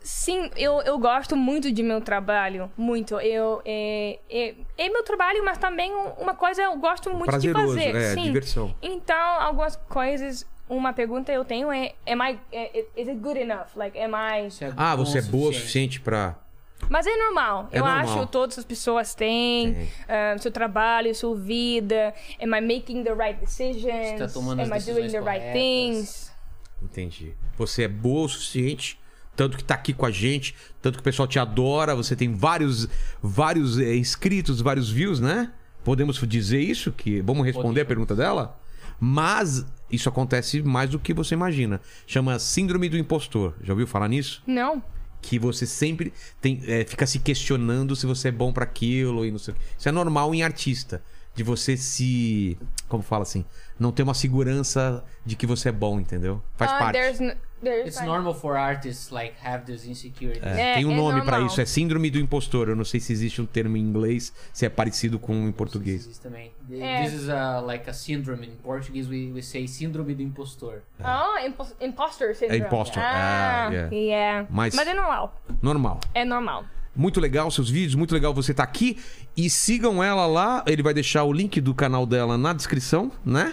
[SPEAKER 3] sim, eu, eu gosto muito de meu trabalho. Muito. Eu, é, é, é meu trabalho, mas também um- uma coisa eu gosto muito
[SPEAKER 1] Prazeroso,
[SPEAKER 3] de fazer.
[SPEAKER 1] é,
[SPEAKER 3] sim.
[SPEAKER 1] diversão.
[SPEAKER 3] Então, algumas coisas uma pergunta eu tenho é, am I, é- é- is it good enough? Like, am I...
[SPEAKER 4] Isso é
[SPEAKER 1] Ah,
[SPEAKER 4] bom
[SPEAKER 1] você é boa o suficiente pra.
[SPEAKER 3] Mas é normal.
[SPEAKER 1] É
[SPEAKER 3] eu
[SPEAKER 1] normal.
[SPEAKER 3] acho que todas as pessoas têm
[SPEAKER 1] Tem.
[SPEAKER 3] ah, seu trabalho, sua vida. Am I making the right decisions?
[SPEAKER 4] Você tá tomando as
[SPEAKER 3] am I doing
[SPEAKER 4] decisões
[SPEAKER 3] the right
[SPEAKER 4] corretas.
[SPEAKER 3] things?
[SPEAKER 1] Entendi. Você é boa o suficiente, tanto que tá aqui com a gente, tanto que o pessoal te adora, você tem vários, vários eh, inscritos, vários views, né? Podemos dizer isso? Que vamos responder a pergunta dela? Mas isso acontece mais do que você imagina. Chama síndrome do impostor. Já ouviu falar nisso?
[SPEAKER 3] Não.
[SPEAKER 1] que você sempre tem, é, fica se questionando se você é bom pra aquilo e não sei o quê. Isso é normal em artista. De você se. Como fala assim? Não ter uma segurança de que você é bom, entendeu? Faz
[SPEAKER 3] Ah,
[SPEAKER 1] parte.
[SPEAKER 3] There's n- there's
[SPEAKER 4] It's
[SPEAKER 3] fine.
[SPEAKER 4] normal for artists like have these insecurities.
[SPEAKER 1] É,
[SPEAKER 3] É,
[SPEAKER 1] tem um
[SPEAKER 3] é
[SPEAKER 1] nome pra
[SPEAKER 3] normal.
[SPEAKER 1] isso, é síndrome do impostor. Eu não sei se existe um termo em inglês, se é parecido com em português.
[SPEAKER 4] Isso também.
[SPEAKER 3] É.
[SPEAKER 4] This is a, like a syndrome. In Portuguese we, we say síndrome do impostor.
[SPEAKER 3] Ah, impos- imposter syndrome.
[SPEAKER 1] É imposter,
[SPEAKER 3] Ah,
[SPEAKER 1] ah, yeah. Mas-
[SPEAKER 3] Mas... é normal.
[SPEAKER 1] Normal.
[SPEAKER 3] É normal.
[SPEAKER 1] Muito legal seus vídeos, muito legal você estar aqui. E sigam ela lá, ele vai deixar o link do canal dela na descrição, né?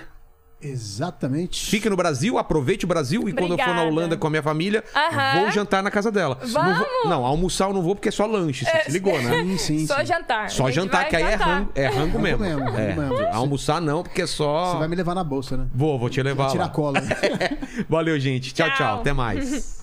[SPEAKER 2] Exatamente.
[SPEAKER 1] Fique no Brasil, aproveite o Brasil e quando eu for na
[SPEAKER 3] Obrigada.
[SPEAKER 1] Holanda com a minha família,
[SPEAKER 3] Aham.
[SPEAKER 1] vou jantar na casa dela. Não, vou-
[SPEAKER 3] Vamos!
[SPEAKER 1] não, almoçar eu não vou porque é só lanche, você se ligou, né?
[SPEAKER 2] Sim, sim,
[SPEAKER 3] Só
[SPEAKER 2] sim.
[SPEAKER 3] jantar. A
[SPEAKER 1] Só
[SPEAKER 3] gente
[SPEAKER 1] jantar,
[SPEAKER 3] vai
[SPEAKER 1] que aí é
[SPEAKER 3] jantar.
[SPEAKER 1] rango, é rango mesmo.
[SPEAKER 2] mesmo, rango
[SPEAKER 1] É.
[SPEAKER 2] mesmo.
[SPEAKER 1] Almoçar não, porque é só.
[SPEAKER 2] Você vai me levar na bolsa, né?
[SPEAKER 1] Vou, vou te levar.
[SPEAKER 2] Tirar
[SPEAKER 1] Lá.
[SPEAKER 2] a cola.
[SPEAKER 1] Valeu, gente. Tchau, tchau.
[SPEAKER 3] Tchau.
[SPEAKER 1] Até mais.